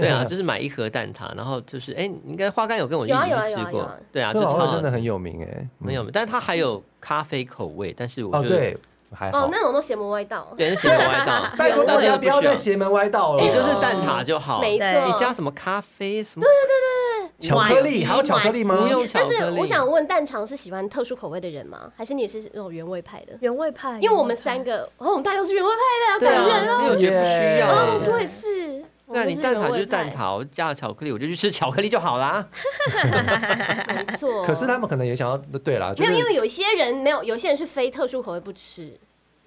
[SPEAKER 1] 对啊，就是买一盒蛋挞，然后就是哎，你应该花干有跟我一起
[SPEAKER 3] 有啊有啊
[SPEAKER 1] 去吃
[SPEAKER 3] 有啊有
[SPEAKER 1] 过
[SPEAKER 3] 啊，
[SPEAKER 1] 对啊，
[SPEAKER 2] 科
[SPEAKER 1] 就
[SPEAKER 2] 老
[SPEAKER 1] 超
[SPEAKER 2] 二
[SPEAKER 1] 好
[SPEAKER 2] 真的
[SPEAKER 1] 吃。
[SPEAKER 2] 很有名哎，嗯
[SPEAKER 1] 没有，但它还有咖啡口味，但是我
[SPEAKER 2] 哦，
[SPEAKER 1] 觉得
[SPEAKER 2] 对，还好
[SPEAKER 3] 哦，。那种都邪魔歪道，
[SPEAKER 1] 对，那邪门歪 道，
[SPEAKER 2] 拜托大
[SPEAKER 1] 大
[SPEAKER 2] 家
[SPEAKER 1] 家
[SPEAKER 2] 不要再邪门歪道了，
[SPEAKER 3] 哎
[SPEAKER 2] 哦
[SPEAKER 1] 你就是蛋挞就好，
[SPEAKER 3] 没
[SPEAKER 1] 你
[SPEAKER 3] 错，
[SPEAKER 4] 对
[SPEAKER 1] 加什么咖啡什么
[SPEAKER 2] 巧克力，还有巧克力吗？
[SPEAKER 1] 不用巧
[SPEAKER 3] 但是
[SPEAKER 1] 克力，
[SPEAKER 3] 我想问，蛋肠是喜欢特殊口味的人吗？还是你也是那种原味派的？
[SPEAKER 4] 原味派，
[SPEAKER 3] 因为我们三个，哦，我们大家都是原味派的，
[SPEAKER 1] 对
[SPEAKER 3] 要
[SPEAKER 1] 啊
[SPEAKER 3] 感人，
[SPEAKER 1] 因为我觉得不需要
[SPEAKER 3] 哦
[SPEAKER 1] 哎。
[SPEAKER 3] 我也是，我
[SPEAKER 1] 对啊，
[SPEAKER 3] 们
[SPEAKER 1] 你
[SPEAKER 3] 是
[SPEAKER 1] 蛋挞
[SPEAKER 3] 原
[SPEAKER 1] 就
[SPEAKER 3] 味
[SPEAKER 1] 是蛋
[SPEAKER 3] 派，
[SPEAKER 1] 挞，我加了巧克力，我就去吃巧克力就好啦。啊
[SPEAKER 3] 没错。
[SPEAKER 2] 可是他们可能也想要，对啦，就
[SPEAKER 3] 没
[SPEAKER 2] 是
[SPEAKER 3] 有，因为有一些人没有，有一些人是非特殊口味不吃，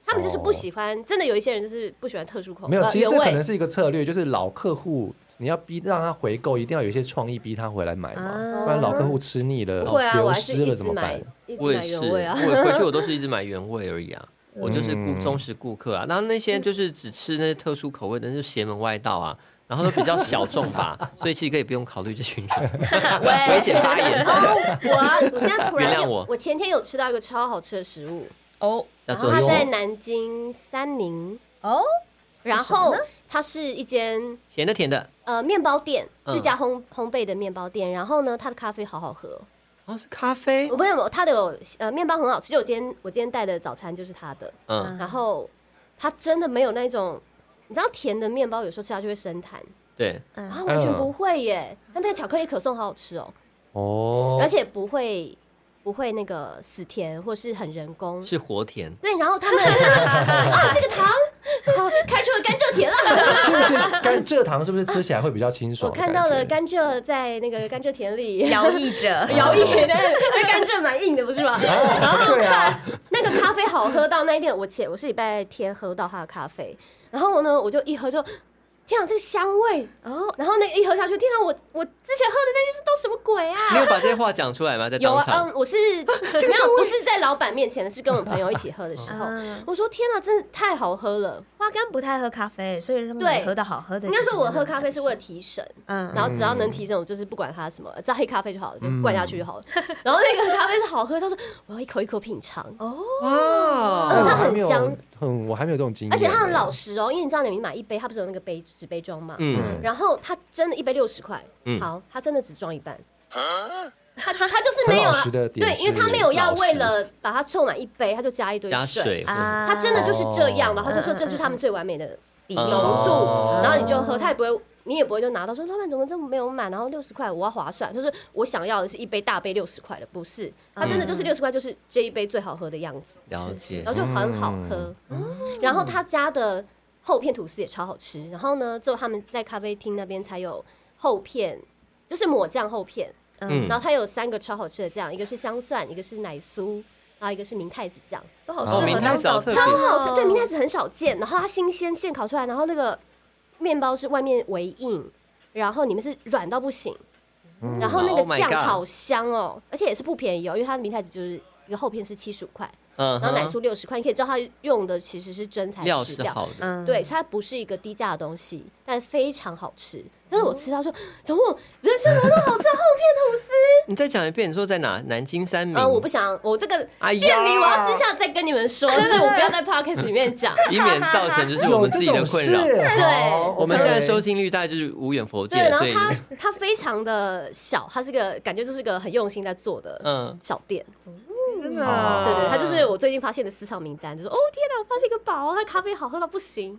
[SPEAKER 3] 他们就是不喜欢。真的有一些人就是不喜欢特殊口味，
[SPEAKER 2] 哦没有，
[SPEAKER 3] 呃
[SPEAKER 2] 其实
[SPEAKER 3] 原
[SPEAKER 2] 这可能
[SPEAKER 3] 味。
[SPEAKER 2] 是一个策略，就是老客户你要逼让他回购，一定要有一些创意逼他回来买嘛，
[SPEAKER 4] 啊
[SPEAKER 2] 不然老客户吃腻了
[SPEAKER 3] 不会，啊，我
[SPEAKER 2] 流
[SPEAKER 3] 还是
[SPEAKER 2] 失
[SPEAKER 3] 一
[SPEAKER 2] 了怎
[SPEAKER 3] 直
[SPEAKER 2] 么
[SPEAKER 3] 买
[SPEAKER 2] 办？，
[SPEAKER 3] 一直
[SPEAKER 1] 我
[SPEAKER 3] 买
[SPEAKER 1] 也是，
[SPEAKER 3] 原味
[SPEAKER 1] 我
[SPEAKER 3] 啊。
[SPEAKER 1] 回 去我都是一直买原味而已啊，我就是
[SPEAKER 2] 嗯
[SPEAKER 1] 顾忠实顾客啊。然后那些就是只吃那些特殊口味的，那就邪门外道啊。然后都比较小众吧，所以其实可以不用考虑这群人，
[SPEAKER 3] 哎
[SPEAKER 1] 危险发 言
[SPEAKER 3] 哦，我啊我现在突然
[SPEAKER 1] 原谅
[SPEAKER 3] 有
[SPEAKER 1] 我
[SPEAKER 3] 我前天有吃到一个超好吃的食物，
[SPEAKER 4] 哦
[SPEAKER 1] 叫
[SPEAKER 3] 然后
[SPEAKER 1] 做
[SPEAKER 3] 它在南京三明，
[SPEAKER 4] 哦，
[SPEAKER 3] 然
[SPEAKER 4] 什么
[SPEAKER 3] 后它是一间
[SPEAKER 1] 咸的甜的，
[SPEAKER 3] 呃面包店，
[SPEAKER 1] 嗯
[SPEAKER 3] 自家烘烘焙的面包店。然后呢，它的咖啡好好喝哦，
[SPEAKER 1] 哦是咖啡
[SPEAKER 3] 我，不有它的有呃面包很好吃，就我今天我今天带的早餐就是它的，
[SPEAKER 1] 嗯，
[SPEAKER 3] 然后它真的没有那种，你知道甜的面包有时候吃下去会生痰，
[SPEAKER 1] 对，
[SPEAKER 4] 嗯
[SPEAKER 3] 啊，完全不会耶。那那个巧克力可颂好好吃哦，
[SPEAKER 2] 哦，
[SPEAKER 3] 而且不会不会那个死甜或是很人工。
[SPEAKER 1] 是活甜。
[SPEAKER 3] 对，然后他们啊，这个糖、啊、开出了甘蔗 甜了。
[SPEAKER 2] 是不是甘蔗糖是不是吃起来会比较清
[SPEAKER 3] 我
[SPEAKER 2] 爽的感
[SPEAKER 3] 看
[SPEAKER 2] 觉？
[SPEAKER 3] 到了甘蔗在那个甘蔗田 里
[SPEAKER 4] 摇曳着，
[SPEAKER 3] 摇一 点，那甘蔗蛮硬的，不是吗？
[SPEAKER 2] 对啊，
[SPEAKER 3] 那个咖啡好喝到那一点，我前我是礼拜天喝到他的咖啡，然后呢，我就一喝就，天啊，这个香味！
[SPEAKER 4] 哦，
[SPEAKER 3] 然后那个一喝下去，天啊，我我之前喝的那些是都什么鬼啊？
[SPEAKER 1] 你有把这些话讲出来吗？在
[SPEAKER 3] 有
[SPEAKER 1] 当
[SPEAKER 3] 啊，
[SPEAKER 1] 场
[SPEAKER 3] 嗯，我是没有，不是在老板面前的，是跟我朋友一起喝的时 候，
[SPEAKER 4] 嗯
[SPEAKER 3] 我说天啊，真的太好喝了！
[SPEAKER 4] 花干不太喝咖啡，所以他
[SPEAKER 3] 对
[SPEAKER 4] 们喝的好喝的。
[SPEAKER 3] 应该说我喝咖啡是为了提神，
[SPEAKER 4] 嗯，
[SPEAKER 3] 然后只要能提神，我就是不管它什么，只要黑咖啡就好了，就
[SPEAKER 2] 嗯
[SPEAKER 3] 灌下去就 好了。然后那个咖啡是好喝，他说我要一口一口品尝，
[SPEAKER 2] 哎
[SPEAKER 1] 哇
[SPEAKER 3] 嗯
[SPEAKER 2] 我
[SPEAKER 3] 它
[SPEAKER 2] 还
[SPEAKER 3] 很
[SPEAKER 2] 没有
[SPEAKER 3] 香，
[SPEAKER 2] 嗯，我还没有这种经验，哎
[SPEAKER 3] 而且它很老实哦，因为你知道你买一杯，它不是有那个杯纸杯装嘛，
[SPEAKER 1] 嗯，
[SPEAKER 3] 然后它真的一杯六十块，
[SPEAKER 1] 嗯
[SPEAKER 3] 好，它真的只装一半。它它就是没
[SPEAKER 2] 很老
[SPEAKER 3] 有啊
[SPEAKER 2] 实的点
[SPEAKER 3] 对，
[SPEAKER 2] 是
[SPEAKER 3] 因为它没有要
[SPEAKER 2] 老实
[SPEAKER 3] 为了把它凑满一杯，它就加一堆
[SPEAKER 1] 加
[SPEAKER 3] 水。
[SPEAKER 1] 水嗯或
[SPEAKER 4] 啊，
[SPEAKER 3] 它真的就是这样，
[SPEAKER 2] 哦
[SPEAKER 3] 然后就说这就是他们最完美的
[SPEAKER 4] 比
[SPEAKER 1] 嗯
[SPEAKER 3] 浓
[SPEAKER 2] 哦
[SPEAKER 3] 度，然后你就喝，它也不会，你也不会就拿到说老板怎么这么没有满，啊然后六十块我要划算，就是我想要的是一杯大杯六十块的，不是，它真的
[SPEAKER 2] 嗯
[SPEAKER 3] 就是六十块就是这一杯最好喝的样子。
[SPEAKER 1] 了解嗯
[SPEAKER 3] 然后。就很好喝。然后他家的厚片吐司也超好吃。然后呢，只有他们在咖啡厅那边才有厚片，就是抹酱厚片。
[SPEAKER 1] 嗯
[SPEAKER 3] 然后它有三个超好吃的酱，一个是香蒜，一个是奶酥。啊然后一个是明太子酱，
[SPEAKER 4] 都好
[SPEAKER 2] 哦
[SPEAKER 4] 适合当早餐
[SPEAKER 1] 明太
[SPEAKER 3] 超
[SPEAKER 1] 子
[SPEAKER 4] 哦，
[SPEAKER 3] 好吃。对，明太子很少见，然后它新鲜现烤出来，然后那个面包是外面微硬，然后里面是软到不行，
[SPEAKER 2] 嗯，
[SPEAKER 3] 然后那
[SPEAKER 1] Oh
[SPEAKER 3] 个
[SPEAKER 1] my
[SPEAKER 3] 酱
[SPEAKER 1] God
[SPEAKER 3] 好香哦，而且也是不便宜哦，因为它的明太子就是一个厚片是七十五块，
[SPEAKER 1] 嗯哼，
[SPEAKER 3] 然后奶酥六十块，你可以知道它用的其实是真材
[SPEAKER 1] 料
[SPEAKER 3] 实
[SPEAKER 1] 是
[SPEAKER 3] 料。
[SPEAKER 1] 好的，
[SPEAKER 4] 嗯，
[SPEAKER 3] 对，所以它不是一个低价的东西，但非常好吃。但是
[SPEAKER 2] 哦
[SPEAKER 3] 我吃到说，怎么我人生怎么那么好吃啊厚片吐司？
[SPEAKER 1] 你再讲一遍，你说在哪？南京三明。
[SPEAKER 3] 嗯，我不想，我这个
[SPEAKER 1] 哎呀
[SPEAKER 2] 啊
[SPEAKER 3] 店名我要私下再跟你们说，就是我不要在 podcast 里面讲。
[SPEAKER 1] 以免造成就是我
[SPEAKER 2] 有
[SPEAKER 1] 们
[SPEAKER 2] 这
[SPEAKER 1] 自己
[SPEAKER 2] 种
[SPEAKER 1] 的困扰。
[SPEAKER 2] 事，
[SPEAKER 3] 对
[SPEAKER 2] 好
[SPEAKER 1] 我们现在收
[SPEAKER 2] OK
[SPEAKER 1] 听率大概就是无远佛界
[SPEAKER 3] 对，，然后
[SPEAKER 1] 所以
[SPEAKER 3] 它它非常的小，它是个感觉就是个很用心在做的
[SPEAKER 1] 嗯，哦
[SPEAKER 3] 小店。
[SPEAKER 1] 真的
[SPEAKER 2] 啊
[SPEAKER 3] 对对，它就是我最近发现的私藏名单，就是哦天哪，我发现一个宝，啊它咖啡好喝到不行，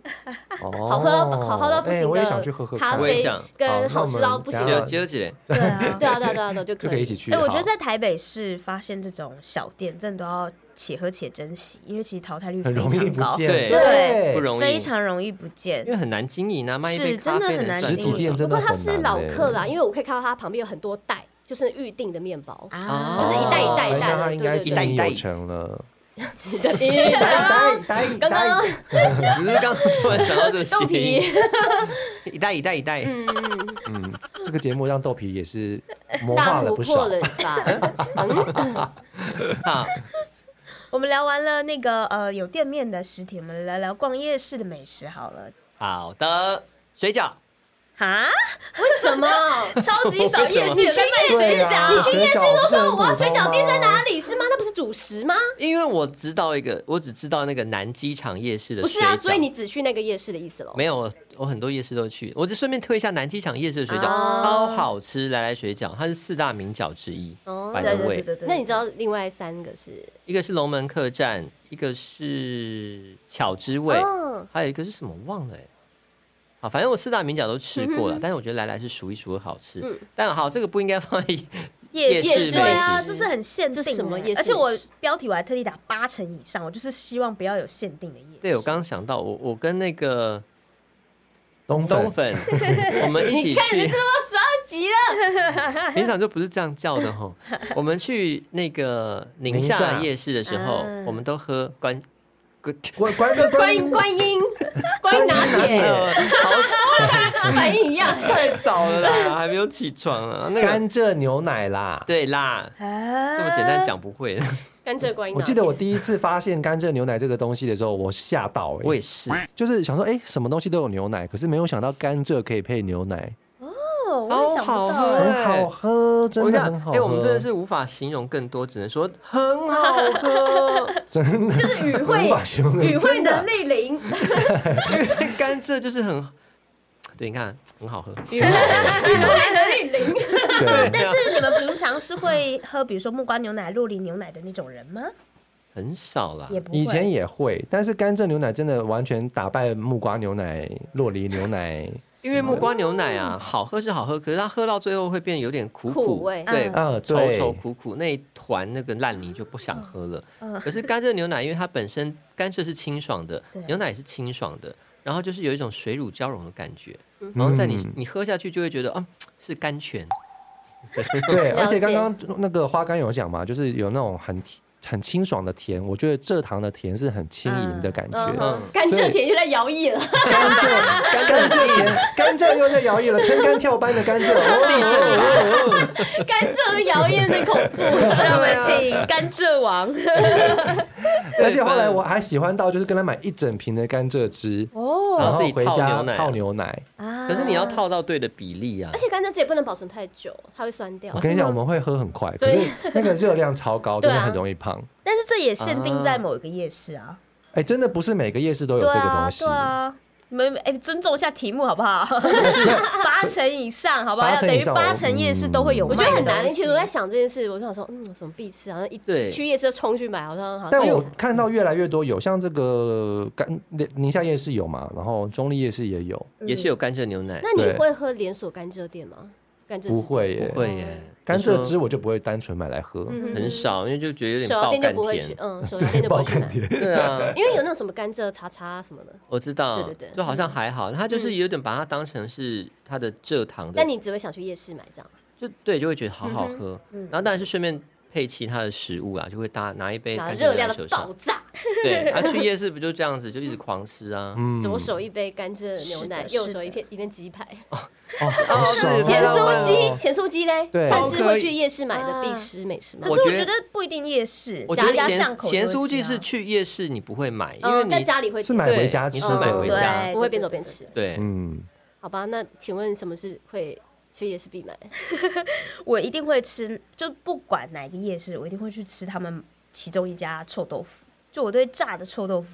[SPEAKER 2] 哦
[SPEAKER 3] 好喝到好喝到不
[SPEAKER 2] 哎
[SPEAKER 3] 行
[SPEAKER 2] 我也想去喝
[SPEAKER 3] 的
[SPEAKER 2] 喝
[SPEAKER 3] 咖
[SPEAKER 2] 看
[SPEAKER 1] 我也
[SPEAKER 3] 啡
[SPEAKER 1] 想，
[SPEAKER 2] 好那
[SPEAKER 3] 跟好
[SPEAKER 2] 我
[SPEAKER 3] 吃
[SPEAKER 2] 们
[SPEAKER 3] 到不
[SPEAKER 2] 等
[SPEAKER 3] 行
[SPEAKER 2] 下
[SPEAKER 1] 接着接着
[SPEAKER 3] 的
[SPEAKER 1] 起来，
[SPEAKER 4] 对啊。
[SPEAKER 3] 对啊，对啊，对啊，对啊，就
[SPEAKER 2] 就
[SPEAKER 3] 可
[SPEAKER 2] 可以
[SPEAKER 3] 以
[SPEAKER 2] 一起去。
[SPEAKER 4] 哎，我觉得
[SPEAKER 2] 好
[SPEAKER 4] 在台北市发现这种小店，真的都要且喝且珍惜，因为其实淘汰率
[SPEAKER 2] 很
[SPEAKER 4] 非
[SPEAKER 2] 容易
[SPEAKER 4] 常
[SPEAKER 2] 不
[SPEAKER 4] 高，
[SPEAKER 2] 见，
[SPEAKER 1] 对
[SPEAKER 4] 对
[SPEAKER 1] 不容易，
[SPEAKER 4] 非常容易不见
[SPEAKER 1] 因为。很难经营啊，卖一
[SPEAKER 4] 是
[SPEAKER 1] 杯咖
[SPEAKER 4] 真
[SPEAKER 1] 啡
[SPEAKER 4] 的很
[SPEAKER 1] 能
[SPEAKER 4] 难
[SPEAKER 1] 赚
[SPEAKER 2] 实体
[SPEAKER 1] 多
[SPEAKER 2] 店
[SPEAKER 1] 少？
[SPEAKER 2] 真
[SPEAKER 3] 不
[SPEAKER 2] 的
[SPEAKER 3] 过
[SPEAKER 2] 很
[SPEAKER 3] 它
[SPEAKER 2] 难
[SPEAKER 3] 是老
[SPEAKER 2] 嘞
[SPEAKER 3] 客啦，因为我可以看到它旁边有很多袋，就是预定的面包，
[SPEAKER 4] 啊
[SPEAKER 3] 就是一袋一袋一袋
[SPEAKER 2] 哦那他
[SPEAKER 3] 的，
[SPEAKER 2] 应该
[SPEAKER 3] 对对
[SPEAKER 2] 经
[SPEAKER 1] 袋
[SPEAKER 2] 营
[SPEAKER 1] 一袋
[SPEAKER 2] 有成了。
[SPEAKER 3] 对。刚刚
[SPEAKER 1] 只是刚刚突然想到这个谐
[SPEAKER 3] 豆皮
[SPEAKER 1] 音，，一代一代一代，
[SPEAKER 3] 嗯，
[SPEAKER 2] 嗯，这个节目让豆皮也是魔化
[SPEAKER 3] 大
[SPEAKER 2] 了
[SPEAKER 3] 突
[SPEAKER 2] 不少
[SPEAKER 3] 破。了吧？嗯，
[SPEAKER 1] 啊，
[SPEAKER 4] 我们聊完了那个呃有店面的实体，我们来聊逛夜市的美食好了。
[SPEAKER 1] 好的，水饺，
[SPEAKER 4] 哈，
[SPEAKER 3] 为什么？
[SPEAKER 4] 超级 少夜市有在卖
[SPEAKER 2] 对
[SPEAKER 4] 水
[SPEAKER 2] 啊
[SPEAKER 4] 饺，
[SPEAKER 2] 你去夜市都
[SPEAKER 3] 说我要水饺店在哪里是吗？那不是主食吗？
[SPEAKER 1] 因为我知道一个，我只知道那个南机场夜市的
[SPEAKER 3] 不
[SPEAKER 1] 水
[SPEAKER 3] 是
[SPEAKER 1] 饺，
[SPEAKER 3] 啊，所以你只去那个夜市的意思喽？
[SPEAKER 1] 没有，我我很多夜市都去，我就顺便推一下南机场夜市的水饺，
[SPEAKER 4] 哦
[SPEAKER 1] 超好吃，来来水饺，它是四大名饺之一，
[SPEAKER 3] 哦
[SPEAKER 1] 百
[SPEAKER 4] 对
[SPEAKER 1] 人
[SPEAKER 4] 对对
[SPEAKER 1] 味
[SPEAKER 4] 对，对，
[SPEAKER 3] 那你知道另外三个是？
[SPEAKER 1] 一个是龙门客栈，一个是巧之味，
[SPEAKER 3] 嗯，
[SPEAKER 1] 还有一个是什么忘了、欸？好，反正我四大名饺都吃过了，
[SPEAKER 3] 嗯哼
[SPEAKER 1] 但是我觉得来来是数一数二好吃。
[SPEAKER 3] 嗯
[SPEAKER 1] 但好，这个不应该放在
[SPEAKER 4] 夜
[SPEAKER 1] 夜市
[SPEAKER 4] 对啊，
[SPEAKER 1] 美食
[SPEAKER 4] 这是很限定
[SPEAKER 3] 这
[SPEAKER 4] 的，
[SPEAKER 3] 是什么夜市
[SPEAKER 4] 而且我
[SPEAKER 3] 美食
[SPEAKER 4] 标题我还特地打八成以上，我就是希望不要有限定的夜市。
[SPEAKER 1] 对我刚刚想到，我我跟那个
[SPEAKER 2] 东
[SPEAKER 1] 东
[SPEAKER 2] 粉
[SPEAKER 1] 粉，我们一起去，
[SPEAKER 3] 十二级了，
[SPEAKER 1] 平常就不是这样叫的 吼。我们去那个宁
[SPEAKER 2] 宁夏
[SPEAKER 1] 夏夜市的时候
[SPEAKER 3] 嗯
[SPEAKER 4] 啊，
[SPEAKER 1] 我们都喝关关。
[SPEAKER 2] 关关
[SPEAKER 3] 观音观音观音拿铁，
[SPEAKER 1] 呃好
[SPEAKER 3] 反应一样。
[SPEAKER 1] 太早了啦，还没有起床啊。那个
[SPEAKER 2] 甘蔗牛奶啦。
[SPEAKER 1] 对啦，
[SPEAKER 4] 啊，
[SPEAKER 1] 这
[SPEAKER 4] 这
[SPEAKER 1] 么简单，讲不会。
[SPEAKER 3] 甘蔗观音拿
[SPEAKER 2] 我
[SPEAKER 3] 铁，
[SPEAKER 2] 记得我第一次发现甘蔗牛奶这个东西的时候，我吓到、欸，
[SPEAKER 1] 我也是，
[SPEAKER 2] 就是想说，哎、什么东西都有牛奶，可是没有想到甘蔗可以配牛奶，
[SPEAKER 4] 哦我也想不
[SPEAKER 1] 好
[SPEAKER 4] 到
[SPEAKER 1] 喝
[SPEAKER 4] 欸
[SPEAKER 1] 对
[SPEAKER 2] 很好喝，
[SPEAKER 1] 我
[SPEAKER 2] 真的
[SPEAKER 1] 想
[SPEAKER 2] 很好喝。
[SPEAKER 1] 哎，我们真的是无法形容更多，只能说很好 喝。
[SPEAKER 2] 真的
[SPEAKER 3] 就是 语
[SPEAKER 2] 无
[SPEAKER 3] 汇
[SPEAKER 2] 法形容，
[SPEAKER 3] 语汇
[SPEAKER 2] 真的
[SPEAKER 3] 能力 零，
[SPEAKER 1] 甘蔗就是很，对，你看很好喝。
[SPEAKER 3] 语汇能力零。
[SPEAKER 2] 对。
[SPEAKER 1] 啊
[SPEAKER 4] 但是你们平常是会喝，比如说木瓜牛奶、洛梨牛奶的那种人吗？
[SPEAKER 1] 很少啦。
[SPEAKER 4] 也不
[SPEAKER 2] 以前
[SPEAKER 4] 会
[SPEAKER 2] 也会，但是甘蔗牛奶真的完全打败木瓜牛奶、洛梨牛 奶。
[SPEAKER 1] 因为木瓜牛奶啊，好喝是好喝，可是它喝到最后会变得有点苦
[SPEAKER 3] 苦味
[SPEAKER 1] 对，
[SPEAKER 2] 嗯
[SPEAKER 1] 稠
[SPEAKER 2] 对
[SPEAKER 1] 稠苦苦那一团那个烂泥就不想喝了。
[SPEAKER 4] 嗯
[SPEAKER 1] 可是甘蔗牛奶，因为它本身甘蔗是清爽的
[SPEAKER 4] 对，
[SPEAKER 1] 牛奶是清爽的，然后就是有一种水乳交融的感觉，然后在你、
[SPEAKER 2] 嗯
[SPEAKER 1] 你喝下去就会觉得啊，是甘泉，
[SPEAKER 2] 对，
[SPEAKER 3] 了
[SPEAKER 2] 而且刚
[SPEAKER 3] 解
[SPEAKER 2] 刚那个花干有讲嘛，就是有那种很甜很清爽的甜，我觉得蔗糖的甜是很轻盈的感觉。
[SPEAKER 3] 嗯
[SPEAKER 1] 嗯
[SPEAKER 3] 哼，甘
[SPEAKER 2] 所
[SPEAKER 3] 蔗
[SPEAKER 2] 以
[SPEAKER 3] 甜又在摇曳了，
[SPEAKER 2] 甘 蔗，甘蔗甜，甘蔗又在摇曳了，撑杆跳班的 甘蔗，哦
[SPEAKER 1] 地震吧。
[SPEAKER 3] 甘蔗的摇曳的恐 怖。
[SPEAKER 4] 让我们请甘蔗王
[SPEAKER 2] 而且后来我还喜欢到，就是跟他买一整瓶的甘蔗汁，
[SPEAKER 4] 哦
[SPEAKER 2] 然
[SPEAKER 1] 自
[SPEAKER 2] 后
[SPEAKER 1] 己
[SPEAKER 2] 回
[SPEAKER 1] 泡
[SPEAKER 2] 家
[SPEAKER 1] 牛奶啊
[SPEAKER 2] 泡牛奶。
[SPEAKER 3] 哦
[SPEAKER 4] 啊
[SPEAKER 1] 可是你要套到对的比例啊
[SPEAKER 3] 而。且甘蔗汁也不能保存太久，它会酸掉
[SPEAKER 2] 我。跟你讲，我们会喝很快，可
[SPEAKER 3] 对
[SPEAKER 2] 是那个热量超高，
[SPEAKER 3] 对
[SPEAKER 2] 真
[SPEAKER 3] 啊
[SPEAKER 2] 的很容易胖。
[SPEAKER 4] 但是这也限定在某一个夜市啊。
[SPEAKER 2] 哎，真的不是每个夜市都有这
[SPEAKER 4] 对
[SPEAKER 2] 个
[SPEAKER 4] 啊
[SPEAKER 2] 东，西
[SPEAKER 4] 对。啊。你们哎、尊重一下题目好 不好？八成以上，好不好？
[SPEAKER 2] 八
[SPEAKER 4] 要
[SPEAKER 2] 成
[SPEAKER 4] 等于
[SPEAKER 2] 以上哦嗯
[SPEAKER 4] 八成夜市都会有卖
[SPEAKER 3] 我
[SPEAKER 4] 的
[SPEAKER 3] 觉得很难。
[SPEAKER 4] 东西
[SPEAKER 3] 其实我在想这件事，我就想说，嗯，有什么必吃？好像一
[SPEAKER 1] 对
[SPEAKER 3] 去夜市就冲去买，好像好像。
[SPEAKER 2] 但我看到越来越多有，像这个甘宁夏夜市有嘛，然后中立夜市也有，
[SPEAKER 1] 也是有甘蔗牛奶，
[SPEAKER 3] 那你
[SPEAKER 2] 对
[SPEAKER 3] 会喝连锁甘蔗店吗？甘蔗汁
[SPEAKER 2] 不会
[SPEAKER 1] 不
[SPEAKER 2] 耶，
[SPEAKER 1] 会耶，
[SPEAKER 2] 甘蔗汁我就不会单纯买来喝，
[SPEAKER 3] 嗯
[SPEAKER 1] 很少，因为就觉得有
[SPEAKER 3] 手
[SPEAKER 1] 点
[SPEAKER 3] 摇
[SPEAKER 1] 爆
[SPEAKER 3] 店就
[SPEAKER 1] 甘
[SPEAKER 3] 不会去
[SPEAKER 1] 甜，。
[SPEAKER 3] 嗯，手摇店 就不
[SPEAKER 2] 爆
[SPEAKER 3] 会去
[SPEAKER 2] 甘
[SPEAKER 3] 买，
[SPEAKER 2] 甜。
[SPEAKER 1] 对 啊，
[SPEAKER 3] 因为有那种什么甘蔗茶茶什么的，
[SPEAKER 1] 我知道，
[SPEAKER 3] 对对对嗯
[SPEAKER 1] 就好像还好，它就是有点把它当成是它的蔗糖的
[SPEAKER 3] 但，你只会想去夜市买这样。
[SPEAKER 1] 就对，就会觉得好好喝。
[SPEAKER 4] 嗯
[SPEAKER 1] 然后当然是顺便配其他的食物啊，就会搭拿一杯
[SPEAKER 3] 然后
[SPEAKER 1] 甘
[SPEAKER 3] 热
[SPEAKER 1] 蔗
[SPEAKER 3] 量
[SPEAKER 1] 在
[SPEAKER 3] 的
[SPEAKER 1] 手
[SPEAKER 3] 爆
[SPEAKER 1] 上，
[SPEAKER 3] 炸，
[SPEAKER 1] 对，啊，去夜市不就这样子，就一直狂吃啊。
[SPEAKER 2] 嗯
[SPEAKER 3] 左手一杯甘蔗牛奶，
[SPEAKER 4] 是的
[SPEAKER 3] 右手一
[SPEAKER 4] 是的
[SPEAKER 3] 片一片鸡排，
[SPEAKER 2] 哦，好爽啊
[SPEAKER 1] 对
[SPEAKER 3] 咸
[SPEAKER 1] 太浪漫
[SPEAKER 3] 酥
[SPEAKER 1] 了
[SPEAKER 3] 鸡，咸酥鸡嘞，
[SPEAKER 2] 对
[SPEAKER 3] 算是
[SPEAKER 1] 好可
[SPEAKER 3] 会
[SPEAKER 1] 以
[SPEAKER 3] 去夜市买的
[SPEAKER 4] 啊
[SPEAKER 3] 必吃美食吗
[SPEAKER 4] 可？是我
[SPEAKER 1] 我
[SPEAKER 4] 觉
[SPEAKER 1] 觉
[SPEAKER 4] 得不一定夜市，
[SPEAKER 1] 我觉
[SPEAKER 4] 家
[SPEAKER 1] 得
[SPEAKER 4] 家
[SPEAKER 1] 咸
[SPEAKER 4] 巷口
[SPEAKER 1] 咸
[SPEAKER 4] 都
[SPEAKER 1] 酥
[SPEAKER 4] 是
[SPEAKER 1] 鸡
[SPEAKER 4] 啊
[SPEAKER 1] 是去夜市你不会买，因为
[SPEAKER 3] 嗯，在
[SPEAKER 1] 你
[SPEAKER 3] 家里会哦
[SPEAKER 2] 是买
[SPEAKER 1] 对
[SPEAKER 2] 回家
[SPEAKER 1] 你
[SPEAKER 2] 吃
[SPEAKER 1] 是
[SPEAKER 3] 嗯
[SPEAKER 2] 的，
[SPEAKER 1] 买回家
[SPEAKER 4] 对
[SPEAKER 3] 不会边走边吃。
[SPEAKER 1] 对，
[SPEAKER 2] 嗯，
[SPEAKER 3] 好吧，那请问什么是会去夜市必买？
[SPEAKER 4] 我一定会吃，就不管哪个夜市，我一定会去吃他们其中一家臭豆腐。就我对炸的臭豆腐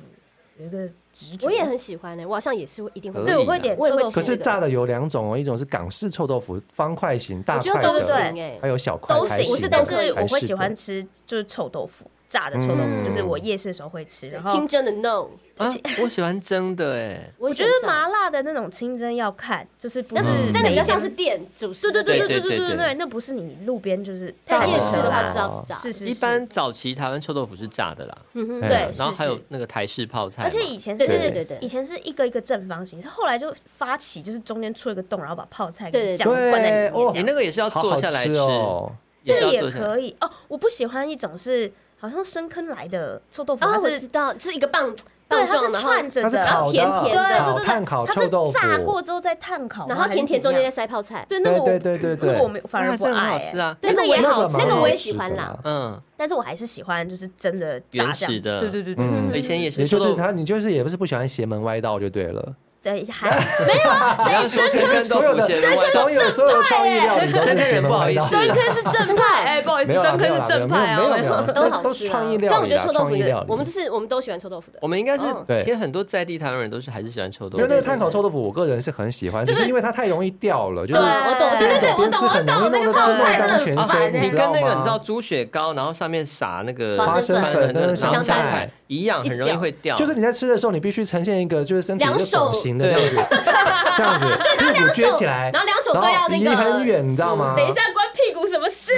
[SPEAKER 4] 有一个执着，
[SPEAKER 3] 我也很喜欢欸呢，我好像也是会一定会
[SPEAKER 1] 合
[SPEAKER 4] 对，
[SPEAKER 1] 理
[SPEAKER 4] 我
[SPEAKER 1] 啊
[SPEAKER 4] 会点
[SPEAKER 3] 我也
[SPEAKER 4] 臭
[SPEAKER 3] 会
[SPEAKER 4] 豆
[SPEAKER 3] 吃
[SPEAKER 4] 腐
[SPEAKER 2] 可是
[SPEAKER 3] 这个
[SPEAKER 2] 炸的有两种哦，一种是港式臭豆腐，方块型、大
[SPEAKER 3] 我觉得
[SPEAKER 2] 块
[SPEAKER 3] 都
[SPEAKER 2] 的，
[SPEAKER 3] 行哎
[SPEAKER 2] 还有小块
[SPEAKER 4] 都
[SPEAKER 2] 还行
[SPEAKER 4] 行，我
[SPEAKER 3] 我
[SPEAKER 4] 是
[SPEAKER 3] 是
[SPEAKER 2] 的，
[SPEAKER 4] 但
[SPEAKER 3] 都
[SPEAKER 4] 是
[SPEAKER 2] 还
[SPEAKER 4] 我会
[SPEAKER 2] 是
[SPEAKER 4] 喜
[SPEAKER 2] 的
[SPEAKER 4] 欢吃就是臭豆腐，炸的臭豆腐，
[SPEAKER 2] 嗯
[SPEAKER 4] 就是我夜市的时候会吃，然后
[SPEAKER 3] 清。蒸的 no，
[SPEAKER 1] 啊，我喜欢蒸的哎，
[SPEAKER 3] 我
[SPEAKER 4] 我
[SPEAKER 3] 也
[SPEAKER 4] 觉
[SPEAKER 3] 喜
[SPEAKER 4] 得
[SPEAKER 3] 欢炸
[SPEAKER 4] 麻辣的那种清蒸要看，就是不
[SPEAKER 3] 但
[SPEAKER 4] 是
[SPEAKER 3] 是
[SPEAKER 2] 嗯
[SPEAKER 3] 但那
[SPEAKER 4] 每
[SPEAKER 3] 比
[SPEAKER 4] 一
[SPEAKER 3] 较
[SPEAKER 4] 家
[SPEAKER 3] 像是店主食
[SPEAKER 4] 对对
[SPEAKER 1] 对
[SPEAKER 4] 对对对
[SPEAKER 1] 对
[SPEAKER 4] 对
[SPEAKER 1] 对
[SPEAKER 4] 对，那不是你路边就是
[SPEAKER 3] 在
[SPEAKER 4] 炸
[SPEAKER 3] 夜
[SPEAKER 4] 的
[SPEAKER 3] 市的话是
[SPEAKER 4] 啦
[SPEAKER 3] 要炸，
[SPEAKER 4] 是是
[SPEAKER 1] 一般早期台湾臭豆腐是炸的啦，
[SPEAKER 3] 嗯哼
[SPEAKER 2] 哎
[SPEAKER 4] 对，
[SPEAKER 1] 然后
[SPEAKER 4] 是
[SPEAKER 1] 还有
[SPEAKER 4] 是
[SPEAKER 1] 那个台式泡菜嘛，
[SPEAKER 4] 而且以前是
[SPEAKER 3] 对对对对对
[SPEAKER 4] 以前是一个一个正方形，是后来就发起，就是中间出一个洞，然后把泡菜
[SPEAKER 3] 对
[SPEAKER 4] 跟
[SPEAKER 3] 对
[SPEAKER 4] 酱灌在里面
[SPEAKER 2] 对哦
[SPEAKER 4] 这
[SPEAKER 1] 你
[SPEAKER 4] 样。
[SPEAKER 1] 那个也是要
[SPEAKER 2] 好
[SPEAKER 1] 坐
[SPEAKER 2] 好
[SPEAKER 1] 下来
[SPEAKER 2] 吃哦。
[SPEAKER 1] 也
[SPEAKER 4] 这
[SPEAKER 1] 是
[SPEAKER 4] 个
[SPEAKER 1] 要
[SPEAKER 4] 也
[SPEAKER 1] 坐下来
[SPEAKER 4] 可以哦，我不喜欢一种是好像深坑来的臭豆腐，
[SPEAKER 3] 哦，
[SPEAKER 4] 它
[SPEAKER 3] 我知
[SPEAKER 4] 是
[SPEAKER 3] 道，就是一个棒，
[SPEAKER 4] 对，
[SPEAKER 3] 棒
[SPEAKER 4] 它是
[SPEAKER 3] 状然后
[SPEAKER 4] 串着
[SPEAKER 2] 它是
[SPEAKER 4] 的，
[SPEAKER 3] 然
[SPEAKER 2] 烤
[SPEAKER 3] 后
[SPEAKER 2] 的，
[SPEAKER 3] 甜甜的
[SPEAKER 2] 烤
[SPEAKER 4] 对对对
[SPEAKER 2] 炭烤
[SPEAKER 4] 它
[SPEAKER 2] 臭
[SPEAKER 4] 是
[SPEAKER 2] 豆腐，
[SPEAKER 4] 炸过之后再炭烤吗，
[SPEAKER 3] 然后甜甜中间再塞泡菜，
[SPEAKER 4] 对，那个我
[SPEAKER 2] 对对对对对
[SPEAKER 4] 那个我们反而不
[SPEAKER 1] 那
[SPEAKER 4] 爱
[SPEAKER 1] 还是很好吃啊
[SPEAKER 4] 哎那个也
[SPEAKER 3] 那个
[SPEAKER 4] 好吃，
[SPEAKER 3] 那
[SPEAKER 2] 蛮
[SPEAKER 3] 个
[SPEAKER 2] 好
[SPEAKER 3] 我也
[SPEAKER 2] 吃
[SPEAKER 3] 喜欢
[SPEAKER 2] 的
[SPEAKER 3] 啦
[SPEAKER 2] 啦。
[SPEAKER 1] 嗯，
[SPEAKER 4] 但是我还是喜欢就是真的炸
[SPEAKER 1] 原
[SPEAKER 4] 这样
[SPEAKER 1] 始
[SPEAKER 4] 子
[SPEAKER 1] 的
[SPEAKER 4] 对对对对
[SPEAKER 2] 嗯
[SPEAKER 1] 以前也是
[SPEAKER 2] 也就
[SPEAKER 1] 臭
[SPEAKER 2] 是
[SPEAKER 1] 豆腐
[SPEAKER 2] 他，你就是也不是不喜欢邪门歪道就对了。
[SPEAKER 4] 对，还没有啊，
[SPEAKER 1] 你要说先跟豆
[SPEAKER 2] 所有的
[SPEAKER 1] 腐先
[SPEAKER 2] 所有所有创意料理都
[SPEAKER 1] 深
[SPEAKER 2] 是
[SPEAKER 1] 坑
[SPEAKER 2] 邪
[SPEAKER 1] 人
[SPEAKER 2] 门
[SPEAKER 1] 不好
[SPEAKER 2] 歪
[SPEAKER 1] 意
[SPEAKER 2] 道。
[SPEAKER 1] 思
[SPEAKER 4] 深坑是正派，哎， 不好意思，
[SPEAKER 2] 没有啦
[SPEAKER 4] 深
[SPEAKER 2] 没
[SPEAKER 4] 坑
[SPEAKER 2] 有
[SPEAKER 4] 是
[SPEAKER 2] 啦
[SPEAKER 4] 正派啊，
[SPEAKER 2] 没有没有没有
[SPEAKER 4] 没有
[SPEAKER 2] 啦，
[SPEAKER 3] 都
[SPEAKER 2] 那
[SPEAKER 3] 好
[SPEAKER 2] 都
[SPEAKER 3] 吃
[SPEAKER 2] 是
[SPEAKER 3] 啊
[SPEAKER 2] 创意料理啦，
[SPEAKER 3] 但我觉得臭豆腐
[SPEAKER 2] 创意料
[SPEAKER 3] 的
[SPEAKER 2] 理，
[SPEAKER 3] 我们就是我们都喜欢臭豆腐的
[SPEAKER 1] 我，们应该是
[SPEAKER 3] 嗯，
[SPEAKER 2] 对
[SPEAKER 1] 其实很多在地台湾人都是还是喜欢臭豆
[SPEAKER 2] 因为
[SPEAKER 1] 腐
[SPEAKER 2] 那
[SPEAKER 1] 的。
[SPEAKER 2] 个炭烤臭豆腐，我个人是很喜欢，只
[SPEAKER 3] 就是
[SPEAKER 2] 是因为它太容易掉了，就是
[SPEAKER 3] 对，我懂，对对对，我
[SPEAKER 2] 边
[SPEAKER 3] 懂，
[SPEAKER 2] 吃
[SPEAKER 3] 我
[SPEAKER 2] 很容易
[SPEAKER 3] 懂，那
[SPEAKER 2] 弄
[SPEAKER 3] 个
[SPEAKER 2] 得
[SPEAKER 3] 泡菜
[SPEAKER 2] 真
[SPEAKER 3] 真
[SPEAKER 2] 的
[SPEAKER 3] 的
[SPEAKER 2] 全
[SPEAKER 3] 很
[SPEAKER 2] 身，
[SPEAKER 3] 烦
[SPEAKER 1] 你
[SPEAKER 2] 你
[SPEAKER 1] 跟
[SPEAKER 2] 知
[SPEAKER 3] 欸。
[SPEAKER 2] 道
[SPEAKER 1] 那个
[SPEAKER 2] 吗
[SPEAKER 1] 你知道猪血糕，然后上面撒那个
[SPEAKER 3] 花生
[SPEAKER 1] 的
[SPEAKER 2] 粉
[SPEAKER 1] 那
[SPEAKER 2] 跟
[SPEAKER 1] 个
[SPEAKER 2] 香
[SPEAKER 1] 香
[SPEAKER 3] 菜
[SPEAKER 1] 菜，一样很容易会掉。
[SPEAKER 2] 就是你在吃的时候，你必须呈现一个就是身体一个
[SPEAKER 3] 两手
[SPEAKER 2] 拱形的这样子，这样子，屁股撅起来，
[SPEAKER 3] 然后两手都要
[SPEAKER 2] 然后
[SPEAKER 3] 那
[SPEAKER 2] 离
[SPEAKER 3] 个嗯
[SPEAKER 2] 很远，你知道吗？
[SPEAKER 4] 等一，下关屁股什么事？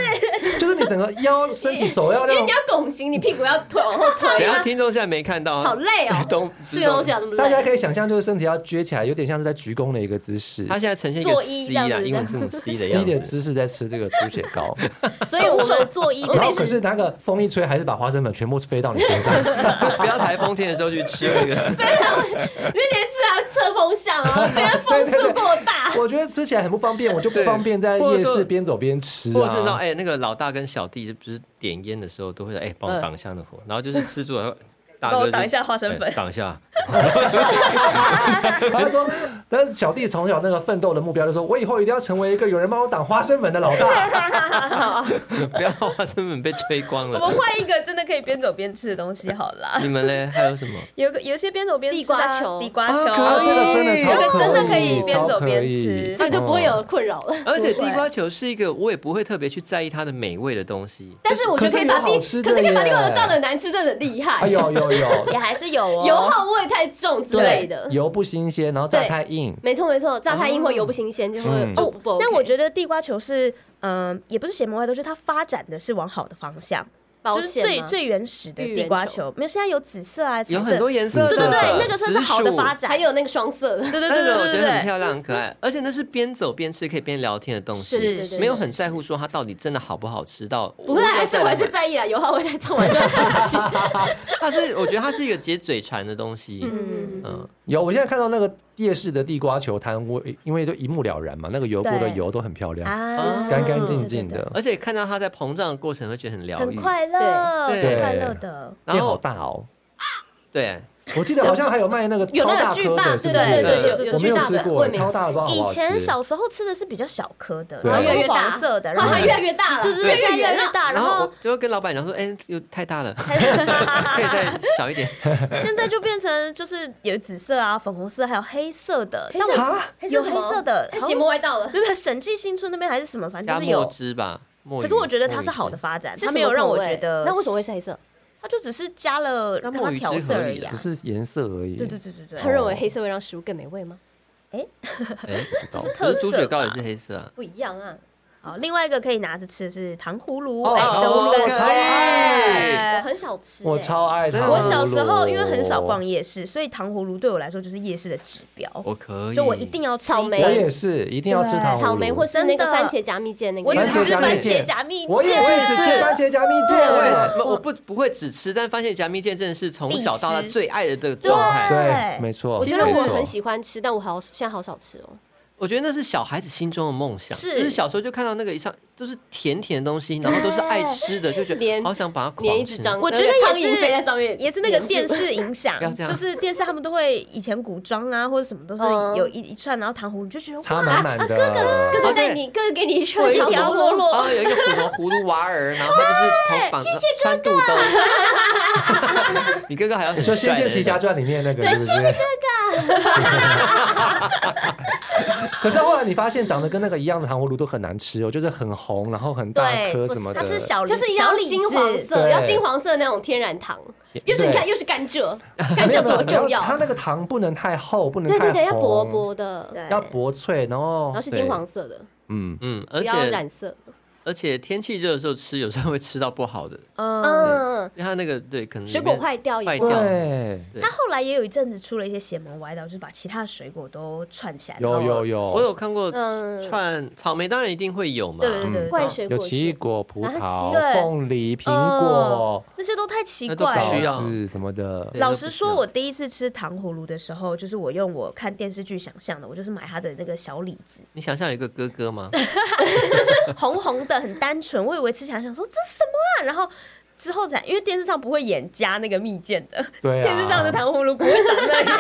[SPEAKER 2] 就是你整个 腰、身体、手要那
[SPEAKER 3] 因
[SPEAKER 2] 种
[SPEAKER 3] 为你。要拱形，你屁股要推往后
[SPEAKER 1] 等一
[SPEAKER 3] 推，
[SPEAKER 1] 下听众现在没看到，，
[SPEAKER 3] 好累哦
[SPEAKER 1] 东
[SPEAKER 3] 吃东西
[SPEAKER 1] 东
[SPEAKER 3] 啊，这么
[SPEAKER 2] 大家
[SPEAKER 3] 累。
[SPEAKER 2] 可以想象，就是身体要撅起来，有点像是在鞠躬的一个姿势
[SPEAKER 1] 他现在呈现一个
[SPEAKER 4] 作揖
[SPEAKER 1] C
[SPEAKER 4] 这样
[SPEAKER 1] 啊，
[SPEAKER 4] 子
[SPEAKER 1] 英文字母 C 的
[SPEAKER 2] 低
[SPEAKER 1] 样
[SPEAKER 2] 的
[SPEAKER 1] 子。
[SPEAKER 2] 姿势在吃这个猪血 糕，
[SPEAKER 3] 所以我
[SPEAKER 4] 手
[SPEAKER 3] 们
[SPEAKER 4] 作揖
[SPEAKER 1] 哦
[SPEAKER 2] 然后
[SPEAKER 4] 的
[SPEAKER 2] 可是那个风一吹，还是把花生粉全部飞到你 身上。
[SPEAKER 1] 就不要台风天的时候去吃那
[SPEAKER 3] 啊
[SPEAKER 1] 个。
[SPEAKER 3] 因为连吃啊侧风向啊，这边风速过大，
[SPEAKER 2] 我觉得吃起来很不方便，我就不
[SPEAKER 1] 对
[SPEAKER 2] 方便在
[SPEAKER 1] 或者
[SPEAKER 2] 夜市
[SPEAKER 1] 说
[SPEAKER 2] 边走边吃
[SPEAKER 1] 或者是那种
[SPEAKER 2] 啊。
[SPEAKER 1] 哎，那个老大跟小弟是不是点烟的时候都会说哎，帮我挡一下那火，然后就是吃住然后大
[SPEAKER 4] 帮我
[SPEAKER 1] 哥就
[SPEAKER 4] 挡一下花生粉
[SPEAKER 1] 哎挡一下，哎
[SPEAKER 2] 他就说，但是小弟从小那个奋斗的目标就是说，我以后一定要成为一个有人帮我挡花生粉的老 大。
[SPEAKER 1] 不要花生粉被吹光
[SPEAKER 4] 我们
[SPEAKER 1] 了。
[SPEAKER 4] 换一个真的可以边走边吃的东西好啦。
[SPEAKER 1] 你们嘞还有什么？
[SPEAKER 4] 有个有些边走边吃的
[SPEAKER 3] 地瓜
[SPEAKER 4] 啊
[SPEAKER 3] 球
[SPEAKER 4] 地瓜球哎
[SPEAKER 1] 啊可以
[SPEAKER 2] 这个真的超
[SPEAKER 4] 这个真的可以边
[SPEAKER 2] 超
[SPEAKER 4] 走
[SPEAKER 2] 可
[SPEAKER 4] 边
[SPEAKER 2] 以
[SPEAKER 4] 吃
[SPEAKER 3] 这样就不会有困扰了。
[SPEAKER 1] 而且地瓜球是一个我也不会特别去在意它的美味的东西。
[SPEAKER 3] 但是我觉得可以把地，
[SPEAKER 2] 可
[SPEAKER 3] 可
[SPEAKER 2] 是
[SPEAKER 3] 是
[SPEAKER 2] 有好吃的
[SPEAKER 3] 可以把地瓜
[SPEAKER 2] 耶
[SPEAKER 3] 球炸的难吃，真的很厉害。
[SPEAKER 2] 哎有有 有，
[SPEAKER 4] 也还是有哦
[SPEAKER 3] 油耗味太重之类的。
[SPEAKER 2] 油不新鲜，然后炸
[SPEAKER 3] 对
[SPEAKER 2] 太硬，
[SPEAKER 3] 没错没错，炸太硬或油不新鲜就会
[SPEAKER 2] 嗯
[SPEAKER 3] 就不
[SPEAKER 4] 但哦我
[SPEAKER 3] 得
[SPEAKER 4] 觉得地瓜球是，嗯、也不是邪门歪道，就是它发展的是往好的方向，
[SPEAKER 3] 保
[SPEAKER 4] 就是
[SPEAKER 3] 险啊
[SPEAKER 4] 最
[SPEAKER 3] 吗
[SPEAKER 4] 最原始的
[SPEAKER 3] 芋
[SPEAKER 4] 地
[SPEAKER 3] 圆
[SPEAKER 4] 瓜
[SPEAKER 3] 球
[SPEAKER 4] 球，没有现在有紫色啊，
[SPEAKER 1] 有
[SPEAKER 4] 橙
[SPEAKER 1] 很
[SPEAKER 4] 色
[SPEAKER 1] 多颜色的，
[SPEAKER 4] 对对对，那个算是好的发
[SPEAKER 1] 展。
[SPEAKER 4] 展，
[SPEAKER 3] 还有那个双色的，
[SPEAKER 4] 对对
[SPEAKER 1] 那
[SPEAKER 4] 对
[SPEAKER 1] 个
[SPEAKER 4] 对
[SPEAKER 1] 我觉
[SPEAKER 4] 对对
[SPEAKER 1] 得很
[SPEAKER 4] 对，
[SPEAKER 1] 漂亮、很可爱，而且那是边走边吃可以边聊天的东
[SPEAKER 3] 是对对
[SPEAKER 1] 西，
[SPEAKER 3] 对
[SPEAKER 1] 没有很在乎说它到底真的好不好吃到。
[SPEAKER 3] 不是还是我还是在意啦，油耗味太重，我还是很生气。
[SPEAKER 1] 它是我觉得它是一个解嘴馋的东西，
[SPEAKER 4] 嗯，
[SPEAKER 1] 嗯，
[SPEAKER 2] 有，我现在看到那个夜市的地瓜球摊，我因为就一目了然嘛，那个油锅的
[SPEAKER 4] 对
[SPEAKER 2] 油都很漂亮，
[SPEAKER 3] 嗯
[SPEAKER 4] 啊
[SPEAKER 2] 干干净净，的，
[SPEAKER 1] 而且看到它在膨胀的过程会觉得很疗
[SPEAKER 4] 对对对很
[SPEAKER 1] 愈，
[SPEAKER 4] 快乐，
[SPEAKER 1] 对
[SPEAKER 4] 是
[SPEAKER 2] 对
[SPEAKER 4] 快乐的。
[SPEAKER 1] 然
[SPEAKER 2] 变好
[SPEAKER 1] 后
[SPEAKER 2] 大哦。
[SPEAKER 1] 对，
[SPEAKER 2] 我记得好像还有卖那个
[SPEAKER 3] 有
[SPEAKER 2] 超
[SPEAKER 3] 那
[SPEAKER 2] 大
[SPEAKER 3] 个巨
[SPEAKER 2] 颗的，
[SPEAKER 3] 棒，
[SPEAKER 2] 是
[SPEAKER 3] 对
[SPEAKER 2] 不
[SPEAKER 3] 对
[SPEAKER 2] 是？
[SPEAKER 3] 对
[SPEAKER 1] 的
[SPEAKER 3] 对，有
[SPEAKER 2] 我没
[SPEAKER 3] 有巨
[SPEAKER 2] 有
[SPEAKER 3] 大
[SPEAKER 2] 吃
[SPEAKER 3] 的，
[SPEAKER 2] 过欸
[SPEAKER 3] 我也没
[SPEAKER 2] 超
[SPEAKER 3] 吃。
[SPEAKER 2] 大的，不知道哦好
[SPEAKER 4] 以
[SPEAKER 2] 不好吃
[SPEAKER 4] 前小时候吃的是比较小颗的，
[SPEAKER 2] 对
[SPEAKER 3] 然后越来
[SPEAKER 4] 都
[SPEAKER 3] 越大，
[SPEAKER 4] 黄色的，然
[SPEAKER 3] 然后它
[SPEAKER 4] 后
[SPEAKER 3] 越来越大，
[SPEAKER 4] 对对
[SPEAKER 3] 越
[SPEAKER 4] 对，现
[SPEAKER 3] 来
[SPEAKER 4] 在越来越
[SPEAKER 3] 大。
[SPEAKER 4] 啊大，然
[SPEAKER 1] 然后
[SPEAKER 4] 后
[SPEAKER 1] 我就跟老板娘说，哎，又太大 了，可以再小一点。
[SPEAKER 4] 现在就变成就是有紫色啊、粉红色，还有黑色的，
[SPEAKER 3] 黑
[SPEAKER 4] 但
[SPEAKER 3] 色
[SPEAKER 4] 我
[SPEAKER 2] 啊，
[SPEAKER 3] 还是
[SPEAKER 4] 有
[SPEAKER 3] 什么
[SPEAKER 4] 黑色的
[SPEAKER 3] 它邪魔歪道了。
[SPEAKER 4] 对不对？审计新村那边还是什么，反正
[SPEAKER 1] 加
[SPEAKER 4] 就是
[SPEAKER 1] 墨
[SPEAKER 4] 有。
[SPEAKER 1] 汁吧，墨
[SPEAKER 4] 可
[SPEAKER 1] 鱼
[SPEAKER 4] 是我觉得它
[SPEAKER 1] 墨鱼
[SPEAKER 4] 是好的
[SPEAKER 1] 汁
[SPEAKER 4] 发展，
[SPEAKER 3] 是
[SPEAKER 4] 它
[SPEAKER 3] 什
[SPEAKER 4] 没
[SPEAKER 3] 么
[SPEAKER 4] 有让
[SPEAKER 3] 口
[SPEAKER 4] 我
[SPEAKER 3] 味
[SPEAKER 4] 觉得。
[SPEAKER 3] 那为什么会是黑色？
[SPEAKER 4] 它就只是加了
[SPEAKER 1] 那
[SPEAKER 4] 让
[SPEAKER 1] 墨
[SPEAKER 4] 它
[SPEAKER 1] 鱼
[SPEAKER 4] 调
[SPEAKER 1] 汁
[SPEAKER 4] 色
[SPEAKER 1] 合
[SPEAKER 4] 而
[SPEAKER 1] 理
[SPEAKER 4] 已啊
[SPEAKER 1] 啦
[SPEAKER 2] 只。是颜色而已。
[SPEAKER 4] 对对对对对
[SPEAKER 3] 他，认为黑色会让食物更美味吗？
[SPEAKER 1] 哎，
[SPEAKER 4] 这
[SPEAKER 1] 不 知
[SPEAKER 4] 是
[SPEAKER 1] 道
[SPEAKER 4] 特
[SPEAKER 1] 可是猪
[SPEAKER 4] 色
[SPEAKER 1] 血糕也
[SPEAKER 4] 吧
[SPEAKER 1] 是黑色啊。
[SPEAKER 3] 不一样啊，
[SPEAKER 4] 好，另外一个可以拿着吃的是糖葫芦，
[SPEAKER 2] 哦
[SPEAKER 4] 哎，
[SPEAKER 2] 哦
[SPEAKER 4] 这我们
[SPEAKER 1] 我
[SPEAKER 4] 的
[SPEAKER 1] 超
[SPEAKER 3] 我
[SPEAKER 1] 爱
[SPEAKER 4] 哎
[SPEAKER 3] 很少吃。
[SPEAKER 2] 我
[SPEAKER 3] 欸
[SPEAKER 2] 超爱
[SPEAKER 1] 真的
[SPEAKER 2] 它。
[SPEAKER 1] 吗
[SPEAKER 4] 我小时候因为很少逛，夜市，所以糖葫芦对我来说就是夜市的指标，
[SPEAKER 2] 哦
[SPEAKER 1] 我可以，
[SPEAKER 4] 就我一定要吃一
[SPEAKER 3] 草莓
[SPEAKER 4] 个
[SPEAKER 2] 我也是一定要吃糖葫芦
[SPEAKER 3] 草莓或是那个
[SPEAKER 4] 真的
[SPEAKER 3] 番茄夹蜜饯那个，
[SPEAKER 4] 我只
[SPEAKER 2] 番茄
[SPEAKER 4] 吃
[SPEAKER 2] 加
[SPEAKER 4] 番
[SPEAKER 2] 蜜饯
[SPEAKER 4] 茄加蜜饯，
[SPEAKER 2] 我也是只吃番茄加蜜
[SPEAKER 1] 我也是
[SPEAKER 2] 饯。
[SPEAKER 1] 不我不不会只吃，但发现夹蜜饯真的是从小到大
[SPEAKER 4] 必吃
[SPEAKER 1] 最爱的这个状态。
[SPEAKER 2] 对，没错。
[SPEAKER 3] 哎我觉得
[SPEAKER 1] 其实
[SPEAKER 3] 我
[SPEAKER 1] 是
[SPEAKER 3] 很喜欢吃，但我好现在好少吃哦。
[SPEAKER 1] 我觉得那是小孩子心中的梦想，
[SPEAKER 4] 是
[SPEAKER 1] 就是小时候就看到那个一上都是甜甜的东西，然后都是爱吃的，就觉得
[SPEAKER 3] 连
[SPEAKER 1] 好想把它
[SPEAKER 3] 粘一
[SPEAKER 1] 狂
[SPEAKER 3] 只
[SPEAKER 1] 吃。
[SPEAKER 3] 张，
[SPEAKER 4] 我觉得
[SPEAKER 3] 那个苍
[SPEAKER 4] 也
[SPEAKER 3] 蝇
[SPEAKER 4] 是
[SPEAKER 3] 飞在上面，
[SPEAKER 4] 也是那个电 视影响
[SPEAKER 1] 不要，这样
[SPEAKER 4] 就是电视他们都会以前古装啊或者什么都是
[SPEAKER 3] 嗯
[SPEAKER 4] 有一一串，然后糖葫芦就觉得
[SPEAKER 2] 插满满的，
[SPEAKER 3] 啊哥哥
[SPEAKER 1] 哦对
[SPEAKER 3] 给你，哥哥给你一串
[SPEAKER 1] 我
[SPEAKER 3] 一
[SPEAKER 1] 有一
[SPEAKER 3] 条
[SPEAKER 1] 个
[SPEAKER 3] 罗罗，
[SPEAKER 1] 啊，有一个普陀 葫芦娃儿，然后他就是头绑个穿肚兜。
[SPEAKER 3] 啊
[SPEAKER 1] 你哥哥还要很
[SPEAKER 2] 就
[SPEAKER 1] 帅
[SPEAKER 2] 《仙
[SPEAKER 1] 的
[SPEAKER 2] 剑
[SPEAKER 1] 那
[SPEAKER 2] 奇侠
[SPEAKER 1] 种，
[SPEAKER 2] 传》里面那个，是不是？谢谢哥哥。 可是后来你发现长得跟那个一样的糖葫芦都很难吃哦，就是很红，然后很大
[SPEAKER 4] 对
[SPEAKER 2] 颗什么的。
[SPEAKER 4] 它是小
[SPEAKER 3] 就是
[SPEAKER 4] 小
[SPEAKER 3] 要
[SPEAKER 4] 李
[SPEAKER 3] 金黄
[SPEAKER 4] 子，
[SPEAKER 3] 色，
[SPEAKER 2] 对
[SPEAKER 3] 要金黄色那种天然糖。
[SPEAKER 2] 对，啊
[SPEAKER 3] 又是你看，又是甘蔗， 甘
[SPEAKER 2] 没
[SPEAKER 3] 蔗
[SPEAKER 2] 有没有
[SPEAKER 3] 多重
[SPEAKER 2] 没有它
[SPEAKER 3] 要？
[SPEAKER 2] 那个糖不能太厚，不能
[SPEAKER 3] 对
[SPEAKER 2] 太
[SPEAKER 3] 对对，要
[SPEAKER 2] 红
[SPEAKER 3] 薄，薄的，
[SPEAKER 4] 对
[SPEAKER 2] 要薄脆，然后
[SPEAKER 3] 然后是金黄，色的，
[SPEAKER 2] 嗯，
[SPEAKER 1] 嗯，而
[SPEAKER 3] 不要染
[SPEAKER 1] 且
[SPEAKER 3] 色。
[SPEAKER 1] 而且天气热的时候吃，有时候会吃到不好的，
[SPEAKER 4] 嗯。
[SPEAKER 3] 嗯，
[SPEAKER 1] 因为它那个对可能里
[SPEAKER 3] 水果
[SPEAKER 1] 面
[SPEAKER 3] 坏掉
[SPEAKER 1] 坏
[SPEAKER 3] 也
[SPEAKER 1] 掉
[SPEAKER 2] 对，
[SPEAKER 1] 对
[SPEAKER 4] 他后来也有一阵子出了一些邪门歪道，就是把其他的水果都串起来。
[SPEAKER 2] 有有
[SPEAKER 4] 有，
[SPEAKER 2] 有，
[SPEAKER 1] 我有看过
[SPEAKER 3] 嗯
[SPEAKER 1] 串啊草莓，当然一定会有嘛。
[SPEAKER 4] 对对对，
[SPEAKER 3] 怪
[SPEAKER 1] 嗯
[SPEAKER 4] 对
[SPEAKER 3] 水
[SPEAKER 2] 有
[SPEAKER 3] 果
[SPEAKER 2] 奇异
[SPEAKER 3] 是。
[SPEAKER 2] 果、葡
[SPEAKER 3] 啊
[SPEAKER 2] 萄
[SPEAKER 4] 对、
[SPEAKER 2] 凤梨、苹
[SPEAKER 3] 嗯
[SPEAKER 2] 果、
[SPEAKER 4] 那些都太奇
[SPEAKER 1] 那都不
[SPEAKER 4] 怪
[SPEAKER 1] 需
[SPEAKER 4] 了
[SPEAKER 1] 要。
[SPEAKER 2] 枣子什么的
[SPEAKER 1] 对。
[SPEAKER 4] 老实说，
[SPEAKER 1] 那
[SPEAKER 4] 我
[SPEAKER 1] 不
[SPEAKER 4] 第一次吃糖葫芦的时候，就是我用我看电视剧想象的，我就是买它的那个小李子，
[SPEAKER 1] 你想象有一个哥哥吗？
[SPEAKER 4] 红红的，很单纯。我以为吃起来想说这是什么啊，然后之后才因为电视上不会演加那个蜜饯的，
[SPEAKER 2] 对啊，
[SPEAKER 4] 电视上的糖葫芦不会长 那样，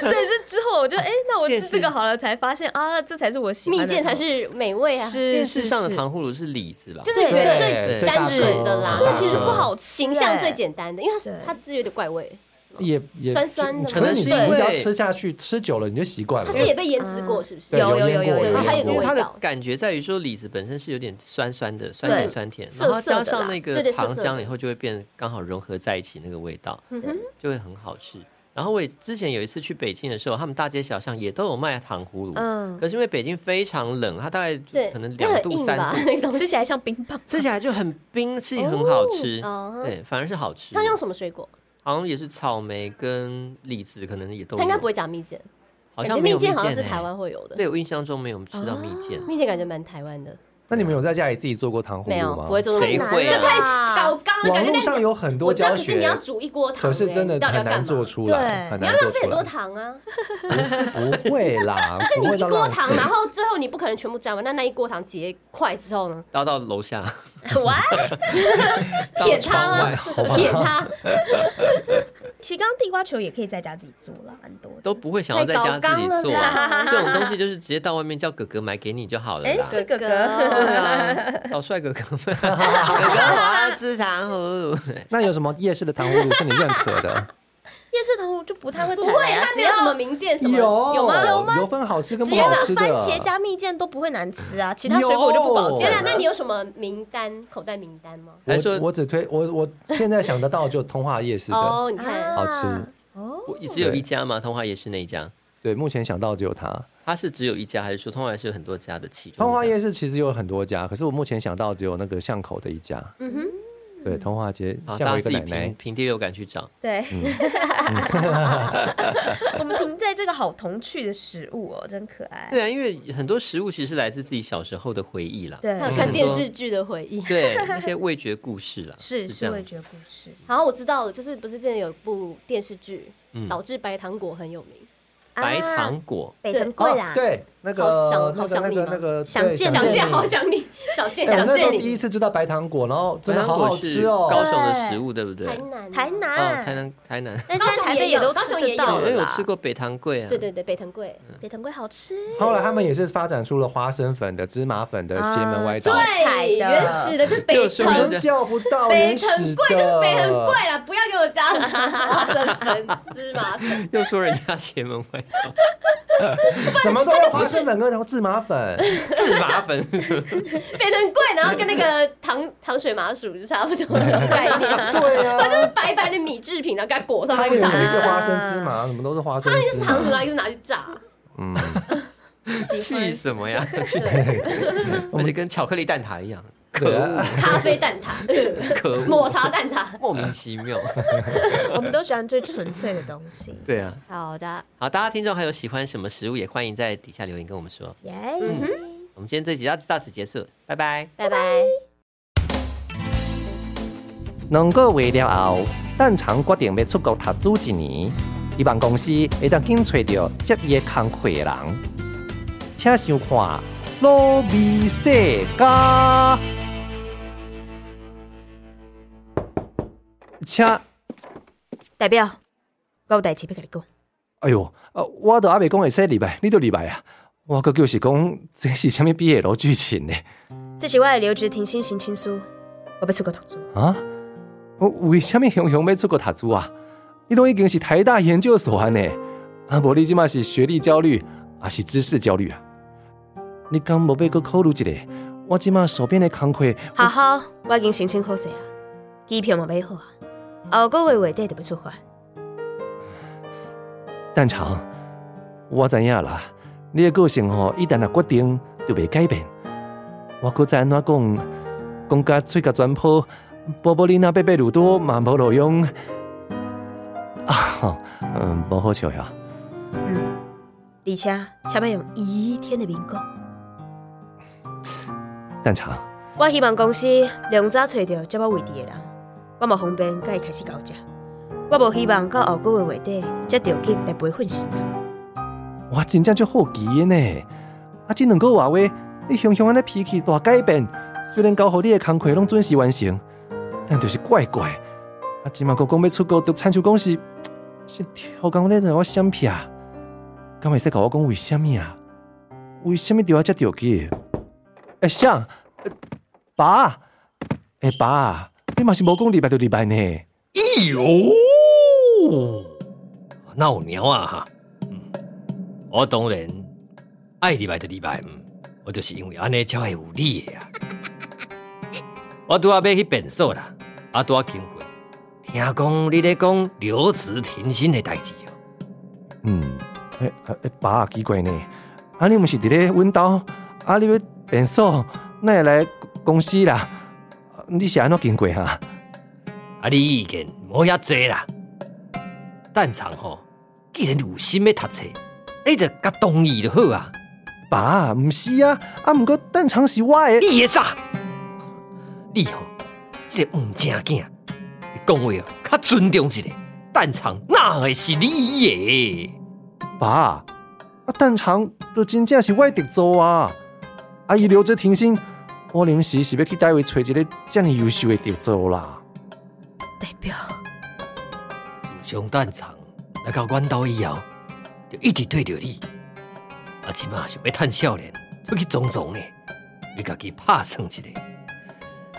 [SPEAKER 4] 所以是之后我就哎、那我吃这个好了，才发现啊，这才是我喜
[SPEAKER 3] 蜜
[SPEAKER 4] 欢的
[SPEAKER 3] 饯才是美味啊，
[SPEAKER 4] 是
[SPEAKER 1] 电视上的。
[SPEAKER 4] 是
[SPEAKER 1] 糖葫芦是李子吧？
[SPEAKER 3] 就是
[SPEAKER 4] 对
[SPEAKER 3] 原
[SPEAKER 2] 对
[SPEAKER 3] 最
[SPEAKER 1] 最
[SPEAKER 3] 单纯的啦
[SPEAKER 2] 大颗。
[SPEAKER 4] 那其实不好吃，
[SPEAKER 3] 形象最简单的，因为它
[SPEAKER 4] 对
[SPEAKER 3] 它汁有点怪味，
[SPEAKER 2] 也也
[SPEAKER 3] 酸酸的
[SPEAKER 2] 可能你
[SPEAKER 1] 可能是因
[SPEAKER 2] 你
[SPEAKER 1] 为
[SPEAKER 2] 只要吃下去，吃久了你就习惯了。
[SPEAKER 3] 它是也被腌制过，是不是
[SPEAKER 2] 啊对？
[SPEAKER 4] 有
[SPEAKER 2] 有
[SPEAKER 4] 有
[SPEAKER 2] 腌
[SPEAKER 4] 有
[SPEAKER 2] 过
[SPEAKER 4] 有
[SPEAKER 2] 腌
[SPEAKER 3] 然后还有一
[SPEAKER 2] 过
[SPEAKER 3] 个
[SPEAKER 1] 因为
[SPEAKER 3] 味
[SPEAKER 1] 它的
[SPEAKER 3] 道，
[SPEAKER 1] 感觉在于说李子本身是有点酸酸的，酸甜
[SPEAKER 4] 对
[SPEAKER 1] 酸甜，
[SPEAKER 4] 涩
[SPEAKER 1] 然后
[SPEAKER 4] 涩的
[SPEAKER 1] 加上
[SPEAKER 4] 啦
[SPEAKER 1] 那
[SPEAKER 3] 对
[SPEAKER 1] 个
[SPEAKER 3] 对涩
[SPEAKER 1] 糖
[SPEAKER 3] 涩
[SPEAKER 1] 浆
[SPEAKER 3] 的
[SPEAKER 1] 以后就会变刚好融合在一起，那个味道
[SPEAKER 3] 嗯哼，
[SPEAKER 1] 就会很好吃。然后我也之前有一次去北京的时候，他们大街小巷也都有卖糖葫芦，
[SPEAKER 4] 嗯，
[SPEAKER 1] 可是因为北京非常冷，它大概就
[SPEAKER 3] 对，
[SPEAKER 1] 可能
[SPEAKER 3] 那
[SPEAKER 1] 两
[SPEAKER 3] 很
[SPEAKER 1] 度
[SPEAKER 3] 硬
[SPEAKER 1] 三
[SPEAKER 3] 吧，
[SPEAKER 1] 度，
[SPEAKER 3] 那个东
[SPEAKER 4] 吃
[SPEAKER 3] 西。
[SPEAKER 4] 起来像冰棒，
[SPEAKER 1] 吃起来就很冰，是很好吃，
[SPEAKER 3] 哦
[SPEAKER 1] 对，反而是好吃。
[SPEAKER 3] 它用什么水果？
[SPEAKER 1] 好像也是草莓跟荔枝，可能也都有。
[SPEAKER 3] 它应该不会加蜜饯，
[SPEAKER 1] 好
[SPEAKER 3] 感觉
[SPEAKER 1] 像
[SPEAKER 3] 蜜
[SPEAKER 1] 没有
[SPEAKER 3] 饯好像是
[SPEAKER 1] 欸
[SPEAKER 3] 台。湾会有的。哦
[SPEAKER 1] 对我印象中没有吃到蜜饯，
[SPEAKER 3] 蜜饯感觉蛮台湾的，
[SPEAKER 2] 那你们有在家里自己做过糖葫
[SPEAKER 3] 没有
[SPEAKER 2] 芦吗？
[SPEAKER 3] 不会做
[SPEAKER 1] 谁会啊
[SPEAKER 3] 这太 搞刚了，
[SPEAKER 2] 网
[SPEAKER 3] 感觉
[SPEAKER 2] 络
[SPEAKER 3] 那
[SPEAKER 2] 上有很多
[SPEAKER 3] 我知道，
[SPEAKER 2] 教
[SPEAKER 3] 可是你
[SPEAKER 2] 学
[SPEAKER 3] 要，煮一锅糖、欸，
[SPEAKER 2] 可是真的
[SPEAKER 3] 你到底要
[SPEAKER 2] 很
[SPEAKER 3] 干
[SPEAKER 2] 难
[SPEAKER 3] 嘛？
[SPEAKER 2] 做出来，
[SPEAKER 4] 对
[SPEAKER 2] 很
[SPEAKER 3] 你要
[SPEAKER 2] 难做
[SPEAKER 3] 浪
[SPEAKER 2] 出
[SPEAKER 3] 费很多
[SPEAKER 2] 来。
[SPEAKER 3] 糖啊！
[SPEAKER 2] 不会 啦，
[SPEAKER 3] 但
[SPEAKER 2] 不
[SPEAKER 3] 你
[SPEAKER 2] 会
[SPEAKER 3] 一
[SPEAKER 2] 到
[SPEAKER 3] 锅
[SPEAKER 2] 浪
[SPEAKER 3] 糖，
[SPEAKER 2] 费
[SPEAKER 3] 然后最后你不可能全部沾完，那那一锅糖结块之后呢？
[SPEAKER 1] 搭到楼下，
[SPEAKER 3] 啊哇，舔它吗？舔它，
[SPEAKER 4] 其实刚刚地瓜球也可以在家自己做了，蛮多的。
[SPEAKER 1] 都不会想要在家自己做啊
[SPEAKER 3] 太搞纲了啦，
[SPEAKER 1] 这种东西就是直接到外面叫哥哥买给你就好了
[SPEAKER 4] 哎，
[SPEAKER 1] 啦。
[SPEAKER 4] 是哥哥，
[SPEAKER 1] 对啊，找帅哥哥们，哥哥我要吃糖葫芦。
[SPEAKER 2] 那有什么夜市的糖葫芦是你认可 的？
[SPEAKER 4] 夜市糖葫芦就不太会
[SPEAKER 3] 不
[SPEAKER 4] 采
[SPEAKER 3] 会，
[SPEAKER 4] 来啊，
[SPEAKER 3] 它
[SPEAKER 4] 只
[SPEAKER 3] 没有
[SPEAKER 4] 要
[SPEAKER 3] 什么名店什么
[SPEAKER 2] 有
[SPEAKER 3] 有吗？
[SPEAKER 2] 有油分好吃跟
[SPEAKER 4] 只
[SPEAKER 2] 不
[SPEAKER 4] 要
[SPEAKER 2] 好
[SPEAKER 4] 把
[SPEAKER 2] 吃的，
[SPEAKER 4] 番茄加蜜饯都不会难吃啊，其他水果我就不保
[SPEAKER 3] 天
[SPEAKER 4] 证
[SPEAKER 2] 有
[SPEAKER 3] 哪，
[SPEAKER 4] 了。
[SPEAKER 3] 那你有什么名单口袋名单吗？
[SPEAKER 1] 来
[SPEAKER 2] 我
[SPEAKER 1] 说
[SPEAKER 2] 我只推我我现在想得到就通化夜市的，
[SPEAKER 3] 哦，你
[SPEAKER 4] 啊
[SPEAKER 3] 看，
[SPEAKER 2] 好吃
[SPEAKER 4] 哦，
[SPEAKER 1] 我只有一家吗？通化夜市那一家，
[SPEAKER 2] 对，目前想到只有它。
[SPEAKER 1] 它是只有一家，还是说通化夜市有很多家的其中一家？
[SPEAKER 2] 通化夜市其实有很多家，可是我目前想到只有那个巷口的一家。
[SPEAKER 3] 嗯哼，
[SPEAKER 2] 对，通化街
[SPEAKER 1] 好，
[SPEAKER 2] 下
[SPEAKER 1] 哦大家
[SPEAKER 2] 有一
[SPEAKER 1] 自己
[SPEAKER 2] 个奶
[SPEAKER 1] 凭
[SPEAKER 2] 奶，
[SPEAKER 1] 凭第六感去找。
[SPEAKER 4] 对， 我们停在这个好童趣的食物哦，真可爱。
[SPEAKER 1] 对啊，因为很多食物其实是来自自己小时候的回忆啦，
[SPEAKER 4] 对
[SPEAKER 3] 还有看电视剧的回
[SPEAKER 2] 嗯
[SPEAKER 3] 忆。
[SPEAKER 1] 对那些味觉故事啦，
[SPEAKER 4] 是
[SPEAKER 1] 这
[SPEAKER 4] 是
[SPEAKER 1] 样
[SPEAKER 4] 味觉故事，
[SPEAKER 3] 好，我知道了，就是不是之前有一部电视剧
[SPEAKER 1] 嗯
[SPEAKER 3] 导致白糖果很有名，
[SPEAKER 1] 白
[SPEAKER 4] 啊
[SPEAKER 1] 糖果，
[SPEAKER 4] 北
[SPEAKER 3] 对
[SPEAKER 4] 藤贵
[SPEAKER 2] 哦
[SPEAKER 4] 啦，
[SPEAKER 2] 对，那
[SPEAKER 3] 好想
[SPEAKER 2] 个那
[SPEAKER 3] 好
[SPEAKER 2] 个
[SPEAKER 3] 想
[SPEAKER 2] 那
[SPEAKER 3] 你
[SPEAKER 2] 个
[SPEAKER 3] 吗
[SPEAKER 2] 那
[SPEAKER 1] 啊
[SPEAKER 2] 个
[SPEAKER 4] 想
[SPEAKER 2] 对
[SPEAKER 4] 见
[SPEAKER 3] 想见
[SPEAKER 4] 你
[SPEAKER 3] 好想你，想见
[SPEAKER 2] 哎我
[SPEAKER 3] 想
[SPEAKER 2] 那时候
[SPEAKER 3] 见
[SPEAKER 2] 第一
[SPEAKER 3] 你，
[SPEAKER 2] 次知道白糖果，然后真的
[SPEAKER 1] 白
[SPEAKER 2] 好
[SPEAKER 1] 糖
[SPEAKER 2] 好
[SPEAKER 1] 果是
[SPEAKER 2] 吃
[SPEAKER 1] 高
[SPEAKER 2] 哦。
[SPEAKER 1] 雄的食物对不对？
[SPEAKER 3] 台南啊
[SPEAKER 4] 台
[SPEAKER 1] 哦，
[SPEAKER 4] 南，
[SPEAKER 1] 台南台南，
[SPEAKER 4] 但现在台北也都
[SPEAKER 3] 高
[SPEAKER 4] 吃
[SPEAKER 3] 雄也
[SPEAKER 4] 得
[SPEAKER 3] 有
[SPEAKER 4] 到
[SPEAKER 1] 哎我
[SPEAKER 4] 了
[SPEAKER 1] 有
[SPEAKER 4] 啦
[SPEAKER 1] 吃。过北糖桂啊，
[SPEAKER 3] 对对对，北藤贵，
[SPEAKER 4] 北藤贵好吃，
[SPEAKER 2] 后来他们也是发展出了花生粉的、芝麻粉的、邪门歪
[SPEAKER 4] 对
[SPEAKER 2] 道，
[SPEAKER 3] 啊对，原始的就是北
[SPEAKER 1] 六十五
[SPEAKER 3] 藤
[SPEAKER 1] 年
[SPEAKER 2] 人叫不到
[SPEAKER 3] 北
[SPEAKER 2] 原始
[SPEAKER 3] 藤贵就是
[SPEAKER 2] 的，
[SPEAKER 3] 北藤贵啦，不要给我加花生粉、芝 麻粉。
[SPEAKER 1] 又说人家邪门歪道，
[SPEAKER 2] 什么都要花生粉跟芝麻 粉。
[SPEAKER 1] 自麻粉是什么？
[SPEAKER 3] 北藤贵，然后跟那个糖糖水麻薯就差不多那种概 念，
[SPEAKER 2] 对啊，
[SPEAKER 3] 它就是白白的米制品，然后给它裹上
[SPEAKER 2] 他
[SPEAKER 3] 那
[SPEAKER 2] 们
[SPEAKER 3] 个
[SPEAKER 2] 也
[SPEAKER 3] 糖
[SPEAKER 2] 不是
[SPEAKER 3] 水，
[SPEAKER 2] 花生芝麻，什么都是花生
[SPEAKER 3] 它那个
[SPEAKER 2] 芝
[SPEAKER 3] 是
[SPEAKER 2] 麻
[SPEAKER 3] 糖。水，然后一直拿去炸。
[SPEAKER 2] 嗯，
[SPEAKER 4] 喜
[SPEAKER 1] 气
[SPEAKER 4] 欢
[SPEAKER 1] 什么呀？
[SPEAKER 3] 对，
[SPEAKER 1] 而且跟巧克力蛋挞一样，可
[SPEAKER 2] 对
[SPEAKER 1] 恶
[SPEAKER 2] 啊
[SPEAKER 3] 咖啡蛋挞、呃
[SPEAKER 1] 可恶，
[SPEAKER 3] 抹茶蛋挞。
[SPEAKER 1] 莫名其妙。
[SPEAKER 4] 我们都喜欢最纯粹的东西。
[SPEAKER 1] 对啊，
[SPEAKER 3] 好的，
[SPEAKER 1] 好，大家听众还有喜欢什么食物，也欢迎在底下留言跟我们说。
[SPEAKER 4] 耶、
[SPEAKER 1] 嗯我们今天这集到到此结束，拜拜。
[SPEAKER 3] 嗯拜拜。
[SPEAKER 2] 能够为了后，邓长决定要出国读书一年，希望公司会当紧找到职业工课的人。请收看《罗美世家》，请，
[SPEAKER 4] 代表，我有代志要跟你讲。
[SPEAKER 2] 哎哟，呃，我都还未讲会说礼拜，你都礼拜啊！我个就是讲，这是什么 BL 剧情呢？
[SPEAKER 4] 这是我的留职停薪申请书，我要出国读书。
[SPEAKER 2] 啊？我为什么雄雄要出国读书啊？你都已经是台大研究所啊呢？啊，无你即马是学历焦虑，啊是知识焦虑啊？你敢无要搁考虑一下？我即马手边的工课，
[SPEAKER 4] 好好，我已经申请好势啊，机票嘛买好啊，后个月月底就要出发。
[SPEAKER 2] 蛋长，我知影啦。你的个性吼，一旦若决定，就袂改变。我搁再安怎讲？讲甲嘴甲全破，波波你那贝贝鲁多嘛无路用。啊，吼嗯，无好笑呀。
[SPEAKER 4] 嗯，而且请要用一天的民国。
[SPEAKER 2] 蛋长。
[SPEAKER 4] 我希望公司能早找到接我位置的人，我嘛方便甲伊开始交接。我无希望到后个月月底才着去来培训新人。
[SPEAKER 2] 我真正足好奇的呢。啊，这两个话话，你雄雄安尼脾气大改变，虽然交互你的工课拢准时完成，但就是怪怪。啊，即马佫讲要出国，就亲像讲是是超工咧让我闪避啊。敢会使甲我讲为什么啊？为什么对我遮着急？哎、欸，谁呃爸，哎、欸、爸，你嘛是无讲礼拜就礼拜呢？
[SPEAKER 5] 哎呦，那有猫啊哈！嗯，我当然爱礼拜就礼拜，嗯我就是因为安尼才会有你的啊。 我拄啊要去便所啦，啊拄啊经过，听讲你咧讲留职停薪的代志哦。
[SPEAKER 2] 嗯，哎、欸、欸，爸奇怪呢，啊你毋是伫咧阮兜，啊你要变数，那会来公司啦？啊你是安怎经过啊？
[SPEAKER 5] 啊，你意见无遐济啦。蛋厂吼，既然有心要读册，你就甲同意就好啊。
[SPEAKER 2] 爸，毋是啊，啊毋过邓长是我的，
[SPEAKER 5] 你会啥？你吼、这个毋正经，你讲话哦，较尊重一下。蛋厂哪会是你的？
[SPEAKER 2] 爸，啊邓长就真正是我的特助啊，啊伊留着停薪，我临时是要去单位找一个遮尔优秀的特助啦。
[SPEAKER 4] 代表，
[SPEAKER 5] 自
[SPEAKER 1] 熊蛋厂来到阮兜以后，就一直对着你。啊，即马想要趁少年出去撞撞咧，你家己拍算一下。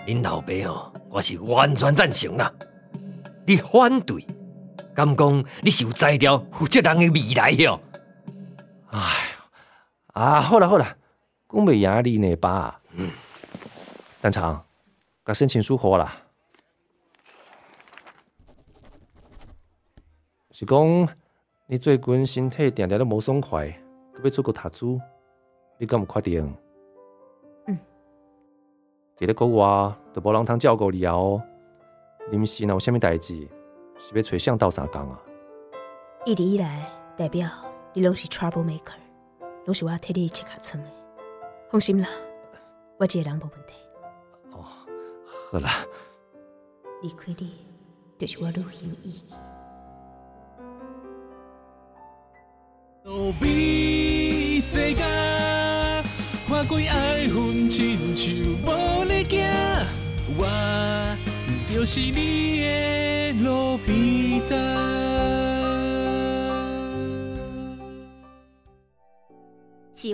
[SPEAKER 1] 恁老爸哦，我是完全赞成啦。你反对，敢讲你是有栽掉负责人的未来哦哟、
[SPEAKER 2] 啊，好了好了，讲袂压力呢吧。嗯，蛋长，甲申请书给我啦。是讲你最近身体定定都无爽快，佮要出国读书，你敢有确定？
[SPEAKER 4] 嗯。
[SPEAKER 2] 伫咧国外，都无人通照顾你啊哦。临时若有啥物代志，是要找向道相共啊？
[SPEAKER 4] 一直以来，代表你拢是 trouble maker，拢是我替你切卡层的。放心啦，我一个人无问题。
[SPEAKER 2] 好啦，
[SPEAKER 4] 离开你，就是我旅行的意义。
[SPEAKER 6] 路比世界，看过爱恨亲像无你行，我就是你的路比达。
[SPEAKER 7] 喜